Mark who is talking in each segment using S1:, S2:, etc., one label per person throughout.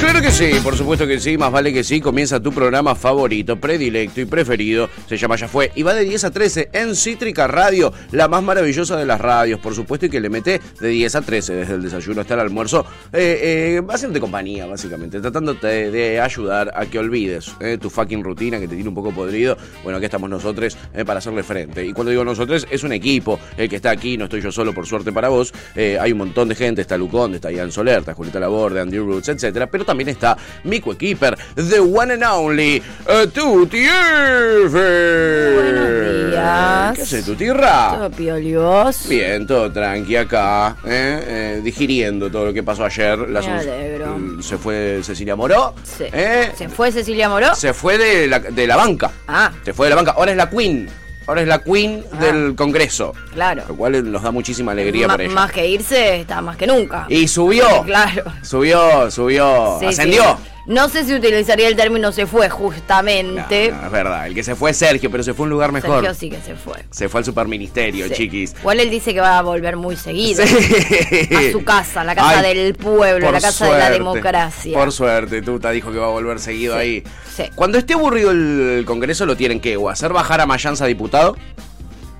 S1: Claro que sí, por supuesto que sí, más vale que sí. Comienza tu programa favorito, predilecto y preferido. Se llama Ya Fue y va de 10 a 13 en Cítrica Radio, la más maravillosa de las radios, por supuesto, y que le mete de 10 a 13 desde el desayuno hasta el almuerzo. Eh, eh, haciéndote compañía, básicamente, tratándote de, de ayudar a que olvides eh, tu fucking rutina que te tiene un poco podrido. Bueno, aquí estamos nosotros eh, para hacerle frente. Y cuando digo nosotros, es un equipo el que está aquí, no estoy yo solo, por suerte para vos. Eh, hay un montón de gente, está Luconde, está Ian Soler, está Julieta Laborde, Andy Roots, etcétera, pero también está mi coequiper, the one and only, eh, Tuti Efe.
S2: Buenos días.
S1: ¿Qué hace Tuti Ra?
S2: Todo piolios.
S1: Ah. Bien, todo tranqui acá, eh, eh, digiriendo todo lo que pasó ayer. Las
S2: Me
S1: uns-
S2: alegro.
S1: Mm, Se fue Cecilia Moró.
S2: Se,
S1: eh,
S2: se fue Cecilia Moró.
S1: se fue de la, de la banca.
S2: Ah.
S1: Se fue de la banca. Ahora es la queen. Ahora es la queen
S2: Ah.
S1: del Congreso.
S2: Claro.
S1: Lo cual eh, nos da muchísima alegría
S2: Ma-
S1: para ella.
S2: Más que irse, está más que nunca.
S1: Y subió.
S2: Claro.
S1: Subió, subió.
S2: Sí,
S1: Ascendió.
S2: sí. No sé si utilizaría el término se fue,
S1: No,
S2: justamente.
S1: no, es verdad. El que se fue es Sergio, pero se fue a un lugar mejor.
S2: Sergio sí que se fue.
S1: Se fue al superministerio,
S2: Sí.
S1: chiquis.
S2: Igual él dice que va a volver muy seguido.
S1: Sí.
S2: A su casa, la casa
S1: Ay,
S2: del pueblo,
S1: por
S2: la casa de la
S1: suerte.
S2: democracia.
S1: Por suerte, Tuta dijo que va a volver seguido
S2: Sí,
S1: ahí.
S2: sí.
S1: Cuando esté aburrido el Congreso, lo tienen que o hacer bajar a Mayanza diputado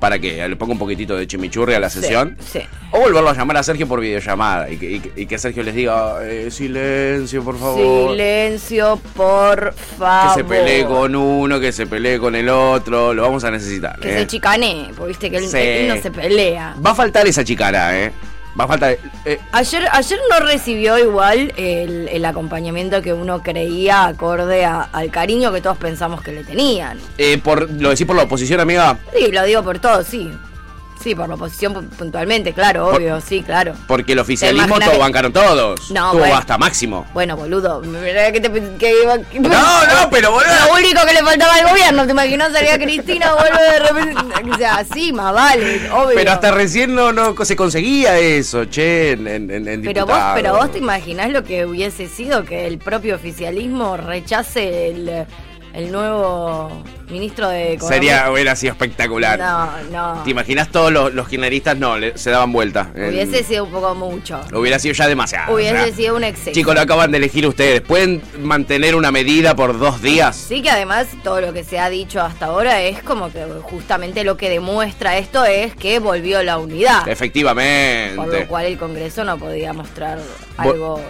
S1: para que le ponga un poquitito de chimichurri a la
S2: Sí,
S1: sesión.
S2: sí.
S1: O volverlo a llamar a Sergio por videollamada y que, y que- y que Sergio les diga, eh, silencio, por favor.
S2: Silencio, por
S1: que
S2: favor.
S1: se pelee con uno, que se pelee con el otro, lo vamos a necesitar.
S2: Que
S1: eh.
S2: se chicane, porque viste que él,
S1: Sí.
S2: él no se pelea.
S1: Va a faltar esa chicana, ¿eh? Va a faltar... eh,
S2: Ayer, ayer no recibió igual el, el acompañamiento que uno creía acorde a- al cariño que todos pensamos que le tenían.
S1: eh, por, lo decís por la oposición, amiga.
S2: Sí, lo digo por todo, sí. Sí, por la oposición pu- puntualmente, claro,
S1: Por-
S2: obvio, sí, claro.
S1: Porque el oficialismo
S2: imaginas
S1: todo
S2: que-
S1: bancaron todos.
S2: No,
S1: Tuvo
S2: bueno.
S1: hasta máximo.
S2: Bueno, boludo, mirá que te pe- que iba- que-
S1: No, no, pero boludo.
S2: Lo único que le faltaba al gobierno, ¿te imaginas? Salía Cristina, vuelve de repente. O sea, sí, más vale, obvio.
S1: Pero hasta recién no, no se conseguía eso, che, en, en, en- en
S2: Pero vos,
S1: diputado.
S2: pero vos te imaginás lo que hubiese sido que el propio oficialismo rechace el, el nuevo ministro de Economía.
S1: Sería, hubiera sido espectacular.
S2: No, no.
S1: ¿Te imaginas todos los, los kirchneristas? No, le- se daban vuelta. En-
S2: Hubiese sido un poco mucho.
S1: hubiera sido Ah, ya demasiado.
S2: Hubiese
S1: o sea,
S2: sido un exceso.
S1: Chicos, lo acaban de elegir ustedes. ¿Pueden mantener una medida por dos días?
S2: Sí que además todo lo que se ha dicho hasta ahora es como que justamente lo que demuestra esto es que volvió la unidad.
S1: Efectivamente.
S2: Por lo cual el Congreso no podía mostrar
S1: Vo-
S2: algo,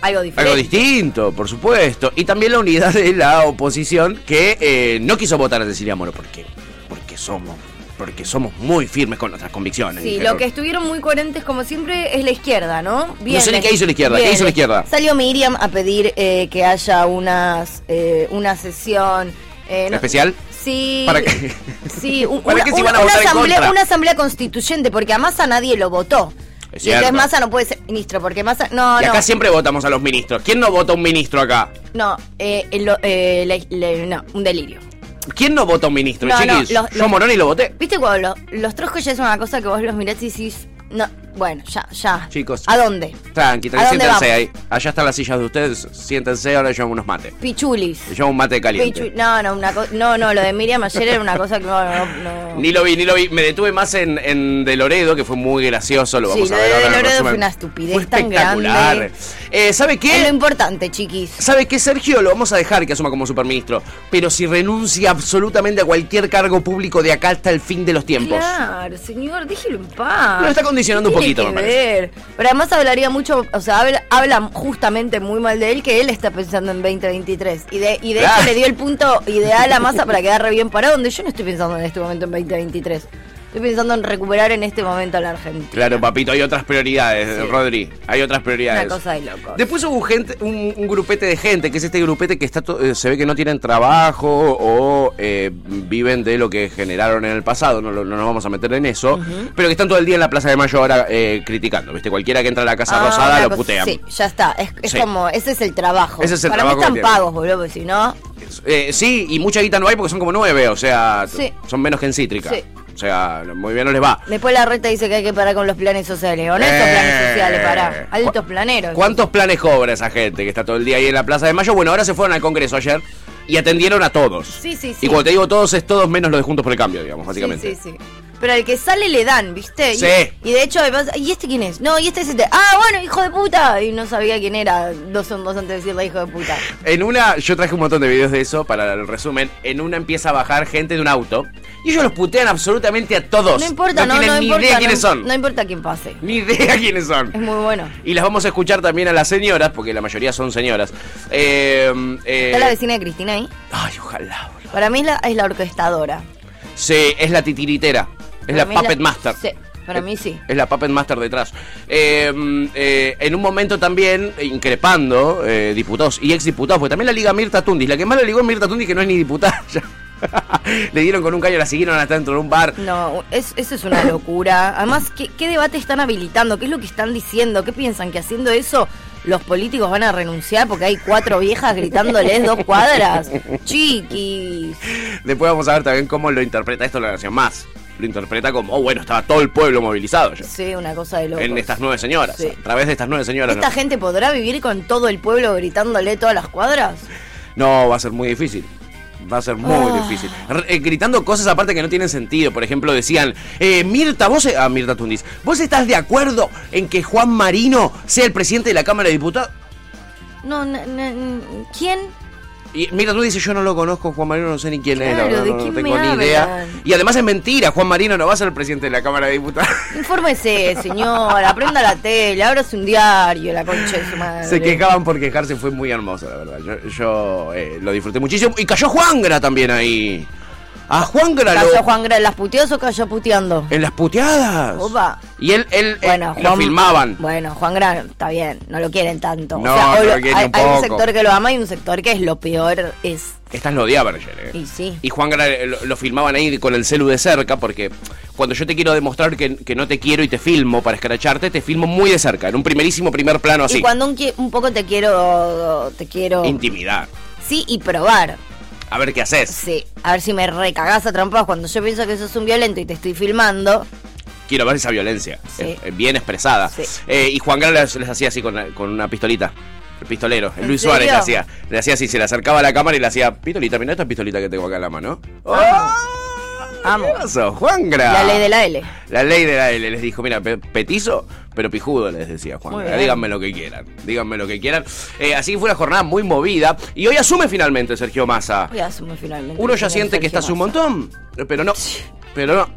S2: algo diferente.
S1: Algo distinto, por supuesto. Y también la unidad de la oposición que eh, no quiso votar a Cecilia Moro. ¿Por qué? Porque somos, porque somos muy firmes con nuestras convicciones.
S2: Sí,
S1: dijeron.
S2: lo que estuvieron muy coherentes, como siempre, es la izquierda, ¿no?
S1: sé ni
S2: la-
S1: qué hizo la izquierda, ¿qué hizo la izquierda?
S2: Salió Miriam a pedir eh, que haya unas, eh, una sesión. eh, no-
S1: ¿Especial?
S2: Sí.
S1: ¿Para qué?
S2: Sí, un-
S1: ¿Para
S2: una,
S1: qué se
S2: una-
S1: iban a
S2: una
S1: votar en
S2: asamblea,
S1: contra?
S2: una asamblea constituyente, porque a Massa nadie lo votó.
S1: Es
S2: y entonces
S1: cierto.
S2: Massa no puede ser ministro, porque Massa. No,
S1: y
S2: no.
S1: acá siempre votamos a los ministros. ¿Quién no vota a un ministro acá?
S2: No, eh, lo- eh, la- la- no, un delirio.
S1: ¿Quién no vota a un ministro,
S2: No, no,
S1: chiquis?
S2: los-
S1: Yo
S2: los-
S1: Moroni lo voté.
S2: ¿Viste cuando los, los troscos ya es una cosa que vos los mirás y decís. No, bueno, ya, ya.
S1: Chicos.
S2: ¿A dónde?
S1: Tranqui, tranqui,
S2: ¿A dónde
S1: siéntense
S2: vamos?
S1: ahí. Allá están las sillas de ustedes, siéntense, ahora llevamos unos mates.
S2: Pichulis.
S1: Llevamos un mate caliente.
S2: Pichu- No, no, una co- no, no, lo de Miriam ayer era una cosa que no, no, no.
S1: Ni lo vi, ni lo vi. Me detuve más en, en De Loredo, que fue muy gracioso. Lo
S2: Sí,
S1: vamos a
S2: lo
S1: ver
S2: de
S1: ahora.
S2: De
S1: en el
S2: Loredo
S1: resumen.
S2: fue una estupidez
S1: Fue
S2: tan
S1: espectacular.
S2: grande.
S1: Eh, ¿Sabe
S2: Es lo
S1: qué?
S2: importante, chiquis.
S1: ¿Sabe qué, Sergio? Lo vamos a dejar que asuma como superministro. Pero si renuncia absolutamente a cualquier cargo público de acá hasta el fin de los tiempos.
S2: Claro, señor, déjelo en paz.
S1: Lo está condicionando
S2: ¿Qué
S1: un
S2: tiene
S1: poquito,
S2: que
S1: me parece.
S2: ver? Pero además hablaría mucho, o sea, habla, habla justamente muy mal de él que él está pensando en 2023. Y de, y de
S1: Claro.
S2: hecho le dio el punto ideal a Massa para quedar re bien parado, donde yo no estoy pensando en este momento en 2023. Estoy pensando en recuperar en este momento a la Argentina.
S1: Claro, papito, hay otras prioridades,
S2: Sí.
S1: Rodri. Hay otras prioridades.
S2: Una cosa de locos.
S1: Después hubo gente, un, un grupete de gente, que es este grupete que está to- eh, se ve que no tienen trabajo o eh, viven de lo que generaron en el pasado, no, lo- no nos vamos a meter en eso, pero que están todo el día en la Plaza de Mayo ahora eh, criticando, ¿viste? Cualquiera que entra a la Casa
S2: Ah,
S1: Rosada
S2: una
S1: lo
S2: cosa-
S1: putean.
S2: Sí, ya está. Es, es
S1: Sí.
S2: como, ese es el trabajo.
S1: Ese es el
S2: Para
S1: trabajo que
S2: mí
S1: tiene.
S2: están pagos, boludo, porque si no.
S1: Eh, sí, y mucha guita no hay porque son como nueve, o sea,
S2: Sí.
S1: son menos que en Cítrica.
S2: Sí.
S1: O sea, muy bien no les va.
S2: Después la reta dice que hay que parar con los planes sociales. Honestos
S1: Eh.
S2: planes sociales, pará. Altos planeros.
S1: ¿Cuántos planes cobra esa gente que está todo el día ahí en la Plaza de Mayo? Bueno, ahora se fueron al Congreso ayer y atendieron a todos.
S2: Sí, sí,
S1: Y
S2: sí.
S1: cuando te digo todos, es todos menos los de Juntos por el Cambio, digamos, básicamente.
S2: Sí, sí, sí. pero al que sale le dan, ¿viste? Y-
S1: Sí.
S2: Y, de hecho, además, ¿y este quién es? No, y este es este. Ah, bueno, hijo de puta. Y no sabía quién era. Dos son dos antes de decirle hijo de puta.
S1: En una, yo traje un montón de videos de eso para el resumen. En una empieza a bajar gente de un auto y ellos los putean absolutamente a todos.
S2: No importa, no, no,
S1: tienen ni
S2: importa.
S1: idea
S2: no-
S1: quiénes son.
S2: No importa quién pase.
S1: Ni idea quiénes
S2: Es
S1: son.
S2: muy bueno.
S1: Y las vamos a escuchar también a las señoras, porque la mayoría son señoras. Eh, eh,
S2: ¿Está la vecina de Cristina ahí?
S1: Ay, ojalá, boludo.
S2: Para mí es la, es la orquestadora.
S1: Sí, es la titiritera. Es
S2: Para
S1: la
S2: mí es la-
S1: Puppet Master. Eh.
S2: Sí, para mí sí.
S1: Es la Puppet Master detrás. Eh, eh, en un momento también, eh, increpando eh, diputados y exdiputados, porque también la liga Mirta Tundis. La que más la ligó es Mirta Tundis, que no es ni diputada. ya. Le dieron con un caño, la siguieron hasta dentro de un bar.
S2: No, es- eso es una locura. Además, ¿qué, ¿qué debate están habilitando? ¿Qué es lo que están diciendo? ¿Qué piensan? ¿Que haciendo eso los políticos van a renunciar porque hay cuatro viejas gritándoles dos cuadras? Chiquis.
S1: Después vamos a ver también cómo lo interpreta esto la Nación Más. Lo interpreta como, oh, bueno, estaba todo el pueblo movilizado ya.
S2: Sí, una cosa de locos.
S1: En estas nueve señoras.
S2: Sí.
S1: A través de estas nueve señoras.
S2: ¿Esta
S1: ¿no?
S2: gente podrá vivir con todo el pueblo gritándole todas las cuadras?
S1: No, va a ser muy difícil. Va a ser muy
S2: Ah.
S1: difícil. R- eh, gritando cosas aparte que no tienen sentido. Por ejemplo, decían, eh, Mirta, vos, e- ah, Mirta Tundis, ¿vos estás de acuerdo en que Juan Marino sea el presidente de la Cámara de Diputados?
S2: No, no, no, ¿quién?
S1: Y Mirta Tundis dice, yo no lo conozco, Juan Marino no sé ni quién
S2: Claro,
S1: es, no, no,
S2: ¿de
S1: no, no
S2: quién
S1: tengo
S2: me
S1: ni idea.
S2: hablan?
S1: Y además es mentira, Juan Marino no va a ser el presidente de la Cámara de Diputados.
S2: Infórmese, señora, prenda la tele, ábrase un diario, la concha de su madre.
S1: Se quejaban por quejarse, fue muy hermoso, la verdad. Yo, yo, eh, lo disfruté muchísimo. Y cayó Juangra también ahí. A Juangra lo-
S2: ¿Cayó Juan Gra- las puteos o cayó puteando?
S1: En las puteadas.
S2: Opa.
S1: Y él, él, él
S2: Bueno,
S1: Eh, lo
S2: Juan-
S1: filmaban.
S2: Bueno, Juan Gran, está bien, no lo quieren tanto.
S1: No,
S2: o sea, o
S1: no lo
S2: lo-
S1: quieren
S2: hay,
S1: un
S2: hay un
S1: poco.
S2: sector que lo ama y un sector que es lo peor es.
S1: Estas lo odiaban ayer, ¿eh?
S2: Y sí.
S1: Y Juan Gran, eh, lo, lo filmaban ahí con el celu de cerca, porque cuando yo te quiero demostrar que, que no te quiero y te filmo para escracharte, te filmo muy de cerca, en un primerísimo primer plano así.
S2: Y cuando un, qui- un poco te quiero te quiero
S1: Intimidad.
S2: sí y probar.
S1: A ver qué haces.
S2: Sí, a ver si me recagás a trompadas cuando yo pienso que sos un violento y te estoy filmando.
S1: Quiero ver esa violencia.
S2: Sí.
S1: eh, eh, bien expresada.
S2: Sí.
S1: Eh, y Juan Gran les, les hacía así con, la- con una pistolita. El pistolero. El
S2: ¿En
S1: Luis Suárez le
S2: serio?
S1: hacía. Le hacía así, se le acercaba a la cámara y le hacía, pistolita, mira esta pistolita que tengo acá en la mano.
S2: Amo.
S1: ¡Ah!
S2: Amo.
S1: ¿Qué pasó, Juan Gran?
S2: La ley de la L.
S1: La ley de la L les dijo, mira, pe- petizo, pero pijudo, les decía Juan.
S2: Muy
S1: Mira,
S2: bien.
S1: Díganme lo que quieran, díganme lo que quieran. Eh, así que fue una jornada muy movida. Y hoy asume finalmente Sergio Massa.
S2: Voy a asumir finalmente.
S1: Uno ya
S2: Señor
S1: siente que
S2: Sergio
S1: estás un
S2: Massa.
S1: montón, pero no, pero no,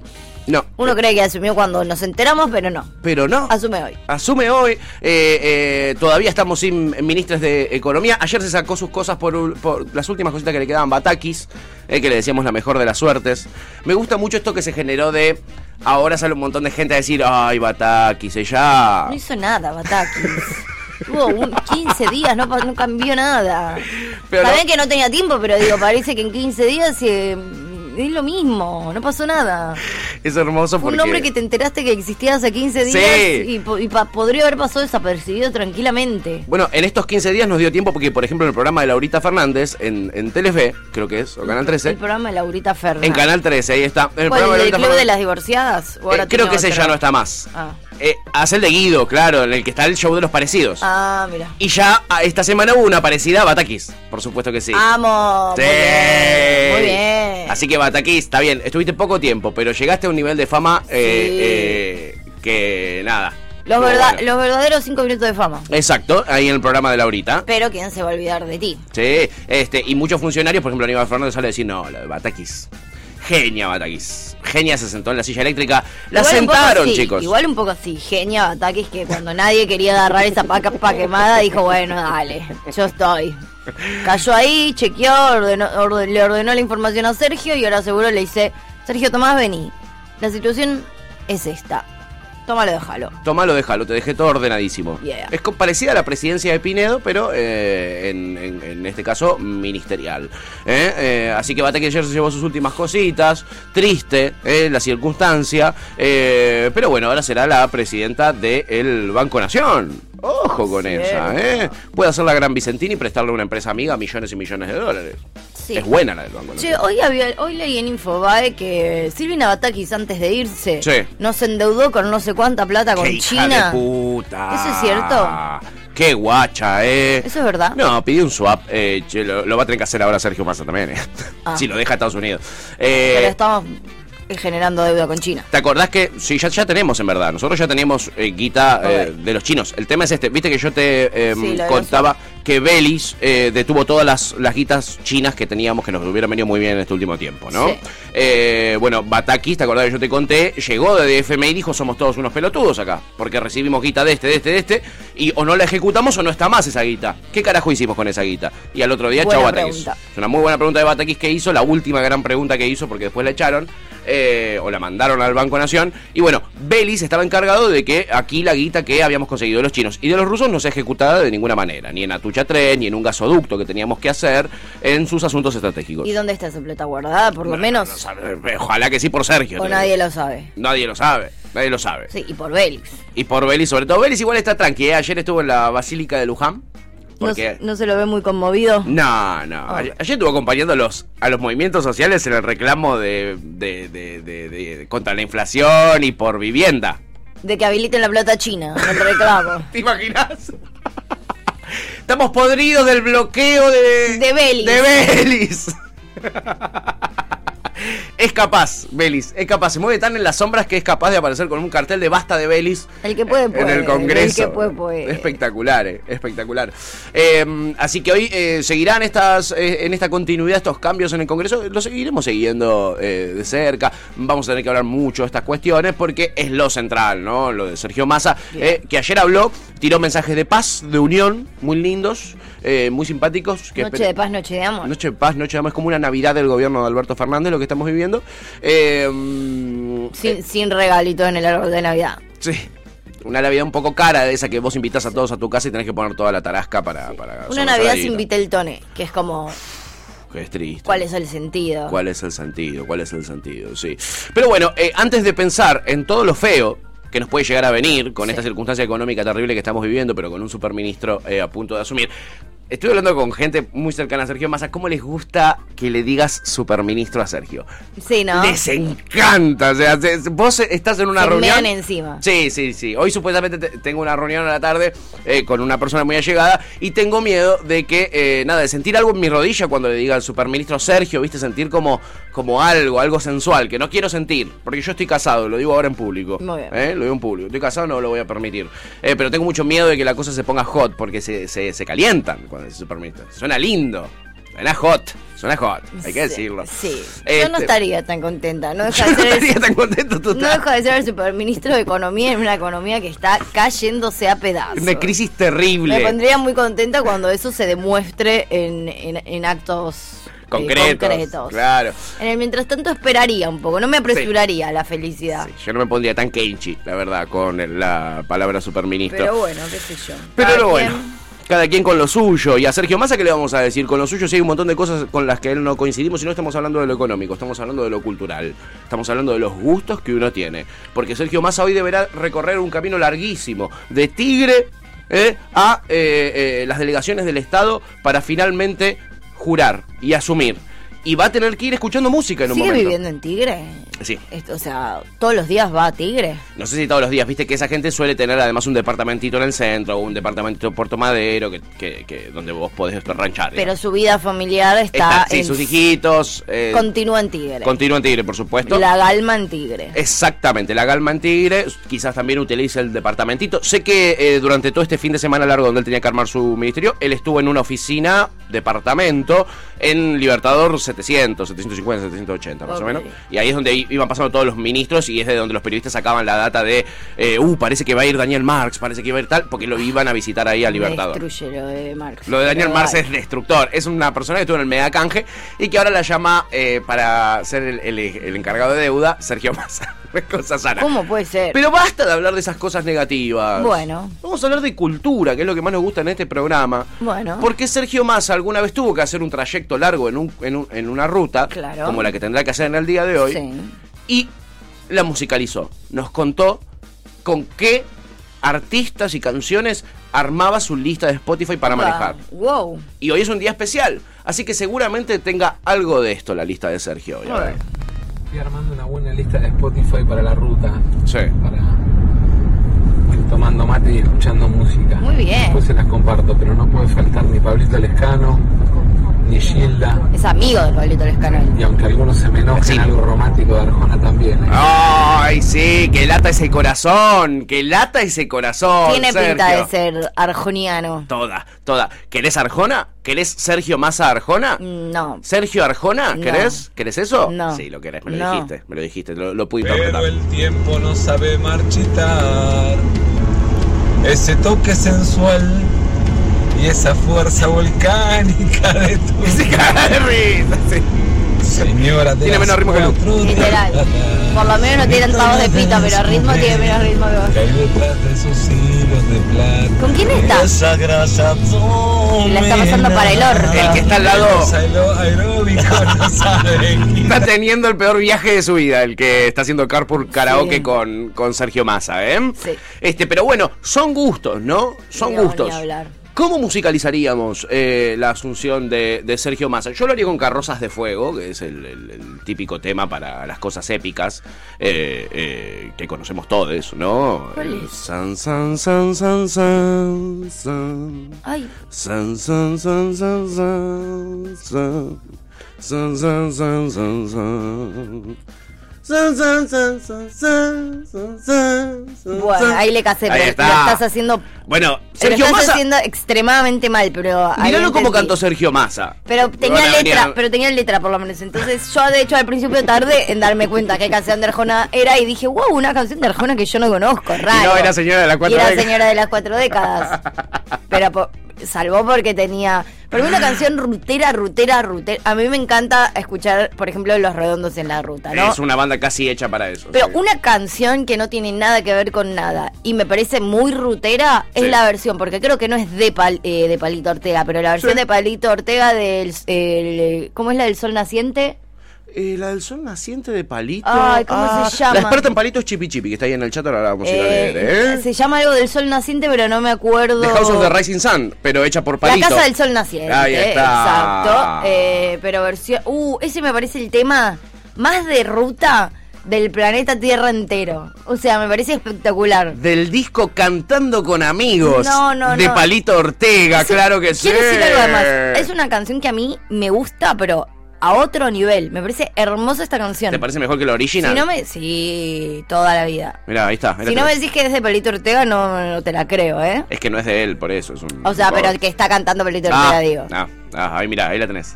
S1: no,
S2: Uno cree que asumió cuando nos enteramos, pero no.
S1: pero no.
S2: Asume hoy.
S1: Asume hoy, eh, eh, todavía estamos sin ministros de Economía. Ayer se sacó sus cosas por, ul- por las últimas cositas que le quedaban, Batakis, eh, que le decíamos la mejor de las suertes. Me gusta mucho esto que se generó de. Ahora sale un montón de gente a decir, ay, Batakis, ella.
S2: No hizo nada, Batakis. Tuvo un- 15 días, no, pa- no cambió nada.
S1: Pero
S2: Sabés
S1: no-
S2: que no tenía tiempo, pero digo, parece que en 15 días eh, es lo mismo, no pasó nada.
S1: Es hermoso
S2: Fue
S1: porque.
S2: un hombre que te enteraste que existía hace 15 días
S1: Sí.
S2: y, po- y pa- podría haber pasado desapercibido tranquilamente.
S1: Bueno, en estos 15 días nos dio tiempo porque, por ejemplo, en el programa de Laurita Fernández, en, en Telefe, creo que es, o Canal
S2: El
S1: 13.
S2: programa de Laurita Fernández.
S1: En Canal 13, ahí está. En el
S2: ¿Cuál,
S1: programa
S2: el del
S1: Laurita
S2: Club de
S1: Fernández.
S2: las Divorciadas? ¿O ahora
S1: Eh, creo
S2: tiene
S1: que ese
S2: otro?
S1: ya no está más.
S2: Ah,
S1: Eh, hace el de Guido, claro, en el que está el show de los parecidos.
S2: ah mira.
S1: Y ya ah, esta semana hubo una parecida a Batakis, por supuesto que sí.
S2: Amo.
S1: Sí.
S2: Ah, Muy bien. Muy bien.
S1: Así que Batakis, está bien, estuviste poco tiempo, pero llegaste a un nivel de fama eh, eh, que nada.
S2: Los,
S1: Estuvo
S2: verda-
S1: bueno.
S2: los verdaderos 5 minutos de fama.
S1: Exacto, ahí en el programa de Laurita.
S2: Pero quién se va a olvidar de ti.
S1: Sí, este, y muchos funcionarios, por ejemplo, Aníbal Fernández sale a decir, no, la de Batakis. Genia Batakis. Genia se sentó en la silla eléctrica. La
S2: Igual un poco
S1: sentaron,
S2: así,
S1: chicos.
S2: Igual un poco así, genia ataques que cuando nadie quería agarrar esa paca pa quemada, dijo, bueno, dale, yo estoy. Cayó ahí, chequeó, ordenó- orde- le ordenó la información a Sergio y ahora seguro le dice, Sergio Tomás, vení. La situación es esta. Tómalo, déjalo.
S1: Tomalo, déjalo, te dejé todo ordenadísimo.
S2: Yeah.
S1: Es co- parecida a la presidencia de Pinedo, pero eh, en, en- en este caso ministerial. ¿eh? Eh, así que Batakis ayer se llevó sus últimas cositas. Triste eh, la circunstancia. eh, pero bueno, ahora será la presidenta del Banco Nación. Ojo con
S2: Cierto.
S1: esa, ¿eh? Puede hacer la gran Vicentina y prestarle a una empresa amiga millones y millones de dólares.
S2: Sí.
S1: Es buena la del Banco Nación.
S2: Che, hoy, había- hoy leí en Infobae que Silvina Batakis antes de irse
S1: Sí.
S2: nos endeudó con no sé cuánta plata con
S1: ¡Qué hija
S2: China.
S1: de puta!
S2: ¿Eso es cierto?
S1: ¡Qué guacha, eh!
S2: ¿Eso es verdad?
S1: No, pidió un swap. eh, che, lo, lo va a tener que hacer ahora Sergio Massa también, eh.
S2: Ah.
S1: Si lo deja a Estados Unidos.
S2: Pero
S1: Eh,
S2: estamos generando deuda con China.
S1: ¿Te acordás que sí, ya, ya tenemos en verdad? Nosotros ya tenemos eh, guita eh,
S2: Ok.
S1: de los chinos. El tema es este. Viste que yo te eh,
S2: Sí, lo de
S1: contaba que Belis eh, detuvo todas las, las guitas chinas que teníamos que nos hubieran venido muy bien en este último tiempo, ¿no?
S2: Sí.
S1: Eh, bueno, Batakis, ¿te acordás que yo te conté? Llegó de DFMI y dijo: Somos todos unos pelotudos acá. Porque recibimos guita de este, de este, de este. Y o no la ejecutamos o no está más esa guita. ¿Qué carajo hicimos con esa guita? Y al otro día,
S2: Buena
S1: chau, Batakis.
S2: pregunta.
S1: Es una muy buena pregunta de Batakis que hizo, la última gran pregunta que hizo, porque después la echaron, eh, o la mandaron al Banco Nación. Y bueno, Belis estaba encargado de que aquí la guita que habíamos conseguido de los chinos y de los rusos no se ejecutaba de ninguna manera, ni en Atucha 3, ni en un gasoducto que teníamos que hacer en sus asuntos estratégicos.
S2: ¿Y dónde está esa plata guardada? Por lo
S1: No, no
S2: menos.
S1: sabe, ojalá que sí por Sergio.
S2: o
S1: te
S2: nadie
S1: digo.
S2: lo sabe.
S1: Nadie lo sabe. Nadie lo sabe.
S2: Sí, y por Bélix.
S1: Y por Belis, sobre todo. Belis igual está tranqui. ¿eh? Ayer estuvo en la Basílica de Luján.
S2: No,
S1: Porque... Mm.
S2: se- no se lo ve muy conmovido.
S1: No, no.
S2: Ah.
S1: Ayer ayer estuvo acompañando a los, a los movimientos sociales en el reclamo de, de- de- de- de- contra la inflación y por vivienda.
S2: De que habiliten la plata china, el reclamo.
S1: ¿Te imaginas? Estamos podridos del bloqueo de.
S2: De Belis.
S1: De Belis. Es capaz, Belis, es capaz. Se mueve tan en las sombras que es capaz de aparecer con un cartel de basta de Belis.
S2: El que puede,
S1: En
S2: puede.
S1: el Congreso.
S2: El que puede, puede.
S1: Espectacular, eh, espectacular. Eh, así que hoy eh, seguirán estas, eh, en esta continuidad estos cambios en el Congreso. Lo seguiremos siguiendo eh, de cerca. Vamos a tener que hablar mucho de estas cuestiones porque es lo central, ¿no? Lo de Sergio Massa, eh, que ayer habló, tiró mensajes de paz, de unión, muy lindos, eh, muy simpáticos. Que
S2: Noche de paz, noche de amor.
S1: Noche de paz, noche de amor. Es como una Navidad del gobierno de Alberto Fernández, lo que estamos viviendo. Eh, mm,
S2: Sin, sin regalito en el árbol de
S1: Ah,
S2: Navidad.
S1: Sí. Una Navidad un poco cara de esa que vos invitás a todos a tu casa y tenés que poner toda la tarasca para... para
S2: Una
S1: sobre
S2: Navidad
S1: saladito.
S2: sin Viteltone, que es como,
S1: Que es triste.
S2: ¿cuál es el sentido?
S1: ¿Cuál es el sentido? ¿Cuál es el sentido? Sí. Pero bueno, eh, antes de pensar en todo lo feo que nos puede llegar a venir con esta circunstancia económica terrible que estamos viviendo, pero con un superministro eh, a punto de asumir. Estoy hablando con gente muy cercana a Sergio Massa. ¿Cómo les gusta que le digas superministro a Sergio?
S2: Sí, ¿no?
S1: Les encanta. O sea, se- vos estás en una
S2: ¿Ah? Se
S1: reunión.
S2: mean encima.
S1: Sí, sí, sí. Hoy supuestamente te- tengo una reunión a la tarde eh, con una persona muy allegada y tengo miedo de que, eh, nada, de sentir algo en mi rodilla cuando le diga al superministro Sergio, viste, sentir como, como algo, algo sensual, que no quiero sentir, porque yo estoy casado, lo digo ahora en público.
S2: Muy bien.
S1: ¿eh? Lo digo en público, estoy casado, no lo voy a permitir. Eh, pero tengo mucho miedo de que la cosa se ponga hot, porque se, se, se calientan cuando es superministro. Suena lindo, suena hot, suena hot, hay que
S2: Sí,
S1: decirlo.
S2: Sí. Yo
S1: Este,
S2: no estaría tan contenta. No
S1: yo
S2: deja
S1: no
S2: de ser el-
S1: estaría tan contento total.
S2: No deja de ser el superministro de Economía en una economía que está cayéndose a pedazos.
S1: Una crisis terrible.
S2: Me pondría muy contenta cuando eso se demuestre en, en- en actos eh,
S1: Concretos,
S2: concretos.
S1: claro.
S2: En el mientras tanto esperaría un poco, no me apresuraría a la felicidad.
S1: Sí, yo no me pondría tan kenchi, la verdad, con el- la palabra superministro.
S2: Pero bueno, qué sé yo.
S1: Pero
S2: Cada
S1: lo
S2: quien-
S1: bueno. Cada quien con lo suyo. Y a Sergio Massa, ¿qué le vamos a decir? Con lo suyo sí hay un montón de cosas con las que él no coincidimos y no estamos hablando de lo económico, estamos hablando de lo cultural, estamos hablando de los gustos que uno tiene. Porque Sergio Massa hoy deberá recorrer un camino larguísimo, de Tigre eh, a eh, eh, las delegaciones del Estado para finalmente jurar y asumir. Y va a tener que ir escuchando música en un
S2: ¿Sigue
S1: momento.
S2: viviendo en Tigre?
S1: Sí.
S2: Esto, o sea, todos los días va a Tigre.
S1: No sé si todos los días, viste que esa gente suele tener además un departamentito en el centro, un departamentito en Puerto Madero, que, que- que- donde vos podés ranchar.
S2: Pero su vida familiar está,
S1: Está, sí,
S2: en-
S1: sus hijitos. eh,
S2: continúa en Tigre.
S1: continúa en Tigre, por supuesto.
S2: La Galma en Tigre.
S1: Exactamente, la Galma en Tigre, quizás también utiliza el departamentito. Sé que eh, durante todo este fin de semana largo donde él tenía que armar su ministerio, él estuvo en una oficina, departamento, en Libertador 700, 750, 780 más
S2: Ok.
S1: o menos. Y ahí es donde i- iban pasando todos los ministros y es de donde los periodistas sacaban la data de, eh, uh, parece que va a ir Daniel Marx, parece que va a ir tal, porque lo iban a visitar ahí a Libertador.
S2: Me destruye lo de Marx.
S1: Lo de Daniel
S2: Pero
S1: Mars
S2: dale.
S1: es destructor. Es una persona que estuvo en el mega canje y que ahora la llama eh, para ser el, el- el encargado de deuda, Sergio Massa. Cosa sana.
S2: ¿Cómo puede ser?
S1: Pero basta de hablar de esas cosas negativas.
S2: Bueno.
S1: Vamos a hablar de cultura, que es lo que más nos gusta en este programa.
S2: Bueno.
S1: Porque Sergio Massa alguna vez tuvo que hacer un trayecto largo en, un- en un- en una ruta,
S2: Claro.
S1: como la que tendrá que hacer en el día de hoy,
S2: Sí.
S1: y la musicalizó. Nos contó con qué artistas y canciones armaba su lista de Spotify para
S2: Opa,
S1: manejar.
S2: Wow.
S1: Y hoy es un día especial, así que seguramente tenga algo de esto la lista de Sergio. hoy. A ver.
S3: Estoy armando una buena lista de Spotify para la ruta.
S1: Sí.
S3: Para ir tomando mate y escuchando música.
S2: Muy bien.
S3: Después se las comparto, pero no puede faltar ni Pablito Lescano, ni Gilda,
S2: Es amigo del Pablito Lescano.
S3: y aunque algunos se me enojen,
S1: Sí.
S3: algo romántico de Arjona también. ¿eh?
S1: Ay, sí, que lata ese corazón, que lata ese corazón.
S2: Tiene pinta
S1: Oh, Sergio.
S2: de ser arjoniano.
S1: Toda, toda. ¿Querés Arjona? ¿Querés Sergio Massa Arjona?
S2: Mm, No.
S1: ¿Sergio Arjona?
S2: No.
S1: ¿Querés? ¿Querés eso?
S2: No.
S1: Sí, lo querés, me lo
S2: No.
S1: dijiste, me lo dijiste, lo, lo pude
S4: Pero
S1: interpretar.
S4: el tiempo no sabe marchitar. Ese toque sensual y esa fuerza volcánica de
S1: Se
S4: tu
S1: caga de risa, sí.
S4: señora de
S1: Tiene
S4: las
S1: menos ritmo que el otro.
S4: cuatro
S2: Literal.
S4: décadas.
S2: Por lo menos no tiene tantos de pita, pero el ritmo tiene menos ritmo que vos.
S4: Que hay detrás de sus hilos de plata.
S2: ¿Con quién está?
S4: Esa grasa
S2: La está pasando para el orto.
S1: El que está al lado.
S4: Esa aer- aeróbico no sabe quién.
S1: Está teniendo el peor viaje de su vida, el que está haciendo carpool karaoke con, con Sergio Massa, ¿eh?
S2: Sí.
S1: Este, pero bueno, son gustos, ¿no? Son
S2: No, ni
S1: gustos.
S2: hablar.
S1: ¿Cómo musicalizaríamos eh, la asunción de, de Sergio Massa? Yo lo haría con Carrozas de Fuego, que es el, el- el típico tema para las cosas épicas eh, eh, que conocemos todos, ¿no?
S2: ¿Cuál
S1: El
S2: es?
S1: San, san, san, san, san, san.
S2: Ay,
S1: San, san, san, san, san, san. San, san, san, san, san. San, san, san, san, san, san, san, san.
S2: bueno, ahí le casé,
S1: Ahí
S2: pero
S1: está.
S2: lo estás haciendo.
S1: Bueno,
S2: lo
S1: Sergio
S2: estás
S1: Massa.
S2: haciendo extremadamente mal, pero. ahí
S1: Míralo como
S2: entendí.
S1: cantó Sergio Massa.
S2: Pero tenía
S1: Ahora
S2: letra,
S1: venía-
S2: pero tenía letra por lo menos. Entonces yo de hecho al principio tardé en darme cuenta qué canción de Arjona era y dije, wow, una canción de Arjona que yo no conozco, raro.
S1: Y no, era señora de las cuatro
S2: Y era
S1: décadas.
S2: señora de las cuatro décadas. Pero po- salvó porque tenía... Porque una canción rutera, rutera, rutera. A mí me encanta escuchar, por ejemplo, Los Redondos en la Ruta, ¿no?
S1: Es una banda casi hecha para eso.
S2: Pero
S1: sí.
S2: una canción que no tiene nada que ver con nada y me parece muy rutera es
S1: Sí.
S2: la versión, porque creo que no es de, Pal- eh, de Palito Ortega, pero la versión de Palito Ortega del... el- ¿Cómo es la del Sol Naciente?
S1: Eh, la del sol naciente de palito. Ah,
S2: Ay, ¿cómo se llama?
S1: La experta en palitos Chipi Chipi, que está ahí en el chat, ahora la vamos a ir a
S2: Eh,
S1: leer, ¿eh?
S2: Se llama algo del Sol Naciente, pero no me acuerdo...
S1: The House of the Rising Sun, pero hecha por
S2: La
S1: palito.
S2: Casa del Sol Naciente.
S1: Ahí está.
S2: Exacto. Eh, pero versión... Uh, ese me parece el tema más de ruta del planeta Tierra entero. O sea, me parece espectacular.
S1: del disco Cantando con Amigos
S2: No, no,
S1: de
S2: no.
S1: Palito Ortega,
S2: Eso-
S1: claro que sí.
S2: Quiero decir algo además. Es una canción que a mí me gusta, pero a otro nivel. Me parece hermosa esta canción.
S1: ¿Te parece mejor que la
S2: si
S1: original?
S2: no me. Sí, toda la vida.
S1: Mirá, ahí está. ahí la
S2: Si no me
S1: tenés.
S2: decís que es de Pelito Ortega, no, no te la creo, ¿eh?
S1: Es que no es de él, por eso. Es un,
S2: O sea,
S1: un
S2: pero
S1: cover.
S2: el que está cantando Pelito
S1: ah,
S2: Ortega, digo.
S1: Ah, ah, ahí mirá, ahí la tenés.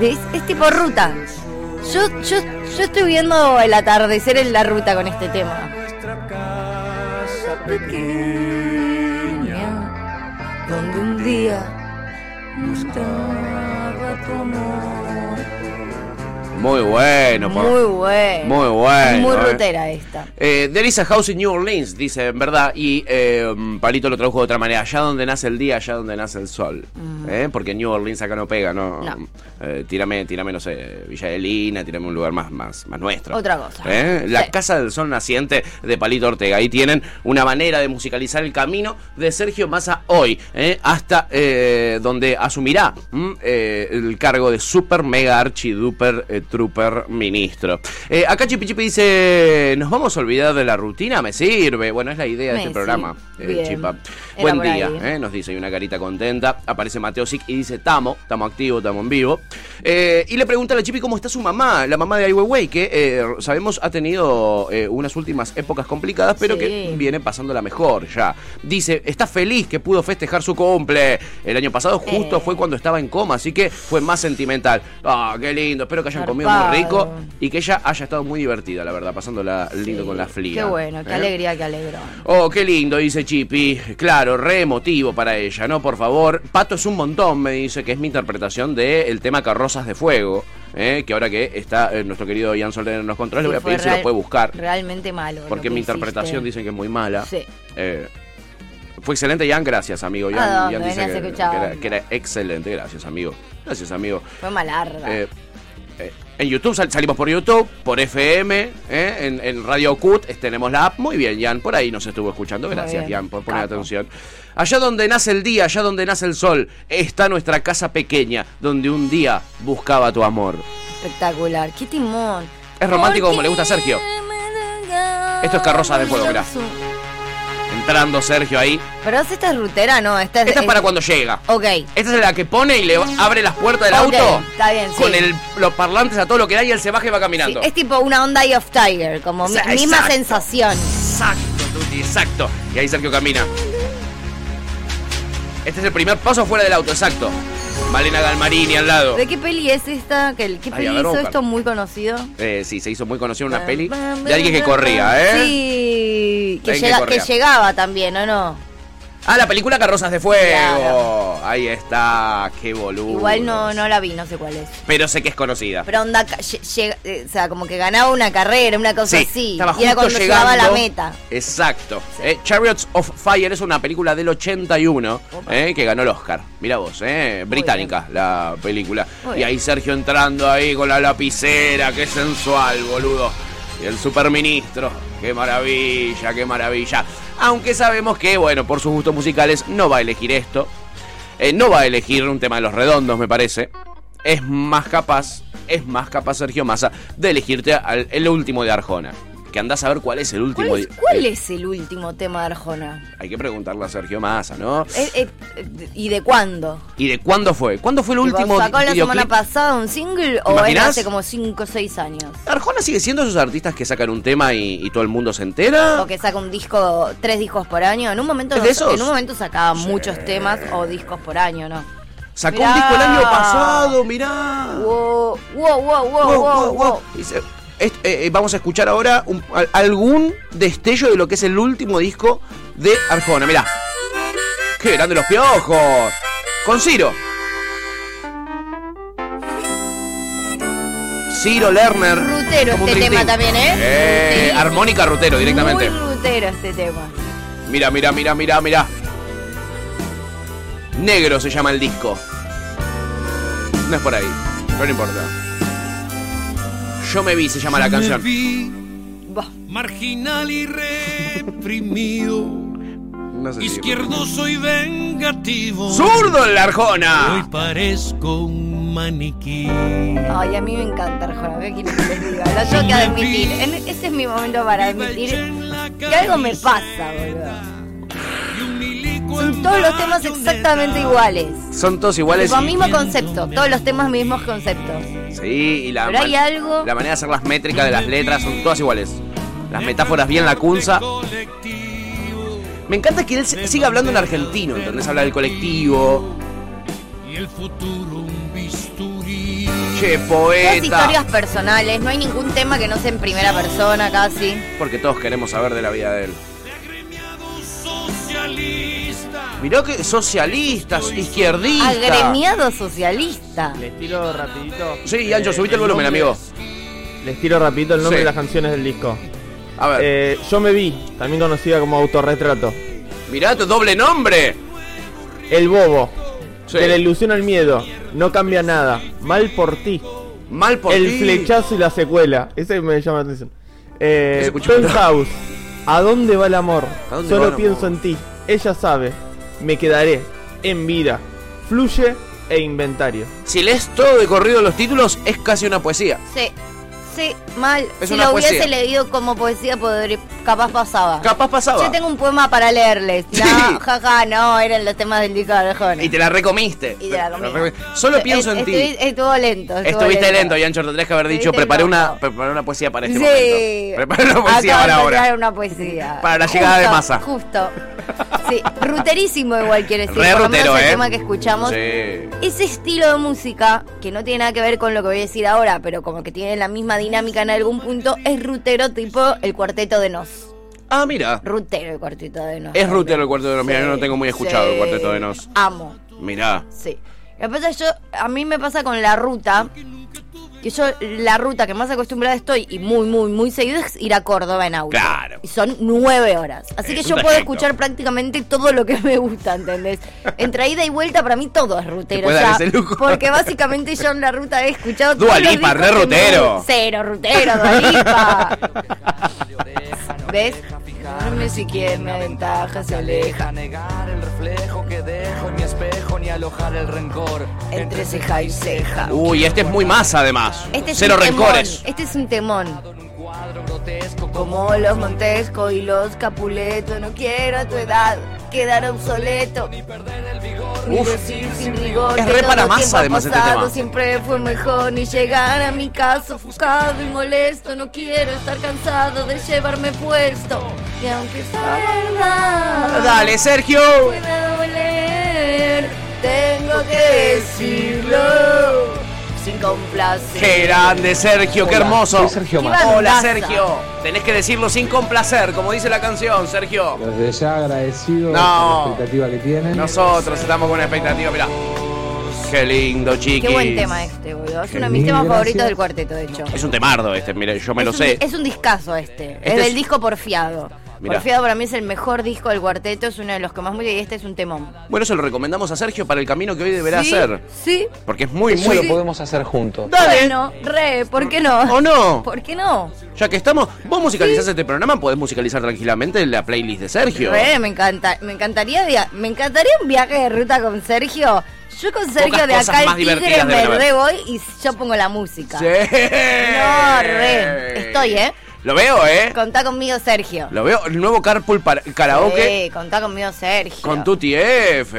S2: ¿Ves? Es tipo ruta. Yo, yo, yo estoy viendo el atardecer en la ruta con este tema. donde un día
S1: Muy bueno, por-
S2: Muy bueno.
S1: Muy bueno,
S2: Muy
S1: eh.
S2: rutera esta.
S1: Eh, there is a house in New Orleans, dice, en verdad. Y eh, Palito lo tradujo de otra manera. Allá donde nace el día, allá donde nace el sol. ¿Eh? Porque New Orleans acá no pega, ¿no?
S2: Mm. No.
S1: Eh, tírame, tírame, no sé, Villa Elina, tírame un lugar más, más, más nuestro.
S2: Otra cosa.
S1: ¿Eh? La
S2: Sí.
S1: Casa del Sol Naciente de Palito Ortega. Ahí tienen una manera de musicalizar el camino de Sergio Massa hoy, ¿eh? hasta eh, donde asumirá ¿m? Eh, el cargo de super mega archiduper eh, trooper ministro. Eh, acá Chipi Chipi dice, nos vamos a olvidar de la rutina, me sirve. Bueno, es la idea de
S2: Me
S1: este
S2: sir-
S1: programa, eh,
S2: bien.
S1: Chipa.
S2: Era
S1: Buen
S2: por
S1: día,
S2: ahí.
S1: ¿eh? nos dice, y una carita contenta. Aparece Mateo Sic y dice, tamo, tamo activo, tamo en vivo. Eh, y le pregunta a la Chipi cómo está su mamá, la mamá de Ai Weiwei, que eh, sabemos ha tenido eh, unas últimas épocas complicadas, pero
S2: Sí.
S1: que viene pasándola mejor ya. Dice, está feliz que pudo festejar su cumple. El año pasado justo
S2: Eh.
S1: fue cuando estaba en coma, así que fue más sentimental. Ah, qué lindo, espero que hayan comido muy
S2: Zarpado.
S1: rico y que ella haya estado muy divertida, la verdad, pasándola lindo
S2: Sí.
S1: con la fría.
S2: Qué bueno, qué
S1: ¿Eh?
S2: alegría, qué alegro.
S1: Oh, qué lindo, dice Chipi. Claro, re emotivo para ella, ¿no? Por favor. Pato es un montón, me dice, que es mi interpretación del tema Carrozas de Fuego. ¿eh? Que ahora que está eh, nuestro querido Ian Soler en los controles, le voy a
S2: Sí, fue
S1: pedir si lo
S2: real-
S1: puede buscar.
S2: Realmente malo. lo
S1: Porque
S2: que
S1: mi
S2: hiciste.
S1: interpretación dicen que es muy mala.
S2: Sí.
S1: Eh, fue excelente, Ian. Gracias, amigo. Ian,
S2: Ah,
S1: Ian
S2: no,
S1: dice
S2: no se
S1: que,
S2: escuchaba.
S1: que era, que era excelente. Gracias, amigo. Gracias, amigo.
S2: Fue malarda.
S1: Eh, eh, en YouTube sal- salimos por YouTube, por FM, eh, en, en Radio CUT eh, tenemos la app. Muy bien, Jan, por ahí nos estuvo escuchando.
S2: Muy
S1: Gracias,
S2: bien.
S1: Jan, por poner
S2: Capo.
S1: atención. Allá donde nace el día, allá donde nace el sol, está nuestra casa pequeña, donde un día buscaba tu amor.
S2: Espectacular. Qué timón.
S1: Es romántico como le gusta a Sergio. Esto es Carroza de Fuego, mirá. En entrando Sergio ahí.
S2: Pero vos esta es rutera, no. Esta es.
S1: Esta es para
S2: cuando.
S1: cuando llega.
S2: Ok.
S1: Esta es la que pone y le abre las puertas del
S2: Ok,
S1: auto.
S2: está bien, sí.
S1: Con el- los parlantes a todo lo que da y él se baja y va
S2: Sí,
S1: caminando.
S2: es tipo una onda Eye of Tiger, como mi-
S1: Exacto.
S2: misma sensación.
S1: Exacto, Tuti, exacto. Y ahí Sergio camina. Este es el primer paso fuera del auto, exacto. Malena Galmarini al lado.
S2: ¿De qué peli es esta? ¿Qué, qué
S1: Ay, a
S2: peli
S1: ver,
S2: hizo
S1: vamos a buscar.
S2: esto muy conocido? Ah,
S1: Eh, sí, se hizo muy conocida una peli de alguien que corría, ¿eh?
S2: Sí, que,
S1: Alguien que
S2: ah, llega- que
S1: corría.
S2: llegaba también, ¿o no?
S1: Ah, la película Carrozas de Fuego.
S2: Claro.
S1: Ahí está, qué boludo.
S2: Igual no, no la vi, no sé cuál es.
S1: Pero sé que es conocida.
S2: Pero onda, ca- lle- llega- eh, o sea, como que ganaba una carrera, una cosa así.
S1: estaba
S2: y era
S1: justo
S2: cuando llegaba a la
S1: llegando.
S2: meta.
S1: Exacto. Eh, Chariots of Fire es una película del 81 eh, que ganó el Oscar. Mira vos, eh, británica la película.
S2: Muy
S1: y
S2: bien.
S1: ahí Sergio entrando ahí con la lapicera, qué sensual, boludo. Y el superministro, qué maravilla, qué maravilla. Aunque sabemos que, bueno, por sus gustos musicales no va a elegir esto. Eh, no va a elegir un tema de los redondos, me parece. Es más capaz, es más capaz Sergio Massa de elegirte al- el último de Arjona. Que andás a ver cuál es el último.
S2: ¿Cuál, es,
S1: de-
S2: cuál
S1: eh,
S2: es el último tema de Arjona?
S1: Hay que preguntarle a Sergio Massa, ¿no?
S2: Eh, eh, eh, ¿Y de cuándo?
S1: ¿Y de cuándo fue? ¿Cuándo fue el
S2: Tipo,
S1: último
S2: ¿Sacó la
S1: videoclip?
S2: semana pasada un single o era
S1: imaginás?
S2: hace como 5 o 6 años?
S1: Arjona sigue siendo esos artistas que sacan un tema y, y todo el mundo se entera.
S2: O que saca un disco, tres discos por año. En un momento,
S1: ¿Es
S2: no-
S1: de esos?
S2: En un momento sacaba muchos temas o discos por año, ¿no?
S1: Sacó
S2: Mirá.
S1: un disco el año pasado, mirá.
S2: Wow, wow, wow, wow,
S1: Ah. Wow,
S2: wow,
S1: wow, wow.
S2: wow.
S1: Dice, est- eh, eh, vamos a escuchar ahora un- al- algún destello de lo que es el último disco de Arjona. Mirá. ¡Qué grande los piojos! Con Ciro. Ciro Lerner.
S2: Rutero
S1: Como un
S2: este tema
S1: trintín.
S2: también, ¿eh?
S1: Eh,
S2: Sí.
S1: armónica Rutero directamente.
S2: Muy rutero este tema.
S1: Mira, mira, mira, mira, mira. Negro se llama el disco. No es por ahí, pero no importa. Yo me vi, se llama la canción.
S2: Bah,
S5: marginal y reprimido.
S1: No sé si-
S5: Izquierdo soy vengativo.
S1: ¡Zurdo en la
S5: Hoy
S1: Arjona!
S5: parezco un maniquí.
S2: Ay, a mí me encanta Arjona, ¿qué quieren que les diga? Lo tengo que admitir. En- Este es mi momento para admitir que algo me pasa, boludo. Son todos los temas exactamente iguales.
S1: Son todos iguales.
S2: Tipo,
S1: y-
S2: mismo concepto, todos los temas mismos conceptos.
S1: Sí, y la,
S2: Pero hay
S1: man-
S2: algo-
S1: la manera de hacer las métricas de las letras son todas iguales. Las metáforas bien lacunza.
S5: Colectivo.
S1: Me encanta que él se- siga hablando en argentino, entonces habla del colectivo.
S5: Y el futuro un bisturí.
S1: Che,
S2: Todas
S1: poeta.
S2: historias personales, no hay ningún tema que no sea en primera persona casi.
S1: Porque todos queremos saber de la vida de él.
S5: Socialista.
S1: Mirá que socialistas, izquierdistas.
S2: Agremiado socialista.
S6: Les tiro rapidito. Eh,
S1: Sí, Ancho, subite el
S2: Eh,
S1: volumen, amigo.
S6: Les tiro rapidito el nombre
S1: Sí.
S6: de las canciones del disco.
S1: A ver,
S6: Eh, yo me vi, también conocida como autorretrato.
S1: mirá tu doble nombre.
S6: El bobo.
S1: Sí.
S6: De la ilusión al miedo. No cambia nada. Mal por ti.
S1: Mal por
S6: el
S1: ti.
S6: flechazo y la secuela. Ese me llama la atención.
S1: Ese
S6: Eh,
S1: escuchamos.
S6: Penthouse. ¿A dónde va el amor?
S1: ¿A dónde va el
S6: Solo
S1: amor?
S6: pienso en ti. Ella sabe. Me quedaré. En vida. Fluye e inventario.
S1: Si lees todo de corrido los títulos, es casi una poesía.
S2: Sí, sí, mal.
S1: Es
S2: si
S1: una
S2: lo hubiese
S1: poesía.
S2: leído como poesía, podría- capaz pasaba.
S1: Capaz pasaba.
S2: Yo tengo un poema para leerles. No,
S1: Sí.
S2: jaja, no, eran los temas del disco de Arjona.
S1: Y te la recomiste.
S2: Y te la comí.
S1: recomiste. Solo pienso en ti.
S2: Estuvi- Estuvo lento. estuvo
S1: Estuviste lento, Yancho, tendrías que haber dicho,
S2: Estuviste
S1: preparé una,
S2: loco.
S1: preparé una poesía para este
S2: Sí.
S1: momento. Preparé una poesía
S2: Acabo
S1: para
S2: de
S1: ahora.
S2: crear una poesía.
S1: Para la llegada de
S2: Justo,
S1: masa.
S2: Justo. Sí, ruterísimo igual quiere decir.
S1: Re
S2: por lo menos
S1: rutero,
S2: el
S1: ¿eh?
S2: tema que escuchamos.
S1: Sí.
S2: Ese estilo de música, que no tiene nada que ver con lo que voy a decir ahora, pero como que tiene la misma dinámica en algún punto, es rutero tipo el cuarteto de Nos.
S1: Ah, mira.
S2: Rutero el cuarteto de Nos.
S1: Es rutero el Cuarteto de Nos. Mira, yo no tengo muy escuchado el Cuarteto de Nos.
S2: Amo,
S1: Mirá.
S2: sí. Lo que pasa es que yo, a mí me pasa con la ruta, que yo la ruta que más acostumbrada estoy y muy, muy, muy seguido es ir a Córdoba en auto.
S1: Claro.
S2: Y son nueve horas. Así
S1: Es un
S2: que yo puedo
S1: trayecto.
S2: escuchar prácticamente todo lo que me gusta, ¿entendés? Entre ida y vuelta para mí todo es rutero.
S1: puede
S2: o
S1: dar
S2: sea,
S1: ese lujo.
S2: Porque básicamente yo en la ruta he escuchado
S1: Dua
S2: todos los
S1: Lipa,
S2: discos
S1: re
S2: que me
S1: rutero.
S2: gustan. Cero, rutero, Dualipa. ¿Ves? Dorme si quiere, me aventaja, se aleja.
S7: negar el reflejo que dejo en mi espejo ni alojar el rencor.
S2: Entre ceja y ceja.
S1: Uy, este es muy más además.
S2: Este es
S1: Cero
S2: un
S1: rencores.
S2: Temón. Este es un temón.
S7: cuadro grotesco
S2: Como los Montesco y los Capuleto, no quiero a tu edad quedar obsoleto.
S7: Ni perder el vigor
S2: Ni
S1: Uf.
S2: decir sin rigor
S1: Es
S2: que
S1: re
S2: todo
S1: para
S2: tiempo
S1: masa, además, este
S2: pasado
S1: tema.
S2: Siempre fue mejor ni llegar a mi casa ofuscado y molesto. No quiero estar cansado de llevarme puesto. Y aunque sea verdad,
S1: Dale, Sergio.
S2: pueda doler, tengo que decirlo sin complacer.
S1: Qué grande, Sergio, qué hermoso.
S3: Soy Sergio
S2: Qué
S3: Massa.
S1: Hola,
S2: bandaza.
S1: Sergio. Tenés que decirlo sin complacer, como dice la canción, Sergio.
S3: Desde ya agradecido
S1: No.
S3: por la expectativa que tienen.
S1: Nosotros estamos con una expectativa, mirá. Qué lindo, chiquis.
S2: Qué buen tema este, boludo. Es uno de mis
S3: Mil
S2: temas
S3: gracias.
S2: favoritos del cuarteto, de hecho.
S1: Es un temardo este, mire, yo me
S2: es
S1: lo
S2: un,
S1: sé.
S2: Es un discazo este. es
S1: es-
S2: del disco Porfiado.
S1: Mirá.
S2: Porfiado para mí es el mejor disco del cuarteto, es uno de los que más mucho y este es un temón.
S1: Bueno, se lo recomendamos a Sergio para el camino que hoy deberá
S2: ¿Sí?
S1: hacer.
S2: Sí.
S1: Porque es muy,
S3: Eso
S1: muy.
S3: lo podemos hacer juntos.
S1: Dale.
S2: Bueno, re, ¿por qué no?
S1: ¿O Oh, no?
S2: ¿Por qué no?
S1: Ya que estamos, vos musicalizás este programa, podés musicalizar tranquilamente la playlist de Sergio.
S2: Re, me encanta, me encantaría via- me encantaría un viaje de ruta con Sergio. Yo con Sergio
S1: Pocas
S2: de
S1: cosas
S2: acá
S1: más
S2: el tigre
S1: divertidas deben
S2: me
S1: haber.
S2: re voy y yo pongo la música.
S1: Sí.
S2: No, re. Estoy, ¿eh?
S1: Lo veo, ¿eh?
S2: Contá conmigo Sergio.
S1: Lo veo, el nuevo Carpool para- Karaoke.
S2: Sí, contá conmigo Sergio.
S1: Con tu F,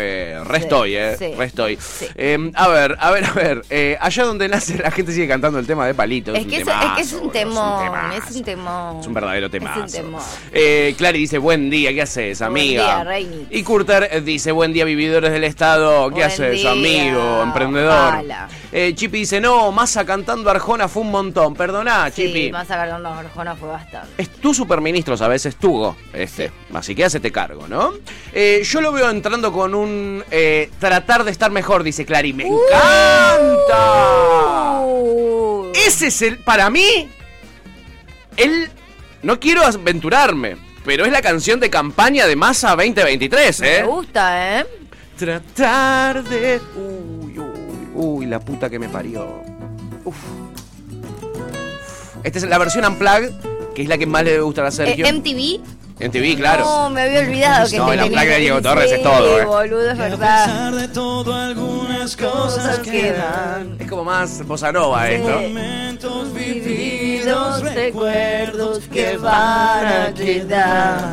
S1: re
S2: Sí,
S1: estoy, eh.
S2: sí,
S1: Re estoy.
S2: sí.
S1: Eh, a ver, a ver, a ver. eh, allá donde nace la gente sigue cantando el tema de palito.
S2: Es que,
S1: un
S2: es, es que es
S1: temazo, boludo,
S2: un temón, es un
S1: temazo.
S2: temón.
S1: Es un verdadero temazo.
S2: Es un temón.
S1: Eh, Clary dice, buen día, ¿qué haces,
S2: Buen
S1: amiga?
S2: día, Reinix.
S1: y Curter dice, buen día, vividores del Estado, ¿qué
S2: Buen
S1: haces,
S2: día,
S1: amigo, emprendedor?
S2: pala.
S1: Eh, Chipi dice, no, Massa cantando Arjona fue un montón, perdoná,
S2: Sí,
S1: Chipi.
S2: más agarrando los Arjona fue bastante.
S1: Es tu superministro, a veces tugo, este. Así que hacete cargo, ¿no? Eh, yo lo veo entrando con un eh, tratar de estar mejor, dice Clary. ¡Me encanta!
S2: Uh,
S1: Ese es el. Para mí. El. No quiero aventurarme. Pero es la canción de campaña de Massa 2023,
S2: Me
S1: ¿eh?
S2: gusta, ¿eh?
S1: Tratar de. Uy, uy, uy, la puta que me parió. Uf. Esta es la versión Unplugged, que es la que más le debe gustar a Sergio.
S2: Eh, MTV.
S1: en TV, claro.
S2: No, Oh, me había olvidado que
S1: No,
S2: este
S1: la
S2: tenía
S1: placa de Diego
S2: MTV.
S1: Torres es todo,
S2: Sí,
S1: eh.
S2: boludo, es verdad.
S5: de todo, algunas
S2: Cosas que
S1: Es como más bossa nova esto.
S5: momentos
S2: Vividos recuerdos que van a quedar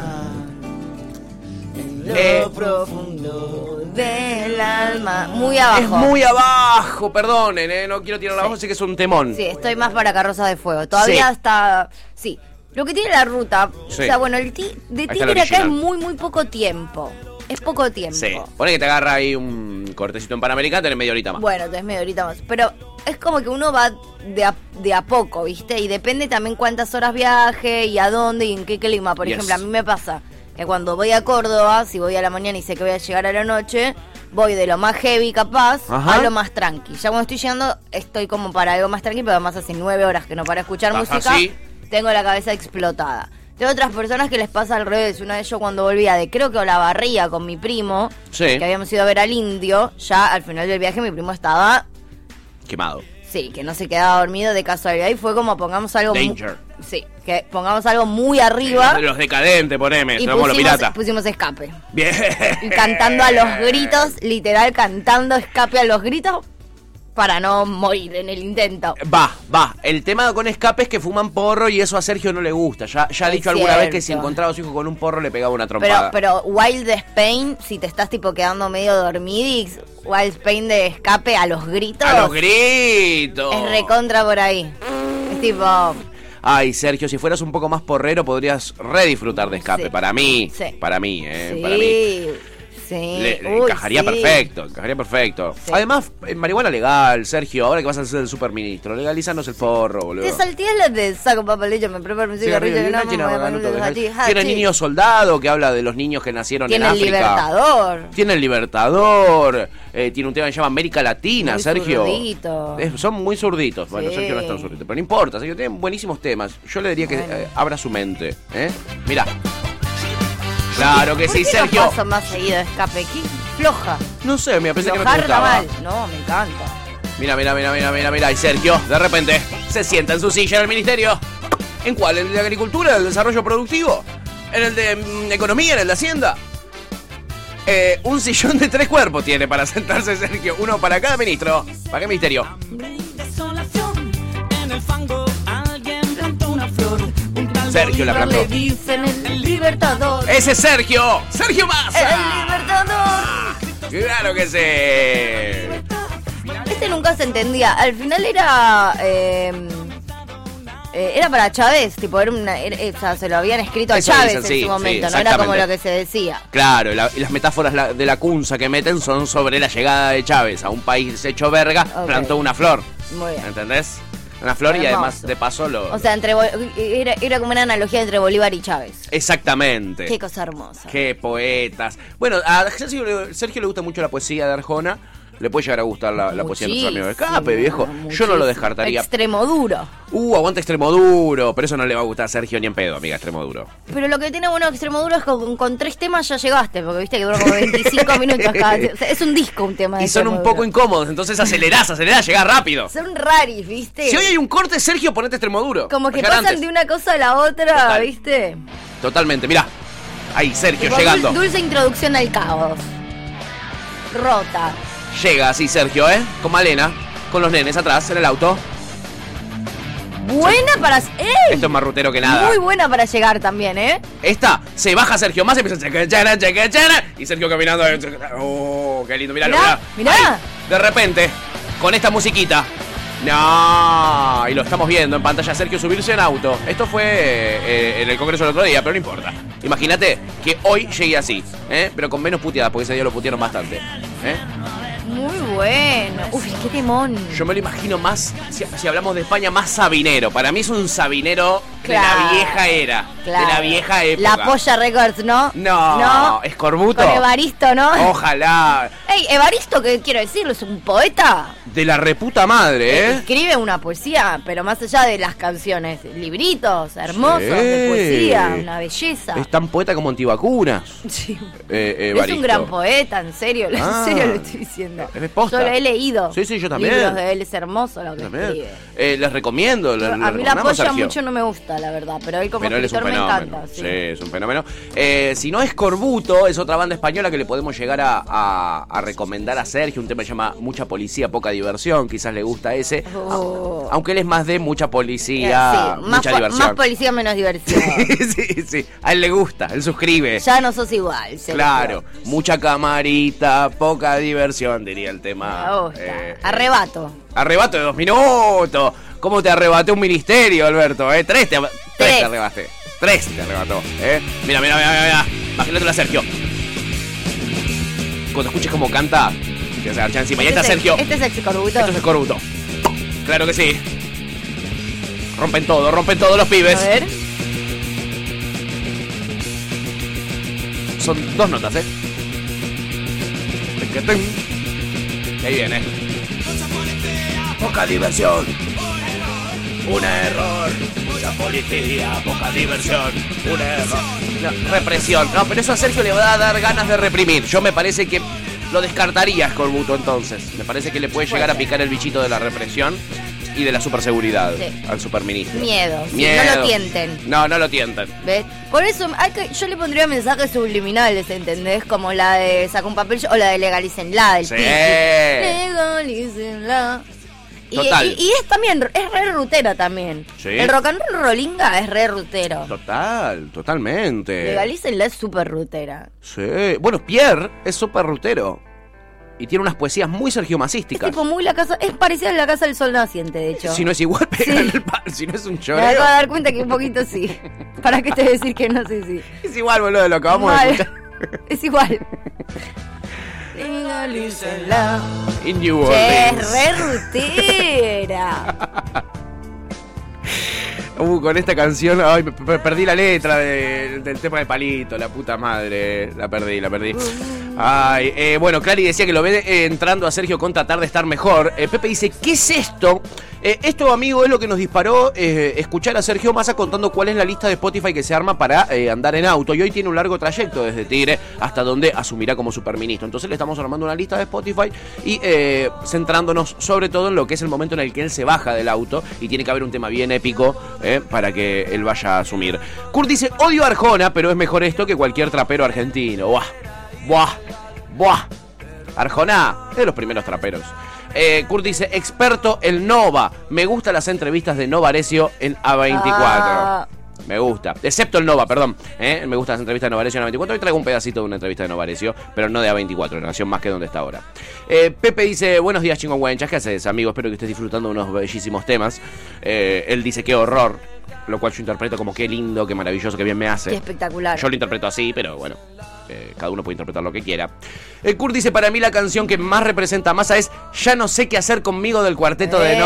S1: Eh,
S2: profundo del alma. Muy
S1: es
S2: abajo.
S1: muy abajo, perdonen, eh, no quiero tirar abajo, sé que es un temón.
S2: Sí, estoy más para carrozas de fuego. Todavía
S1: Sí.
S2: está. Sí. Lo que tiene la ruta.
S1: Sí.
S2: O sea, bueno, el ti- de
S1: está
S2: Tigre
S1: la
S2: acá es
S1: original.
S2: muy, muy poco tiempo. Es poco tiempo.
S1: Sí. Pone que te agarra ahí un cortecito en Panamericana, tenés media horita más.
S2: Bueno, entonces medio horita más. Pero es como que uno va de a, de a poco, ¿viste? Y depende también cuántas horas viaje y a dónde y en qué clima. Por
S1: Yes.
S2: ejemplo, a mí me pasa que cuando voy a Córdoba, si voy a la mañana y sé que voy a llegar a la noche, voy de lo más heavy capaz
S1: Ajá.
S2: a lo más tranqui. Ya cuando estoy llegando, estoy como para algo más tranqui, pero además hace nueve horas que no para escuchar
S1: Estás
S2: música.
S1: así.
S2: Tengo la cabeza explotada. Tengo otras personas que les pasa al revés. Una de yo cuando volvía de creo que Olavarría con mi primo,
S1: Sí.
S2: que habíamos ido a ver al indio, ya al final del viaje mi primo estaba,
S1: Quemado.
S2: sí, que no se quedaba dormido de casualidad y fue como pongamos algo... mu-
S1: Danger.
S2: Sí, que pongamos algo muy arriba
S1: Los decadentes, poneme,
S2: y
S1: somos los
S2: pusimos,
S1: piratas.
S2: pusimos escape.
S1: Bien.
S2: Y cantando a
S1: Eh.
S2: los gritos, literal cantando escape a los gritos para no morir en el intento.
S1: Va, va. El tema con escape es que fuman porro y eso a Sergio no le gusta. Ya, ya ha
S2: Es
S1: dicho alguna vez que si
S2: cierto.
S1: encontraba a su hijo con un porro le pegaba una
S2: Pero,
S1: trompada.
S2: pero Wild Spain, si te estás tipo quedando medio dormidix, Wild Spain de escape a los gritos.
S1: A los gritos.
S2: Es recontra por ahí. Es tipo.
S1: Ay, Sergio, si fueras un poco más porrero podrías redisfrutar de escape.
S2: Sí.
S1: Para mí.
S2: Sí.
S1: Para mí, eh.
S2: sí.
S1: Para mí.
S2: Sí.
S1: Le, le
S2: Uy,
S1: encajaría
S2: sí.
S1: perfecto, encajaría perfecto.
S2: Sí.
S1: Además, en marihuana legal, Sergio, ahora que vas a ser el superministro, legalizanos el forro, boludo.
S2: Te salteas la de saco papelillo, me preparo un cigarrillo que no me voy a poner los ati- ah,
S1: Tiene
S2: sí.
S1: niño soldado que habla de los niños que nacieron
S2: Tiene
S1: en
S2: el
S1: África.
S2: libertador.
S1: Tiene el Libertador, eh, tiene un tema que se llama América Latina,
S2: Muy
S1: Sergio.
S2: zurdito.
S1: Es- son muy zurditos. Bueno,
S2: Sí.
S1: Sergio no es tan zurdito, pero no importa, Sergio tiene buenísimos temas. Yo le diría que
S2: Bueno.
S1: eh, abra su mente. ¿eh? Mirá. Claro que
S2: ¿Por
S1: sí,
S2: qué
S1: Sergio.
S2: No paso más seguido de escape. Qué floja.
S1: No sé, mira, pensé que no te
S2: Flojar está
S1: gustaba.
S2: mal. No, me encanta.
S1: Mira, mira, mira, mira, mira, mira. Y Sergio, de repente, se sienta en su silla en el ministerio. ¿En cuál? ¿En el de agricultura? ¿En el desarrollo productivo? ¿En el de mm, economía? ¿En el de hacienda? Eh, un sillón de tres cuerpos tiene para sentarse Sergio. Uno para cada ministro. ¿Para qué ministerio?
S5: Desolación en el fango, alguien plantó una flor,
S1: Sergio la cantó.
S2: Le dicen el libertador.
S1: ¡Ese es Sergio! ¡Sergio Massa!
S2: El
S1: ah.
S2: libertador.
S1: ¡Claro que sí!
S2: Este nunca se entendía. Al final era. eh, eh, era para Chávez, tipo, era una, era- eh, o sea, se lo habían escrito a
S1: Eso
S2: Chávez
S1: dicen,
S2: en
S1: sí,
S2: su momento,
S1: sí,
S2: no era como
S1: exactamente.
S2: lo que se decía.
S1: Claro, la- y las metáforas la- de la cunza que meten son sobre la llegada de Chávez a un país hecho verga,
S2: Ok.
S1: plantó una flor.
S2: Muy bien.
S1: ¿Entendés? Una flor y
S2: Hermoso.
S1: además de paso lo.
S2: O sea, entre Bol- era, era como una analogía entre Bolívar y Chávez.
S1: Exactamente.
S2: Qué cosa hermosa.
S1: Qué poetas. Bueno, a Sergio, le- Sergio le gusta mucho la poesía de Arjona. Le puede llegar a gustar la, la poesía de nuestro amigo de
S2: Muchísimo,
S1: escape, viejo. Yo no
S2: muchísimo.
S1: lo descartaría.
S2: Extremo duro.
S1: Uh, aguanta extremo duro. Pero eso no le va a gustar a Sergio ni en pedo, amiga, extremo duro.
S2: Pero lo que tiene bueno extremo duro es que con, con tres temas ya llegaste, porque viste que dura como 25 minutos cada. o sea, es un disco un tema de
S1: Y son un
S2: Extremo
S1: poco
S2: Duro.
S1: incómodos, entonces acelerás, acelerás, llegás rápido.
S2: Son raris, viste.
S1: Si hoy hay un corte, Sergio, ponete extremo duro.
S2: Como que
S1: Llegar
S2: pasan
S1: antes.
S2: de una cosa a la otra,
S1: Total.
S2: viste.
S1: Totalmente, mirá. Ahí, Sergio,
S2: Tipo,
S1: llegando.
S2: dul- Dulce introducción al caos. Rota.
S1: Llega así, Sergio, ¿eh? Con Malena, con los nenes atrás, en el auto.
S2: Buena para. ¡Ey!
S1: Esto es más rutero que nada.
S2: Muy buena para llegar también, ¿eh?
S1: Esta se baja Sergio más y empieza a chaca, chaca, chaca, chaca, y Sergio caminando. eh, chaca, Oh, qué lindo, miralo,
S2: Mirá,
S1: mirá.
S2: mirá.
S1: Ahí, de repente, con esta musiquita. No, y lo estamos viendo en pantalla Sergio subirse en auto. Esto fue eh, en el congreso el otro día, pero no importa. Imagínate que hoy llegué así, ¿eh? pero con menos puteadas, porque ese día lo putearon bastante. ¿eh?
S2: Muy bueno. Uy, qué temón.
S1: Yo me lo imagino más, si, si hablamos de España, más sabinero. Para mí es un sabinero de la
S2: Claro.
S1: vieja era,
S2: Claro.
S1: de la vieja época.
S2: La Polla Records, ¿no?
S1: No, Oh.
S2: ¿No?
S1: escorbuto.
S2: Con Evaristo, ¿no?
S1: Ojalá.
S2: Ey, Evaristo, que quiero decirlo, es un poeta.
S1: De la reputa madre, ¿eh?
S2: Escribe una poesía, pero más allá de las canciones, libritos hermosos de
S1: Sí.
S2: poesía, una belleza.
S1: Es tan poeta como antivacunas.
S2: Sí.
S1: Eh, eh,
S2: Es
S1: Evaristo.
S2: un gran poeta, en serio,
S1: Ah.
S2: en serio lo estoy diciendo.
S1: Es posta.
S2: Yo lo he leído.
S1: Sí, sí, yo también.
S2: Libros de él, es hermoso lo que
S1: También.
S2: escribe.
S1: Eh, les recomiendo. le-
S2: Yo-
S1: le
S2: a mí la
S1: recomendamos,
S2: polla
S1: Sergio.
S2: mucho no me gusta, la verdad, pero él como
S1: Pero él es un
S2: escritor me
S1: fenómeno.
S2: encanta.
S1: sí.
S2: sí.
S1: es un fenómeno. Eh, si no es Corbuto, es otra banda española que le podemos llegar a, a- a recomendar a Sergio. Un tema que se llama Mucha Policía, Poca Diversión. Quizás le gusta ese.
S2: Oh.
S1: Aunque él es más de mucha
S2: Eh,
S1: policía,
S2: sí, más,
S1: Ah, mucha
S2: po-
S1: diversión.
S2: más policía, menos diversión.
S1: sí, sí. A él le gusta, él suscribe.
S2: ya no sos igual. Sergio.
S1: Claro, mucha camarita, poca diversión, diría el tema.
S2: Me gusta.
S1: Eh,
S2: Arrebato.
S1: arrebato de dos minutos. ¿Cómo te arrebaté un ministerio, Alberto? eh? Tres te, tres
S2: Tres.
S1: te arrebaste. Tres te arrebató. ¿eh? Mira, mira, mira, mira. mira. Imagínatelo a Sergio. Cuando escuches cómo canta, te vas a agachar encima. Y ahí está
S2: Este es-
S1: Sergio.
S2: Este es el corbuto.
S1: Esto es el corrupto. Claro que sí. Rompen todo, rompen todos los pibes.
S2: A ver.
S1: Son dos notas, ¿eh? Tequetén. Y ahí viene. Poca diversión. Un error. Mucha policía. Poca diversión. Un error. No, represión. No, pero eso a Sergio le va a dar ganas de reprimir. Yo me parece que lo descartaría Scorbuto entonces. Me parece que le puede llegar a picar el bichito de la represión y de la superseguridad
S2: Sí.
S1: al superministro.
S2: Miedo, sí, no lo tienten.
S1: No, no lo tienten.
S2: ¿Ves? Por eso hay que- yo le pondría mensajes subliminales, ¿entendés? Como la de saca un papel o la de legalicenla del
S1: Sí.
S2: Piqui. Legalicenla. Y,
S1: Total.
S2: y- y es también, es re rutera también.
S1: Sí.
S2: El rock and roll rolinga es re rutero.
S1: Total, totalmente.
S2: Legalicenla es súper rutera.
S1: Sí. Bueno, Pierre es súper rutero. Y tiene unas poesías muy Sergio
S2: Es
S1: Masísticas.
S2: tipo muy la casa, es parecida a la casa del sol naciente, de hecho.
S1: Si no es igual, pega
S2: Sí.
S1: en el palo. Si no es un
S2: Me
S1: choreo.
S2: acabo de dar cuenta que un poquito sí. ¿Para qué te voy a decir que no sé si?
S1: Es igual, boludo, lo acabamos
S2: Mal.
S1: de escuchar.
S2: Es igual.
S1: In New
S2: Che,
S1: Orleans.
S2: es re rutera.
S1: Uh, con esta canción, ay, per- per- perdí la letra de- del tema de Palito, la puta madre. La perdí, la perdí. Ay, eh, bueno, Clary decía que lo ve eh, entrando a Sergio con tratar de estar mejor. Eh, Pepe dice, ¿qué es esto? Eh, esto, amigo, es lo que nos disparó eh, escuchar a Sergio Massa contando cuál es la lista de Spotify que se arma para eh, andar en auto. Y hoy tiene un largo trayecto desde Tigre hasta donde asumirá como superministro. Entonces le estamos armando una lista de Spotify y eh, centrándonos sobre todo en lo que es el momento en el que él se baja del auto y tiene que haber un tema bien épico eh, para que él vaya a asumir. Kurt dice, odio a Arjona, pero es mejor esto que cualquier trapero argentino. Buah, buah, buah. Arjona, es de los primeros traperos. Eh, Kurt dice, experto el Nova. Me gustan las entrevistas de Novarecio en A24.
S2: Ah,
S1: Me gusta. Excepto el Nova, perdón. ¿eh? Me gustan las entrevistas de Novarecio en A24. Hoy traigo un pedacito de una entrevista de Novarecio, pero no de A24, de Nación más que donde está ahora. Eh, Pepe dice: Buenos días, chingüengüenchas. ¿Qué haces, amigo? Espero que estés disfrutando de unos bellísimos temas. Eh, él dice: Qué horror. Lo cual yo interpreto como qué lindo, qué maravilloso, qué bien me hace.
S2: Qué espectacular.
S1: Yo lo interpreto así, pero bueno, eh, cada uno puede interpretar lo que quiera. El Kurt dice, para mí la canción que más representa a Massa es Ya no sé qué hacer conmigo del cuarteto de
S2: ¡Ey,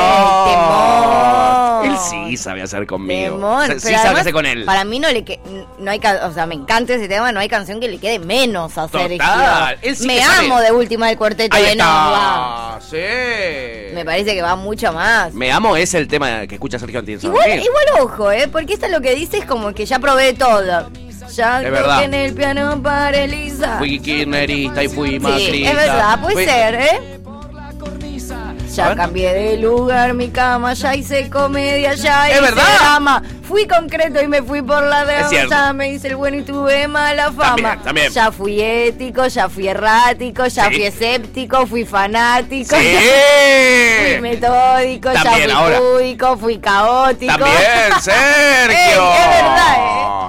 S1: No.
S2: temón!
S1: Él sí sabe hacer conmigo.
S2: Temón,
S1: O sea,
S2: pero
S1: sí sabe
S2: además,
S1: qué hacer con él.
S2: Para mí no le que, no hay, ca- o sea, me encanta ese tema, no hay canción que le quede menos a Sergio.
S1: Total, él sí
S2: me
S1: que sabe.
S2: amo de última del cuarteto
S1: Ahí
S2: de Nova.
S1: está. Sí.
S2: Me parece que va mucho más.
S1: Me amo es el tema que escucha Sergio Antín
S2: Igual, igual ojo, ¿eh? Porque esto lo que dice es como que ya probé todo. Ya
S1: Es verdad.
S2: en el piano para Elisa.
S1: Fui kirchnerista y fui macrista.
S2: Sí, es verdad, puede
S1: Fui-
S2: ser, ¿eh? Ya cambié de lugar mi cama, ya hice comedia, ya
S1: Es
S2: hice
S1: verdad.
S2: drama. Fui concreto y me fui por la
S1: Es
S2: de
S1: cierto.
S2: ya me hice el bueno y tuve mala fama.
S1: También, también.
S2: Ya fui ético, ya fui errático, ya
S1: Sí.
S2: fui escéptico, fui fanático.
S1: Sí.
S2: Fui metódico,
S1: También,
S2: ya fui
S1: ahora.
S2: cúbico, fui caótico.
S1: También, Sergio.
S2: Ey, es verdad,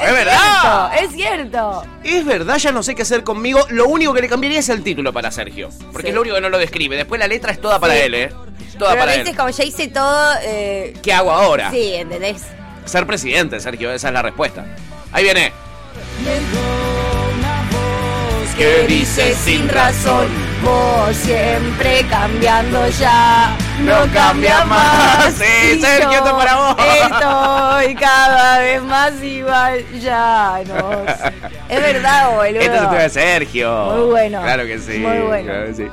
S2: ¿eh?
S1: Es verdad.
S2: cierto, es cierto.
S1: Es verdad, ya no sé qué hacer conmigo. Lo único que le cambiaría es el título para Sergio. Porque
S2: Sí.
S1: es lo único que no lo describe. Después la letra es toda para
S2: Sí.
S1: él, ¿eh? Toda
S2: Pero a
S1: para
S2: veces
S1: él.
S2: como ya hice todo, eh,
S1: ¿Qué hago ahora?
S2: sí, ¿entendés?
S1: Ser presidente, Sergio. Esa es la respuesta. Ahí viene.
S2: que dices sin razón. Vos siempre cambiando ya, no cambia más.
S1: Sí,
S2: Y
S1: Sergio,
S2: yo
S1: esto es para vos.
S2: Estoy cada vez más igual, ya no. sé. Es verdad, boludo.
S1: Este es el tema de Sergio.
S2: Muy bueno.
S1: Claro que sí.
S2: Muy bueno.
S1: claro que sí.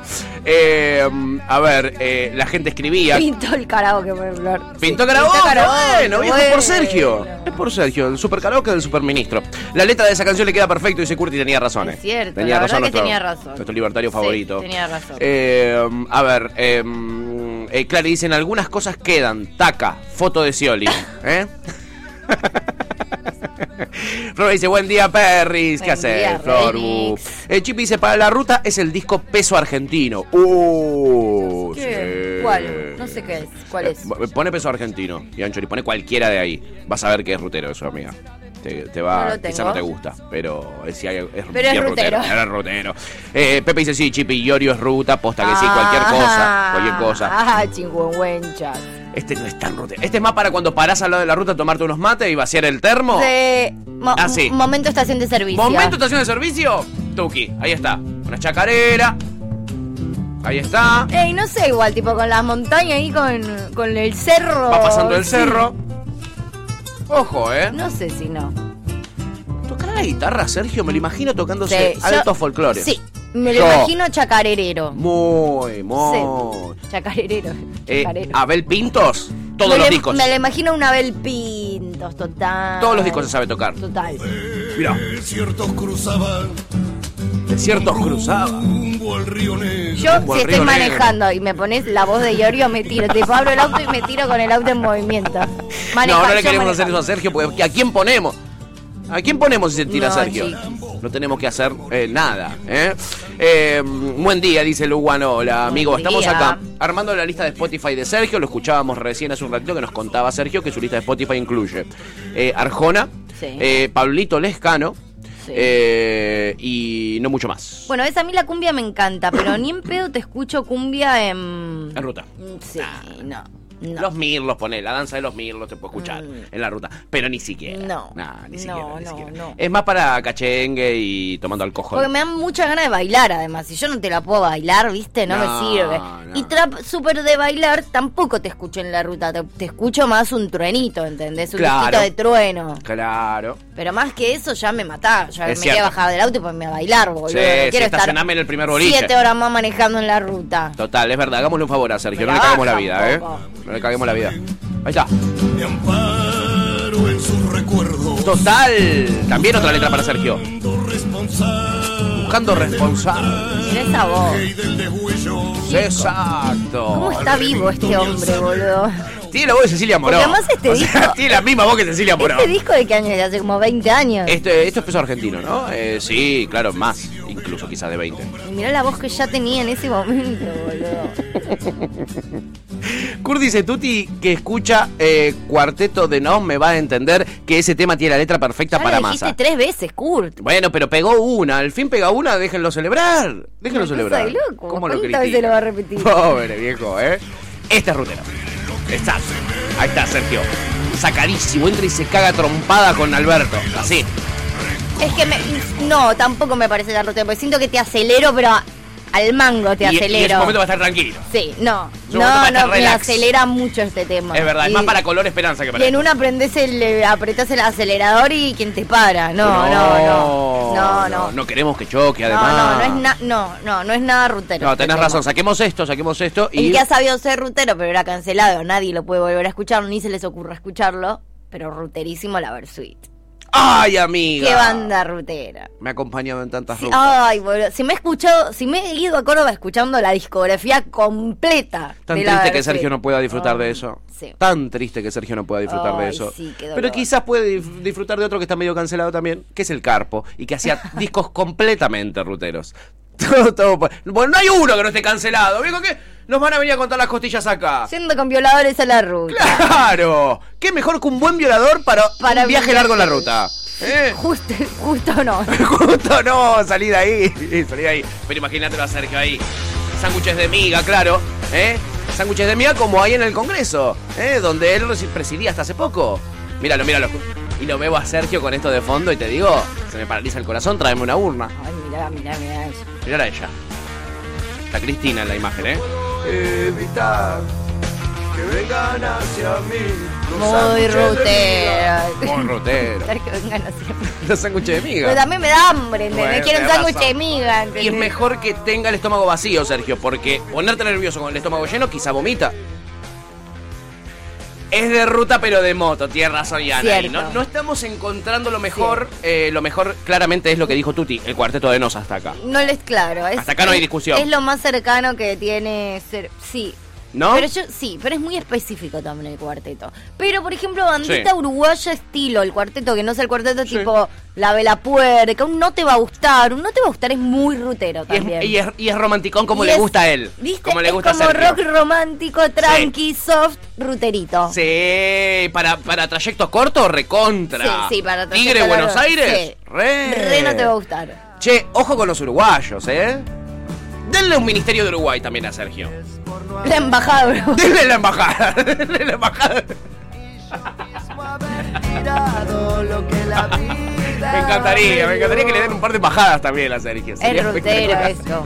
S1: Eh, a ver, eh, la gente escribía.
S2: Pintó el karaoke, por favor.
S1: Pintó
S2: Sí,
S1: karaoke,
S2: karaoke,
S1: bueno, viejo,
S2: bueno.
S1: por Sergio. Es por Sergio, el super karaoke del superministro. La letra de esa canción le queda perfecto, dice Curti, tenía razón.
S2: Es
S1: eh.
S2: cierto,
S1: tenía
S2: la
S1: razón
S2: verdad que
S1: nuestro-
S2: tenía razón.
S1: Nuestro libertario
S2: Sí,
S1: favorito.
S2: tenía razón.
S1: Eh, a ver, eh, eh, claro, dicen, algunas cosas quedan. Taca, foto de Scioli. ¿Eh? Flor dice, buen día, Perris. ¿Qué
S2: Buen día,
S1: haces, Flor?
S2: Remix.
S1: Eh, Chip dice, para la ruta es el disco peso argentino. Uh,
S2: ¿Qué?
S1: sí.
S2: ¿Cuál? No sé qué es. ¿Cuál
S1: Eh,
S2: es?
S1: bo- Pone peso argentino, y Anchori, pone cualquiera de ahí. Vas a ver que es rutero eso, amiga. Te, te
S2: No
S1: va,
S2: lo
S1: quizá
S2: tengo.
S1: no te gusta, pero es, si hay- es,
S2: Pero es
S1: bien
S2: rutero.
S1: Era rutero. Eh, Pepe dice, sí, Chipi, Iorio es ruta, posta que sí, cualquier cosa,
S2: Ah,
S1: cualquier cosa.
S2: Ah, chingüengüenchas.
S1: Este no es tan rutero. Este es más para cuando parás al lado de la ruta a tomarte unos mates y vaciar el termo.
S2: De mo-
S1: Ah, sí.
S2: Momento estación de servicio.
S1: Momento estación de servicio, Tuki, ahí está. Una chacarera. Ahí está.
S2: Ey, no sé, igual, tipo con las montañas y con, con el cerro.
S1: Va pasando el
S2: Oh, Sí.
S1: cerro. Ojo, eh.
S2: No sé si no.
S1: Tocar la guitarra, Sergio, me lo imagino tocándose
S2: Sí,
S1: alto
S2: yo-
S1: folclore.
S2: Sí, me lo
S1: Yo.
S2: imagino chacarerero.
S1: Muy, muy.
S2: Sí, Chacarerero.
S1: Eh,
S2: chacarero.
S1: Abel Pintos, todos
S2: Me
S1: los
S2: lo-
S1: discos.
S2: Me lo imagino un Abel Pintos, total.
S1: Todos los discos se sabe tocar.
S2: Total.
S1: Mirá,
S5: Desiertos cruzaban
S1: desiertos cruzaba.
S5: rumbo al río
S2: Yo,
S5: Negro.
S1: rumbo
S2: si
S1: al
S2: estoy
S1: Río Negro.
S2: manejando y me pones la voz de Yorio, me tiro. Te abro el auto y me tiro con el auto en movimiento. Maneja,
S1: no, no
S2: yo
S1: le queremos hacer eso
S2: manejando.
S1: a Sergio, porque ¿a quién ponemos? ¿A quién ponemos si se tira
S2: No,
S1: Sergio?
S2: chiquis.
S1: No tenemos que hacer eh, nada. ¿eh? Eh, buen día, dice Lugano. Hola, amigo.
S2: Buen
S1: Estamos
S2: día.
S1: acá armando la lista de Spotify de Sergio. Lo escuchábamos recién hace un ratito que nos contaba Sergio que su lista de Spotify incluye eh, Arjona,
S2: Sí.
S1: eh, Pablito Lescano
S2: Sí.
S1: eh, y no mucho más.
S2: Bueno, ves, a mí la cumbia me encanta, pero ni en pedo te escucho cumbia en...
S1: En ruta.
S2: Sí, no. No. Mm.
S1: Los mirlos, poné, la danza de los mirlos te puedo escuchar en la ruta, pero ni siquiera.
S2: No.
S1: Nah, ni
S2: No,
S1: siquiera. ni
S2: no,
S1: siquiera.
S2: no.
S1: Es más para cachengue y tomando alcohol.
S2: Porque me dan mucha ganas de bailar, además. Si yo no te la puedo bailar, ¿viste? No,
S1: No,
S2: me sirve.
S1: no.
S2: Y trap súper de bailar tampoco te escucho en la ruta. Te, te escucho más un truenito, ¿entendés? Un
S1: Claro.
S2: poquito de trueno.
S1: Claro.
S2: Pero más que eso, ya me mataba. Ya
S1: Es
S2: me quería
S1: cierto.
S2: bajar del auto y ponerme a bailar, boludo.
S1: Sí,
S2: no
S1: sí,
S2: quiero estar
S1: estacioname en el primer boliche.
S2: siete horas más manejando en la ruta.
S1: Total, es verdad. Hagámosle un favor a Sergio.
S2: Me
S1: No
S2: la
S1: le caguemos la
S2: baja
S1: vida, ¿eh?
S2: un poco.
S1: No le caguemos la vida. Ahí está.
S5: Me amparo en sus recuerdos.
S1: Total. También otra letra para Sergio.
S5: Buscando responsable.
S1: Buscando responsable.
S2: Mirá esa voz.
S5: Y del degüello.
S2: ¿Cómo
S1: Exacto.
S2: está vivo este hombre, boludo?
S1: Tiene la voz de Cecilia Morón.
S2: Porque además este
S1: O sea,
S2: disco-
S1: tiene la misma voz que Cecilia Morón.
S2: ¿Este disco de qué año es? De Hace como 20 años.
S1: Este, esto es peso argentino, ¿no? Eh, sí, claro, más. Y incluso quizás de 20.
S2: Y mirá la voz que ya tenía en ese momento, boludo.
S1: Kurt dice, Tuti, que escucha eh, Cuarteto de Nos, me va a entender que ese tema tiene la letra perfecta
S2: Ya
S1: para
S2: lo dijiste
S1: masa.
S2: tres veces, Kurt.
S1: Bueno, pero pegó una, al fin pega una, déjenlo celebrar. Déjenlo
S2: Una cosa
S1: celebrar.
S2: de loco,
S1: ¿Cómo lo
S2: ¿cuántas veces
S1: critica?
S2: lo va a repetir?
S1: Pobre viejo, ¿eh? Esta es rutera. Está. Ahí está Sergio. Sacadísimo, entra y se caga trompada con Alberto. Así.
S2: Es que me, no, tampoco me parece tan rutero, porque siento que te acelero, pero a- al mango te
S1: Y- Y, en ese
S2: acelero.
S1: momento va a estar tranquilo.
S2: Sí, no,
S1: Es un momento para
S2: no,
S1: estar
S2: no, me
S1: relax.
S2: acelera mucho este tema.
S1: Es verdad,
S2: Y-
S1: es más para color esperanza que
S2: Y
S1: para.
S2: en una aprendes el, eh, apretás el acelerador y quien te para. No, no, no. No, no.
S1: No queremos que choque,
S2: No,
S1: además.
S2: no, no es, na- no, no, no es nada rutero.
S1: No, tenés
S2: Este
S1: razón.
S2: tema.
S1: Saquemos esto, saquemos esto y.
S2: El que ha sabido ser rutero, pero era cancelado. Nadie lo puede volver a escuchar, ni se les ocurra escucharlo. Pero ruterísimo la Versuit.
S1: ¡Ay, amiga!
S2: Qué banda rutera.
S1: Me ha acompañado en tantas
S2: Sí,
S1: rutas.
S2: ay, boludo. Si me he escuchado, si me he ido a Córdoba escuchando la discografía completa.
S1: Tan
S2: de la
S1: triste que
S2: Versuit.
S1: Sergio no pueda disfrutar de
S2: Ay,
S1: eso.
S2: Sí.
S1: Tan triste que Sergio no pueda disfrutar de
S2: Ay,
S1: eso.
S2: sí, qué dolor.
S1: Pero quizás puede dif- disfrutar de otro que está medio cancelado también, que es el Carpo, y que hacía discos completamente ruteros. Todo, todo. por- Bueno, no hay uno que no esté cancelado. ¿Viejo que Nos van a venir a contar las costillas acá.
S2: Yendo con violadores a la ruta.
S1: ¡Claro! ¿Qué mejor que un buen violador para,
S2: Para
S1: un viaje
S2: un
S1: largo en la
S2: viaje.
S1: ruta? ¿Eh?
S2: Justo, justo no.
S1: Justo no, salí de ahí, salí de ahí. Pero imagínatelo a Sergio ahí. Sándwiches de miga, claro. ¿Eh? Sándwiches de miga como ahí en el Congreso, ¿eh? donde él resi- presidía hasta hace poco. Míralo, míralo. Y lo veo a Sergio con esto de fondo y te digo, se me paraliza el corazón, tráeme una urna.
S2: Ay, mirá, mirá, mirá eso.
S1: Mírala a ella. Está Cristina en la imagen, ¿eh?
S2: Muy rutera.
S1: Muy rotero.
S2: Estar que vengan así.
S1: Los sándwiches de
S2: Pero
S1: miga.
S2: también me da hambre, ¿entendés?
S1: Bueno,
S2: Quiero un
S1: tenés
S2: sándwich de
S1: razón.
S2: miga, ¿entendés?
S1: Y es mejor que tenga el estómago vacío, Sergio, porque ponerte nervioso con el estómago lleno quizá vomita. Es de ruta pero de moto, tierra razón Yana.
S2: Cierto.
S1: No, no estamos encontrando lo mejor, eh, lo mejor claramente es lo que dijo Tuti, el cuarteto de Nos hasta acá.
S2: No les claro. Es,
S1: Hasta acá no hay
S2: es-
S1: discusión.
S2: Es lo más cercano que tiene ser. Sí.
S1: ¿No?
S2: Pero yo, sí, pero es muy específico también el cuarteto. Pero, por ejemplo, bandita
S1: Sí.
S2: uruguaya estilo, el cuarteto que no es el cuarteto tipo La Vela Puerca, un no te va a gustar, un no te va a gustar es muy
S1: Y
S2: rutero
S1: es,
S2: también.
S1: y es- y es romanticón como
S2: Y
S1: le
S2: es-
S1: gusta a él.
S2: ¿viste?
S1: Como le
S2: Es
S1: gusta a
S2: como
S1: Sergio.
S2: rock romántico, tranqui, soft, ruterito.
S1: Sí, para, para trayectos cortos, recontra.
S2: Sí, sí, para trayecto
S1: Tigre,
S2: largo.
S1: Buenos Aires.
S2: Sí.
S1: Re.
S2: Re no te va a gustar.
S1: Che, ojo con los uruguayos, ¿eh? Denle un ministerio de Uruguay también a Sergio.
S2: La embajada, bro.
S1: Denle la embajada. Denle la embajada. Me encantaría, me encantaría que le den un par de embajadas también a Sergio. Sería
S2: Es rutero
S1: espectacular.
S2: esto.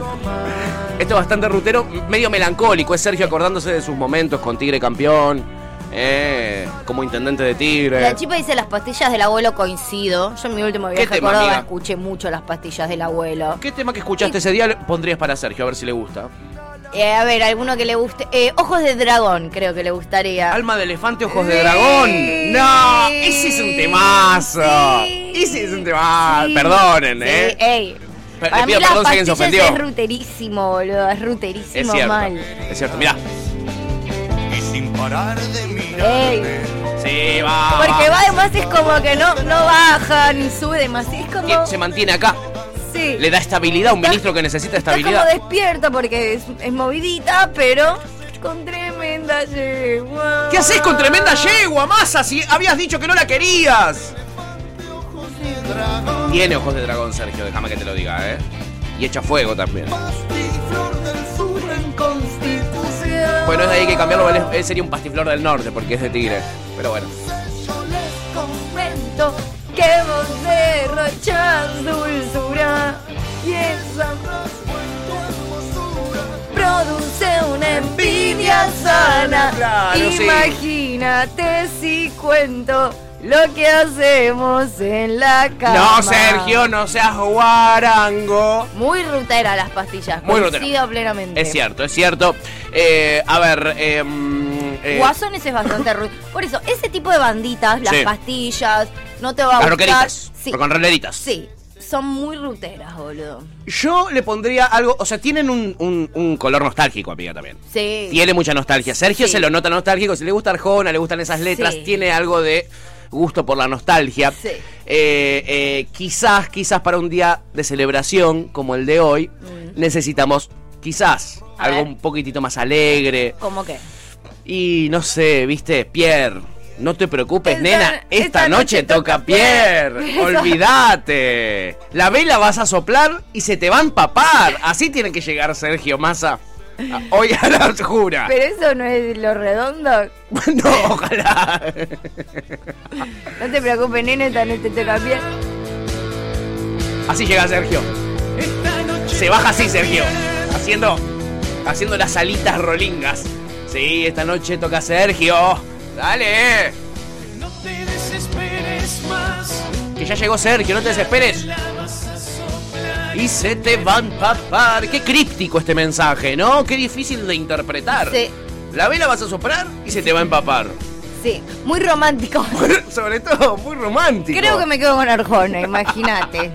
S1: Esto es bastante rutero, medio melancólico. Es Sergio acordándose de sus momentos con Tigre Campeón, eh, como intendente de Tigre.
S2: La chipa dice las pastillas del abuelo coincido. Yo en mi último viaje a
S1: tema,
S2: Córdoba
S1: amiga?
S2: escuché mucho las pastillas del abuelo.
S1: ¿Qué tema que escuchaste ese día le- pondrías para Sergio? A ver si le gusta.
S2: Eh, a ver, alguno que le guste. Eh, Ojos de dragón, creo que le gustaría.
S1: Alma de elefante, ojos
S2: Sí.
S1: de dragón. No, ese es un temazo.
S2: Sí.
S1: Ese es un temazo.
S2: Sí.
S1: Perdonen,
S2: Sí,
S1: ¿eh?
S2: ey.
S1: Pero
S2: Para
S1: le
S2: mí
S1: pido
S2: las
S1: perdón si alguien se ofendió.
S2: pastillas es ruterísimo, boludo. Es ruterísimo
S1: Es cierto.
S2: mal.
S1: Es cierto, mirá.
S5: y sin parar de
S2: Ey.
S1: Sí, va.
S2: Porque
S1: va.
S2: va además es como que no, no baja ni sube demasiado. Es
S1: Que
S2: como.
S1: Se mantiene acá.
S2: Sí.
S1: Le da estabilidad a un
S2: Está-
S1: ministro que necesita
S2: Está como
S1: estabilidad.
S2: despierta porque es, es movidita, pero con tremenda yegua.
S1: ¿Qué haces con tremenda yegua, masa? Si habías dicho que no la querías. Tiene ojos de dragón, Sergio, déjame que te lo diga, ¿eh? Y echa fuego también. Bueno, es de ahí que cambiarlo, él, él sería un pastiflor del norte porque es de tigre. Pero bueno.
S2: Yo les comento que vos derrochás dulzura y esa produce una envidia sana.
S1: Claro, sí.
S2: Imagínate si cuento lo que hacemos en la cama.
S1: No, Sergio, no seas guarango.
S2: Muy rutera las pastillas.
S1: Muy
S2: coincido
S1: rutera.
S2: plenamente.
S1: Es cierto, es cierto. Eh, a ver, eh, mm, eh,
S2: Guasones es bastante ruido. Por eso, ese tipo de banditas, las
S1: Sí.
S2: pastillas, no te va
S1: las
S2: a gustar.
S1: roqueritas.
S2: Sí,
S1: Con roleritas.
S2: sí, son muy ruteras, boludo.
S1: Yo le pondría algo, o sea, tienen un, un- un color nostálgico, amiga, también.
S2: Sí.
S1: Tiene mucha nostalgia. Sergio
S2: Sí.
S1: se lo nota nostálgico, si le gusta Arjona, le gustan esas letras,
S2: Sí.
S1: tiene algo de gusto por la nostalgia.
S2: Sí.
S1: eh, eh, quizás, quizás para un día de celebración como el de hoy, necesitamos quizás
S2: Mm. A
S1: algo
S2: ver.
S1: un poquitito más alegre.
S2: ¿Cómo qué?
S1: Y no sé, viste, Pierre. No te preocupes,
S2: Esta-
S1: nena. Esta,
S2: esta
S1: noche,
S2: noche
S1: toca
S2: toca Pierre.
S1: Pierre. Olvídate. La vela vas a soplar y se te va a empapar. Así tiene que llegar Sergio Massa. a- Hoy a la oscura.
S2: Pero eso no es lo redondo.
S1: No, ojalá.
S2: No te preocupes, nene, esta noche te cambié.
S1: Así llega Sergio. Se baja así, Sergio. Haciendo, haciendo las alitas rolingas. Sí, esta noche toca Sergio. Dale. Que ya llegó Sergio, no te desesperes. Y se te van a papar. Qué críptico este mensaje, ¿no? Qué difícil de interpretar.
S2: Sí.
S1: La vela vas a soplar y se te va a empapar.
S2: Sí, muy romántico.
S1: Sobre todo, muy romántico.
S2: Creo que me quedo con Arjona, imagínate.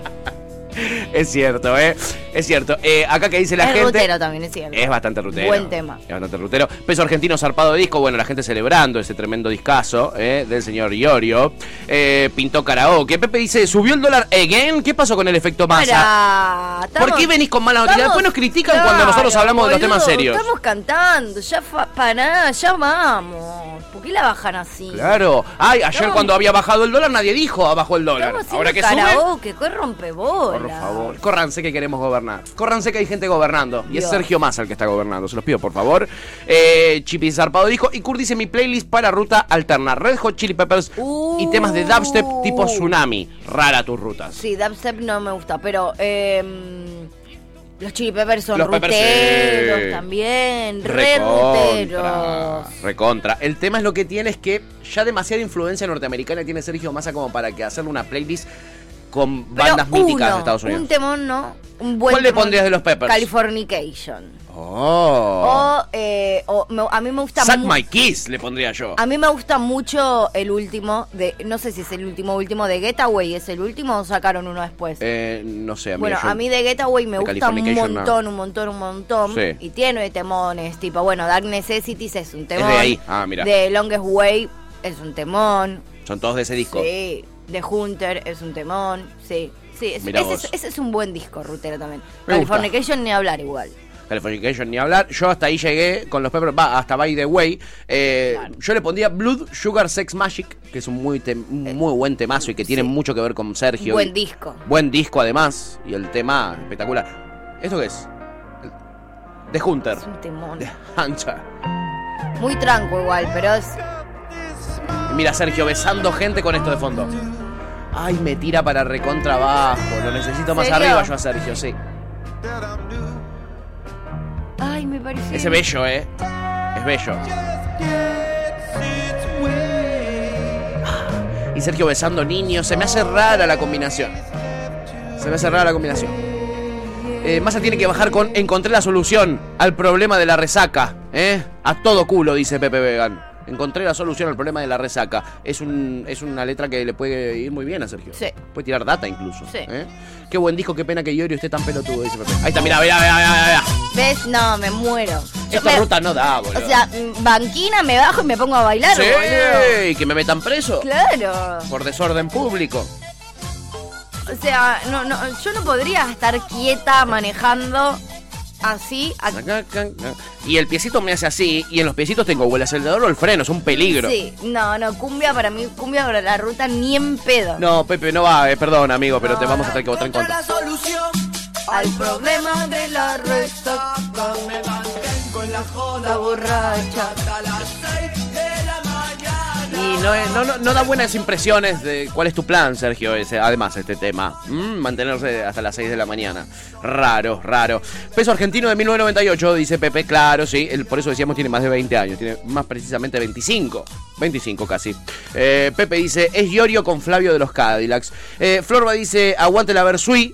S1: Es cierto, ¿eh? Es cierto. Eh, acá que dice la
S2: es
S1: gente.
S2: rutero también, es cierto.
S1: Es bastante rutero.
S2: Buen tema.
S1: Es bastante rutero. Peso argentino zarpado de disco. Bueno, la gente celebrando ese tremendo discazo eh, del señor Iorio. Eh, pintó karaoke. Pepe dice, ¿subió el dólar again? ¿Qué pasó con el efecto masa?
S2: Pará, estamos-
S1: ¿Por qué venís con mala noticia?
S2: estamos-
S1: Después nos critican cuando nosotros hablamos de los
S2: boludo,
S1: temas serios.
S2: Estamos cantando, ya fa- para nada, ya vamos. ¿Por qué la bajan así?
S1: Claro. Ay, ayer
S2: Estamos-
S1: cuando había bajado el dólar nadie dijo, ah, bajó el dólar.
S2: Estamos haciendo
S1: Ahora que sube...
S2: karaoke, que rompe
S1: Por favor, córranse que queremos gobernar. Córranse que hay gente gobernando. Y es
S2: Dios.
S1: Sergio Massa el que está gobernando. Se los pido, por favor. Eh, Chipi Zarpado dijo. Y Kurt dice mi playlist para ruta alterna. Red Hot Chili Peppers
S2: Uh.
S1: y temas de dubstep tipo tsunami. Rara tus rutas.
S2: Sí, dubstep no me gusta, pero em, los Chili Peppers son
S1: Los Peppers,
S2: ruteros
S1: sí.
S2: también, re
S1: Recontra.
S2: ruteros.
S1: Recontra. El tema es lo que tiene es que ya demasiada influencia norteamericana tiene Sergio Massa como para que hacerle una playlist con
S2: Pero
S1: bandas míticas
S2: uno,
S1: de Estados Unidos.
S2: Un temón, ¿no? Un buen
S1: ¿Cuál le
S2: temón.
S1: pondrías de los Peppers?
S2: Californication.
S1: Oh.
S2: O, eh, o me- a mí me gusta
S1: Suck
S2: mu-
S1: My Kiss le pondría yo.
S2: A mí me gusta mucho el último de no sé si es el último último de Getaway, es el último o sacaron uno después.
S1: Eh, no sé, a mí
S2: bueno,
S1: yo-
S2: a mí de Getaway me
S1: de
S2: gusta un
S1: Californication, no.
S2: montón, un montón, un montón.
S1: Sí.
S2: Y tiene temones, tipo, bueno, Dark Necessities es un temón.
S1: de ahí. Ah, mira.
S2: De Longest Way es un temón.
S1: Son todos de ese disco.
S2: Sí. De Hunter es un temón. Sí. Sí, es-
S1: Mirá
S2: ese,
S1: vos.
S2: es- ese es un buen disco, Rutero también.
S1: Me gusta.
S2: Californication ni hablar igual.
S1: Californication, ni hablar. Yo hasta ahí llegué con los Peppers, va, hasta By the Way. Eh,
S2: Claro.
S1: Yo le pondría Blood Sugar Sex Magic, que es un muy, tem- un muy buen temazo y que tiene mucho que ver con Sergio.
S2: Eh, Buen
S1: Y-
S2: disco.
S1: Buen disco además, y el tema espectacular. ¿Esto qué es? The Hunter.
S2: Es un temón.
S1: The Hunter.
S2: Muy tranco igual, pero es.
S1: Y Mira a Sergio besando gente con esto de fondo. Ay, me tira para recontra abajo. Lo necesito más
S2: ¿Serio?
S1: arriba yo a Sergio, sí.
S2: Ay, me pareció.
S1: Ese bello, ¿eh? Es bello. Y Sergio besando niños. Se me hace rara la combinación. Se me hace rara la combinación. Eh, Massa tiene que bajar con Encontré la solución al problema de la resaca. ¿eh? A todo culo, dice Pepe Vegan. Encontré la solución al problema de la resaca. Es, un, es una letra que le puede ir muy bien a Sergio.
S2: Sí.
S1: Puede tirar data incluso.
S2: Sí.
S1: ¿eh? Qué buen disco, qué pena que Iorio esté tan pelotudo, dice Pepe. Ahí está, mira, mira, mira, mira.
S2: ¿Ves? No, me muero. Yo
S1: Esta
S2: me-
S1: ruta no da, boludo.
S2: O sea, mm, banquina, me bajo y me pongo a bailar, boludo.
S1: sí, que me metan preso
S2: Claro.
S1: por desorden público.
S2: O sea, no, no, yo no podría estar quieta manejando así. a-
S1: Acá, acá, acá. Y el piecito me hace así, y en los piecitos tengo o el acelerador o el freno, es un peligro.
S2: Sí, no, no, cumbia para mí, cumbia para la ruta ni en pedo.
S1: No, Pepe, no va, eh, perdón, amigo, pero te vamos a tener que votar en contra.
S2: Al problema de la resaca me mantengo en la joda borracha.
S1: Y no, eh, no, no, no da buenas impresiones de cuál es tu plan, Sergio, ese- además este tema. Mm, mantenerse hasta las 6 de la mañana. Raro, raro. Peso argentino de 1998, dice Pepe, claro, sí. el- por eso decíamos tiene más de 20 años, tiene más precisamente 25. 25 casi. Eh, Pepe dice, es Iorio con Flavio de los Cadillacs. Eh, Florba dice, aguante la Versui.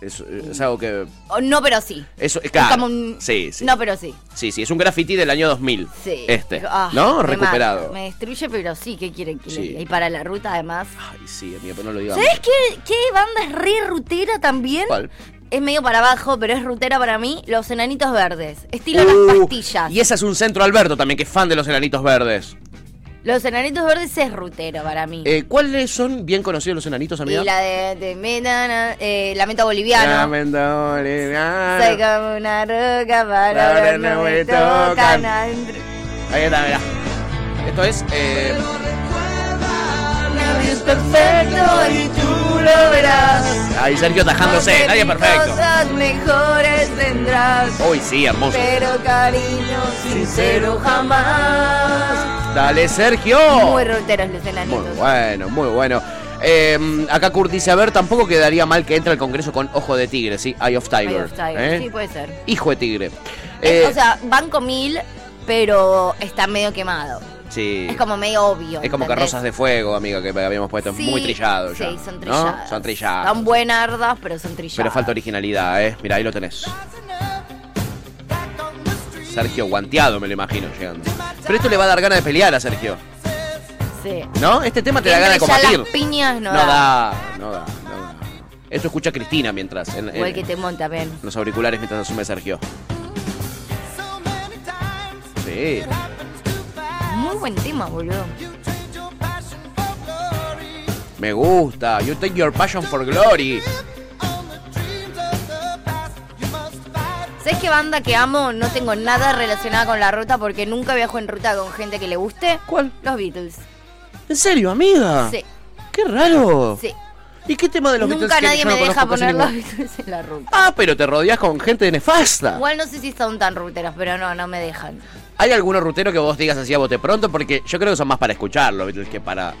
S1: Es, eh, es algo que...
S2: Oh, no, pero sí.
S1: Eso, claro.
S2: como un-
S1: Sí, sí.
S2: No, pero sí.
S1: Sí, sí, es un graffiti del año 2000.
S2: Sí.
S1: Este.
S2: Ah,
S1: ¿No?
S2: me
S1: Recuperado.
S2: mata, Me destruye, pero sí, ¿qué quieren que le
S1: Sí.
S2: diga? Y para la ruta, además.
S1: Ay, sí, amigo, pero no lo digamos.
S2: ¿Sabes qué, qué banda es re rutera también?
S1: ¿Cuál?
S2: Es medio para abajo, pero es rutera para mí. Los enanitos verdes. Estilo
S1: Uh,
S2: las pastillas.
S1: Y ese es un centro Alberto también, que es fan de los enanitos verdes.
S2: Los enanitos verdes es rutero para mí.
S1: Eh, ¿Cuáles son bien conocidos los enanitos,
S2: y
S1: amiga?
S2: la de, de Menana, eh, Lamento
S1: Ah,
S2: Boliviano.
S1: Mendoli, ah.
S2: Soy como una roca
S1: Ahora
S2: para ver,
S1: no
S2: no
S1: me
S2: me
S1: tocan.
S2: tocan adentro.
S1: Ahí está, mirá. Esto es. eh,
S2: Nadie es perfecto y tú lo verás.
S1: ahí Sergio tajándose. Nadie es perfecto.
S2: Cosas mejores tendrás.
S1: Uy, sí, hermoso.
S2: Pero cariño sincero jamás.
S1: Dale, Sergio.
S2: Muy roteros los
S1: Oh. Muy
S2: enanitos.
S1: bueno, muy bueno. Eh, acá Kurt dice, a ver, tampoco quedaría mal que entre al Congreso con Ojo de Tigre, ¿sí? Eye of Tiger.
S2: Eye of Tiger,
S1: ¿eh?
S2: sí, puede ser.
S1: Hijo de Tigre. Eh,
S2: o sea, banco mil, pero está medio quemado.
S1: sí.
S2: Es como medio obvio.
S1: Es como que
S2: ¿entendés?
S1: Rosas de Fuego, amiga, que habíamos puesto. Es
S2: Sí,
S1: muy trillado ya.
S2: Sí, son
S1: ¿no?
S2: trilladas.
S1: Son trillados.
S2: Son buenardas, pero son trilladas.
S1: Pero falta originalidad, ¿eh? Mira, ahí lo tenés. Sergio guanteado, me lo imagino, llegando. Pero esto le va a dar ganas de pelear a Sergio,
S2: Sí.
S1: ¿no? Este tema te da ganas de
S2: Siempre ya
S1: combatir.
S2: las piñas no,
S1: No da, no da, no da. Esto escucha Cristina mientras. en- en-
S2: O el que te monta, ven.
S1: los auriculares mientras asume Sergio. Sí.
S2: Muy buen tema, boludo.
S1: Me gusta. You take your passion for glory.
S2: ¿Sabes qué banda que amo? No tengo nada relacionada con la ruta porque nunca viajo en ruta con gente que le guste.
S1: ¿Cuál?
S2: Los Beatles.
S1: ¿En serio, amiga?
S2: Sí,
S1: Qué raro.
S2: sí.
S1: ¿Y qué tema de los Beatles
S2: Nunca
S1: que
S2: nadie
S1: yo no
S2: me deja
S1: conozco casi
S2: poner los
S1: ninguno?
S2: Beatles en la ruta.
S1: Ah, pero te rodeas con gente nefasta.
S2: Igual no sé si son tan ruteros, pero no, no me dejan.
S1: ¿Hay alguno rutero que vos digas así a bote pronto? Porque yo creo que son más para escucharlo Beatles, que para.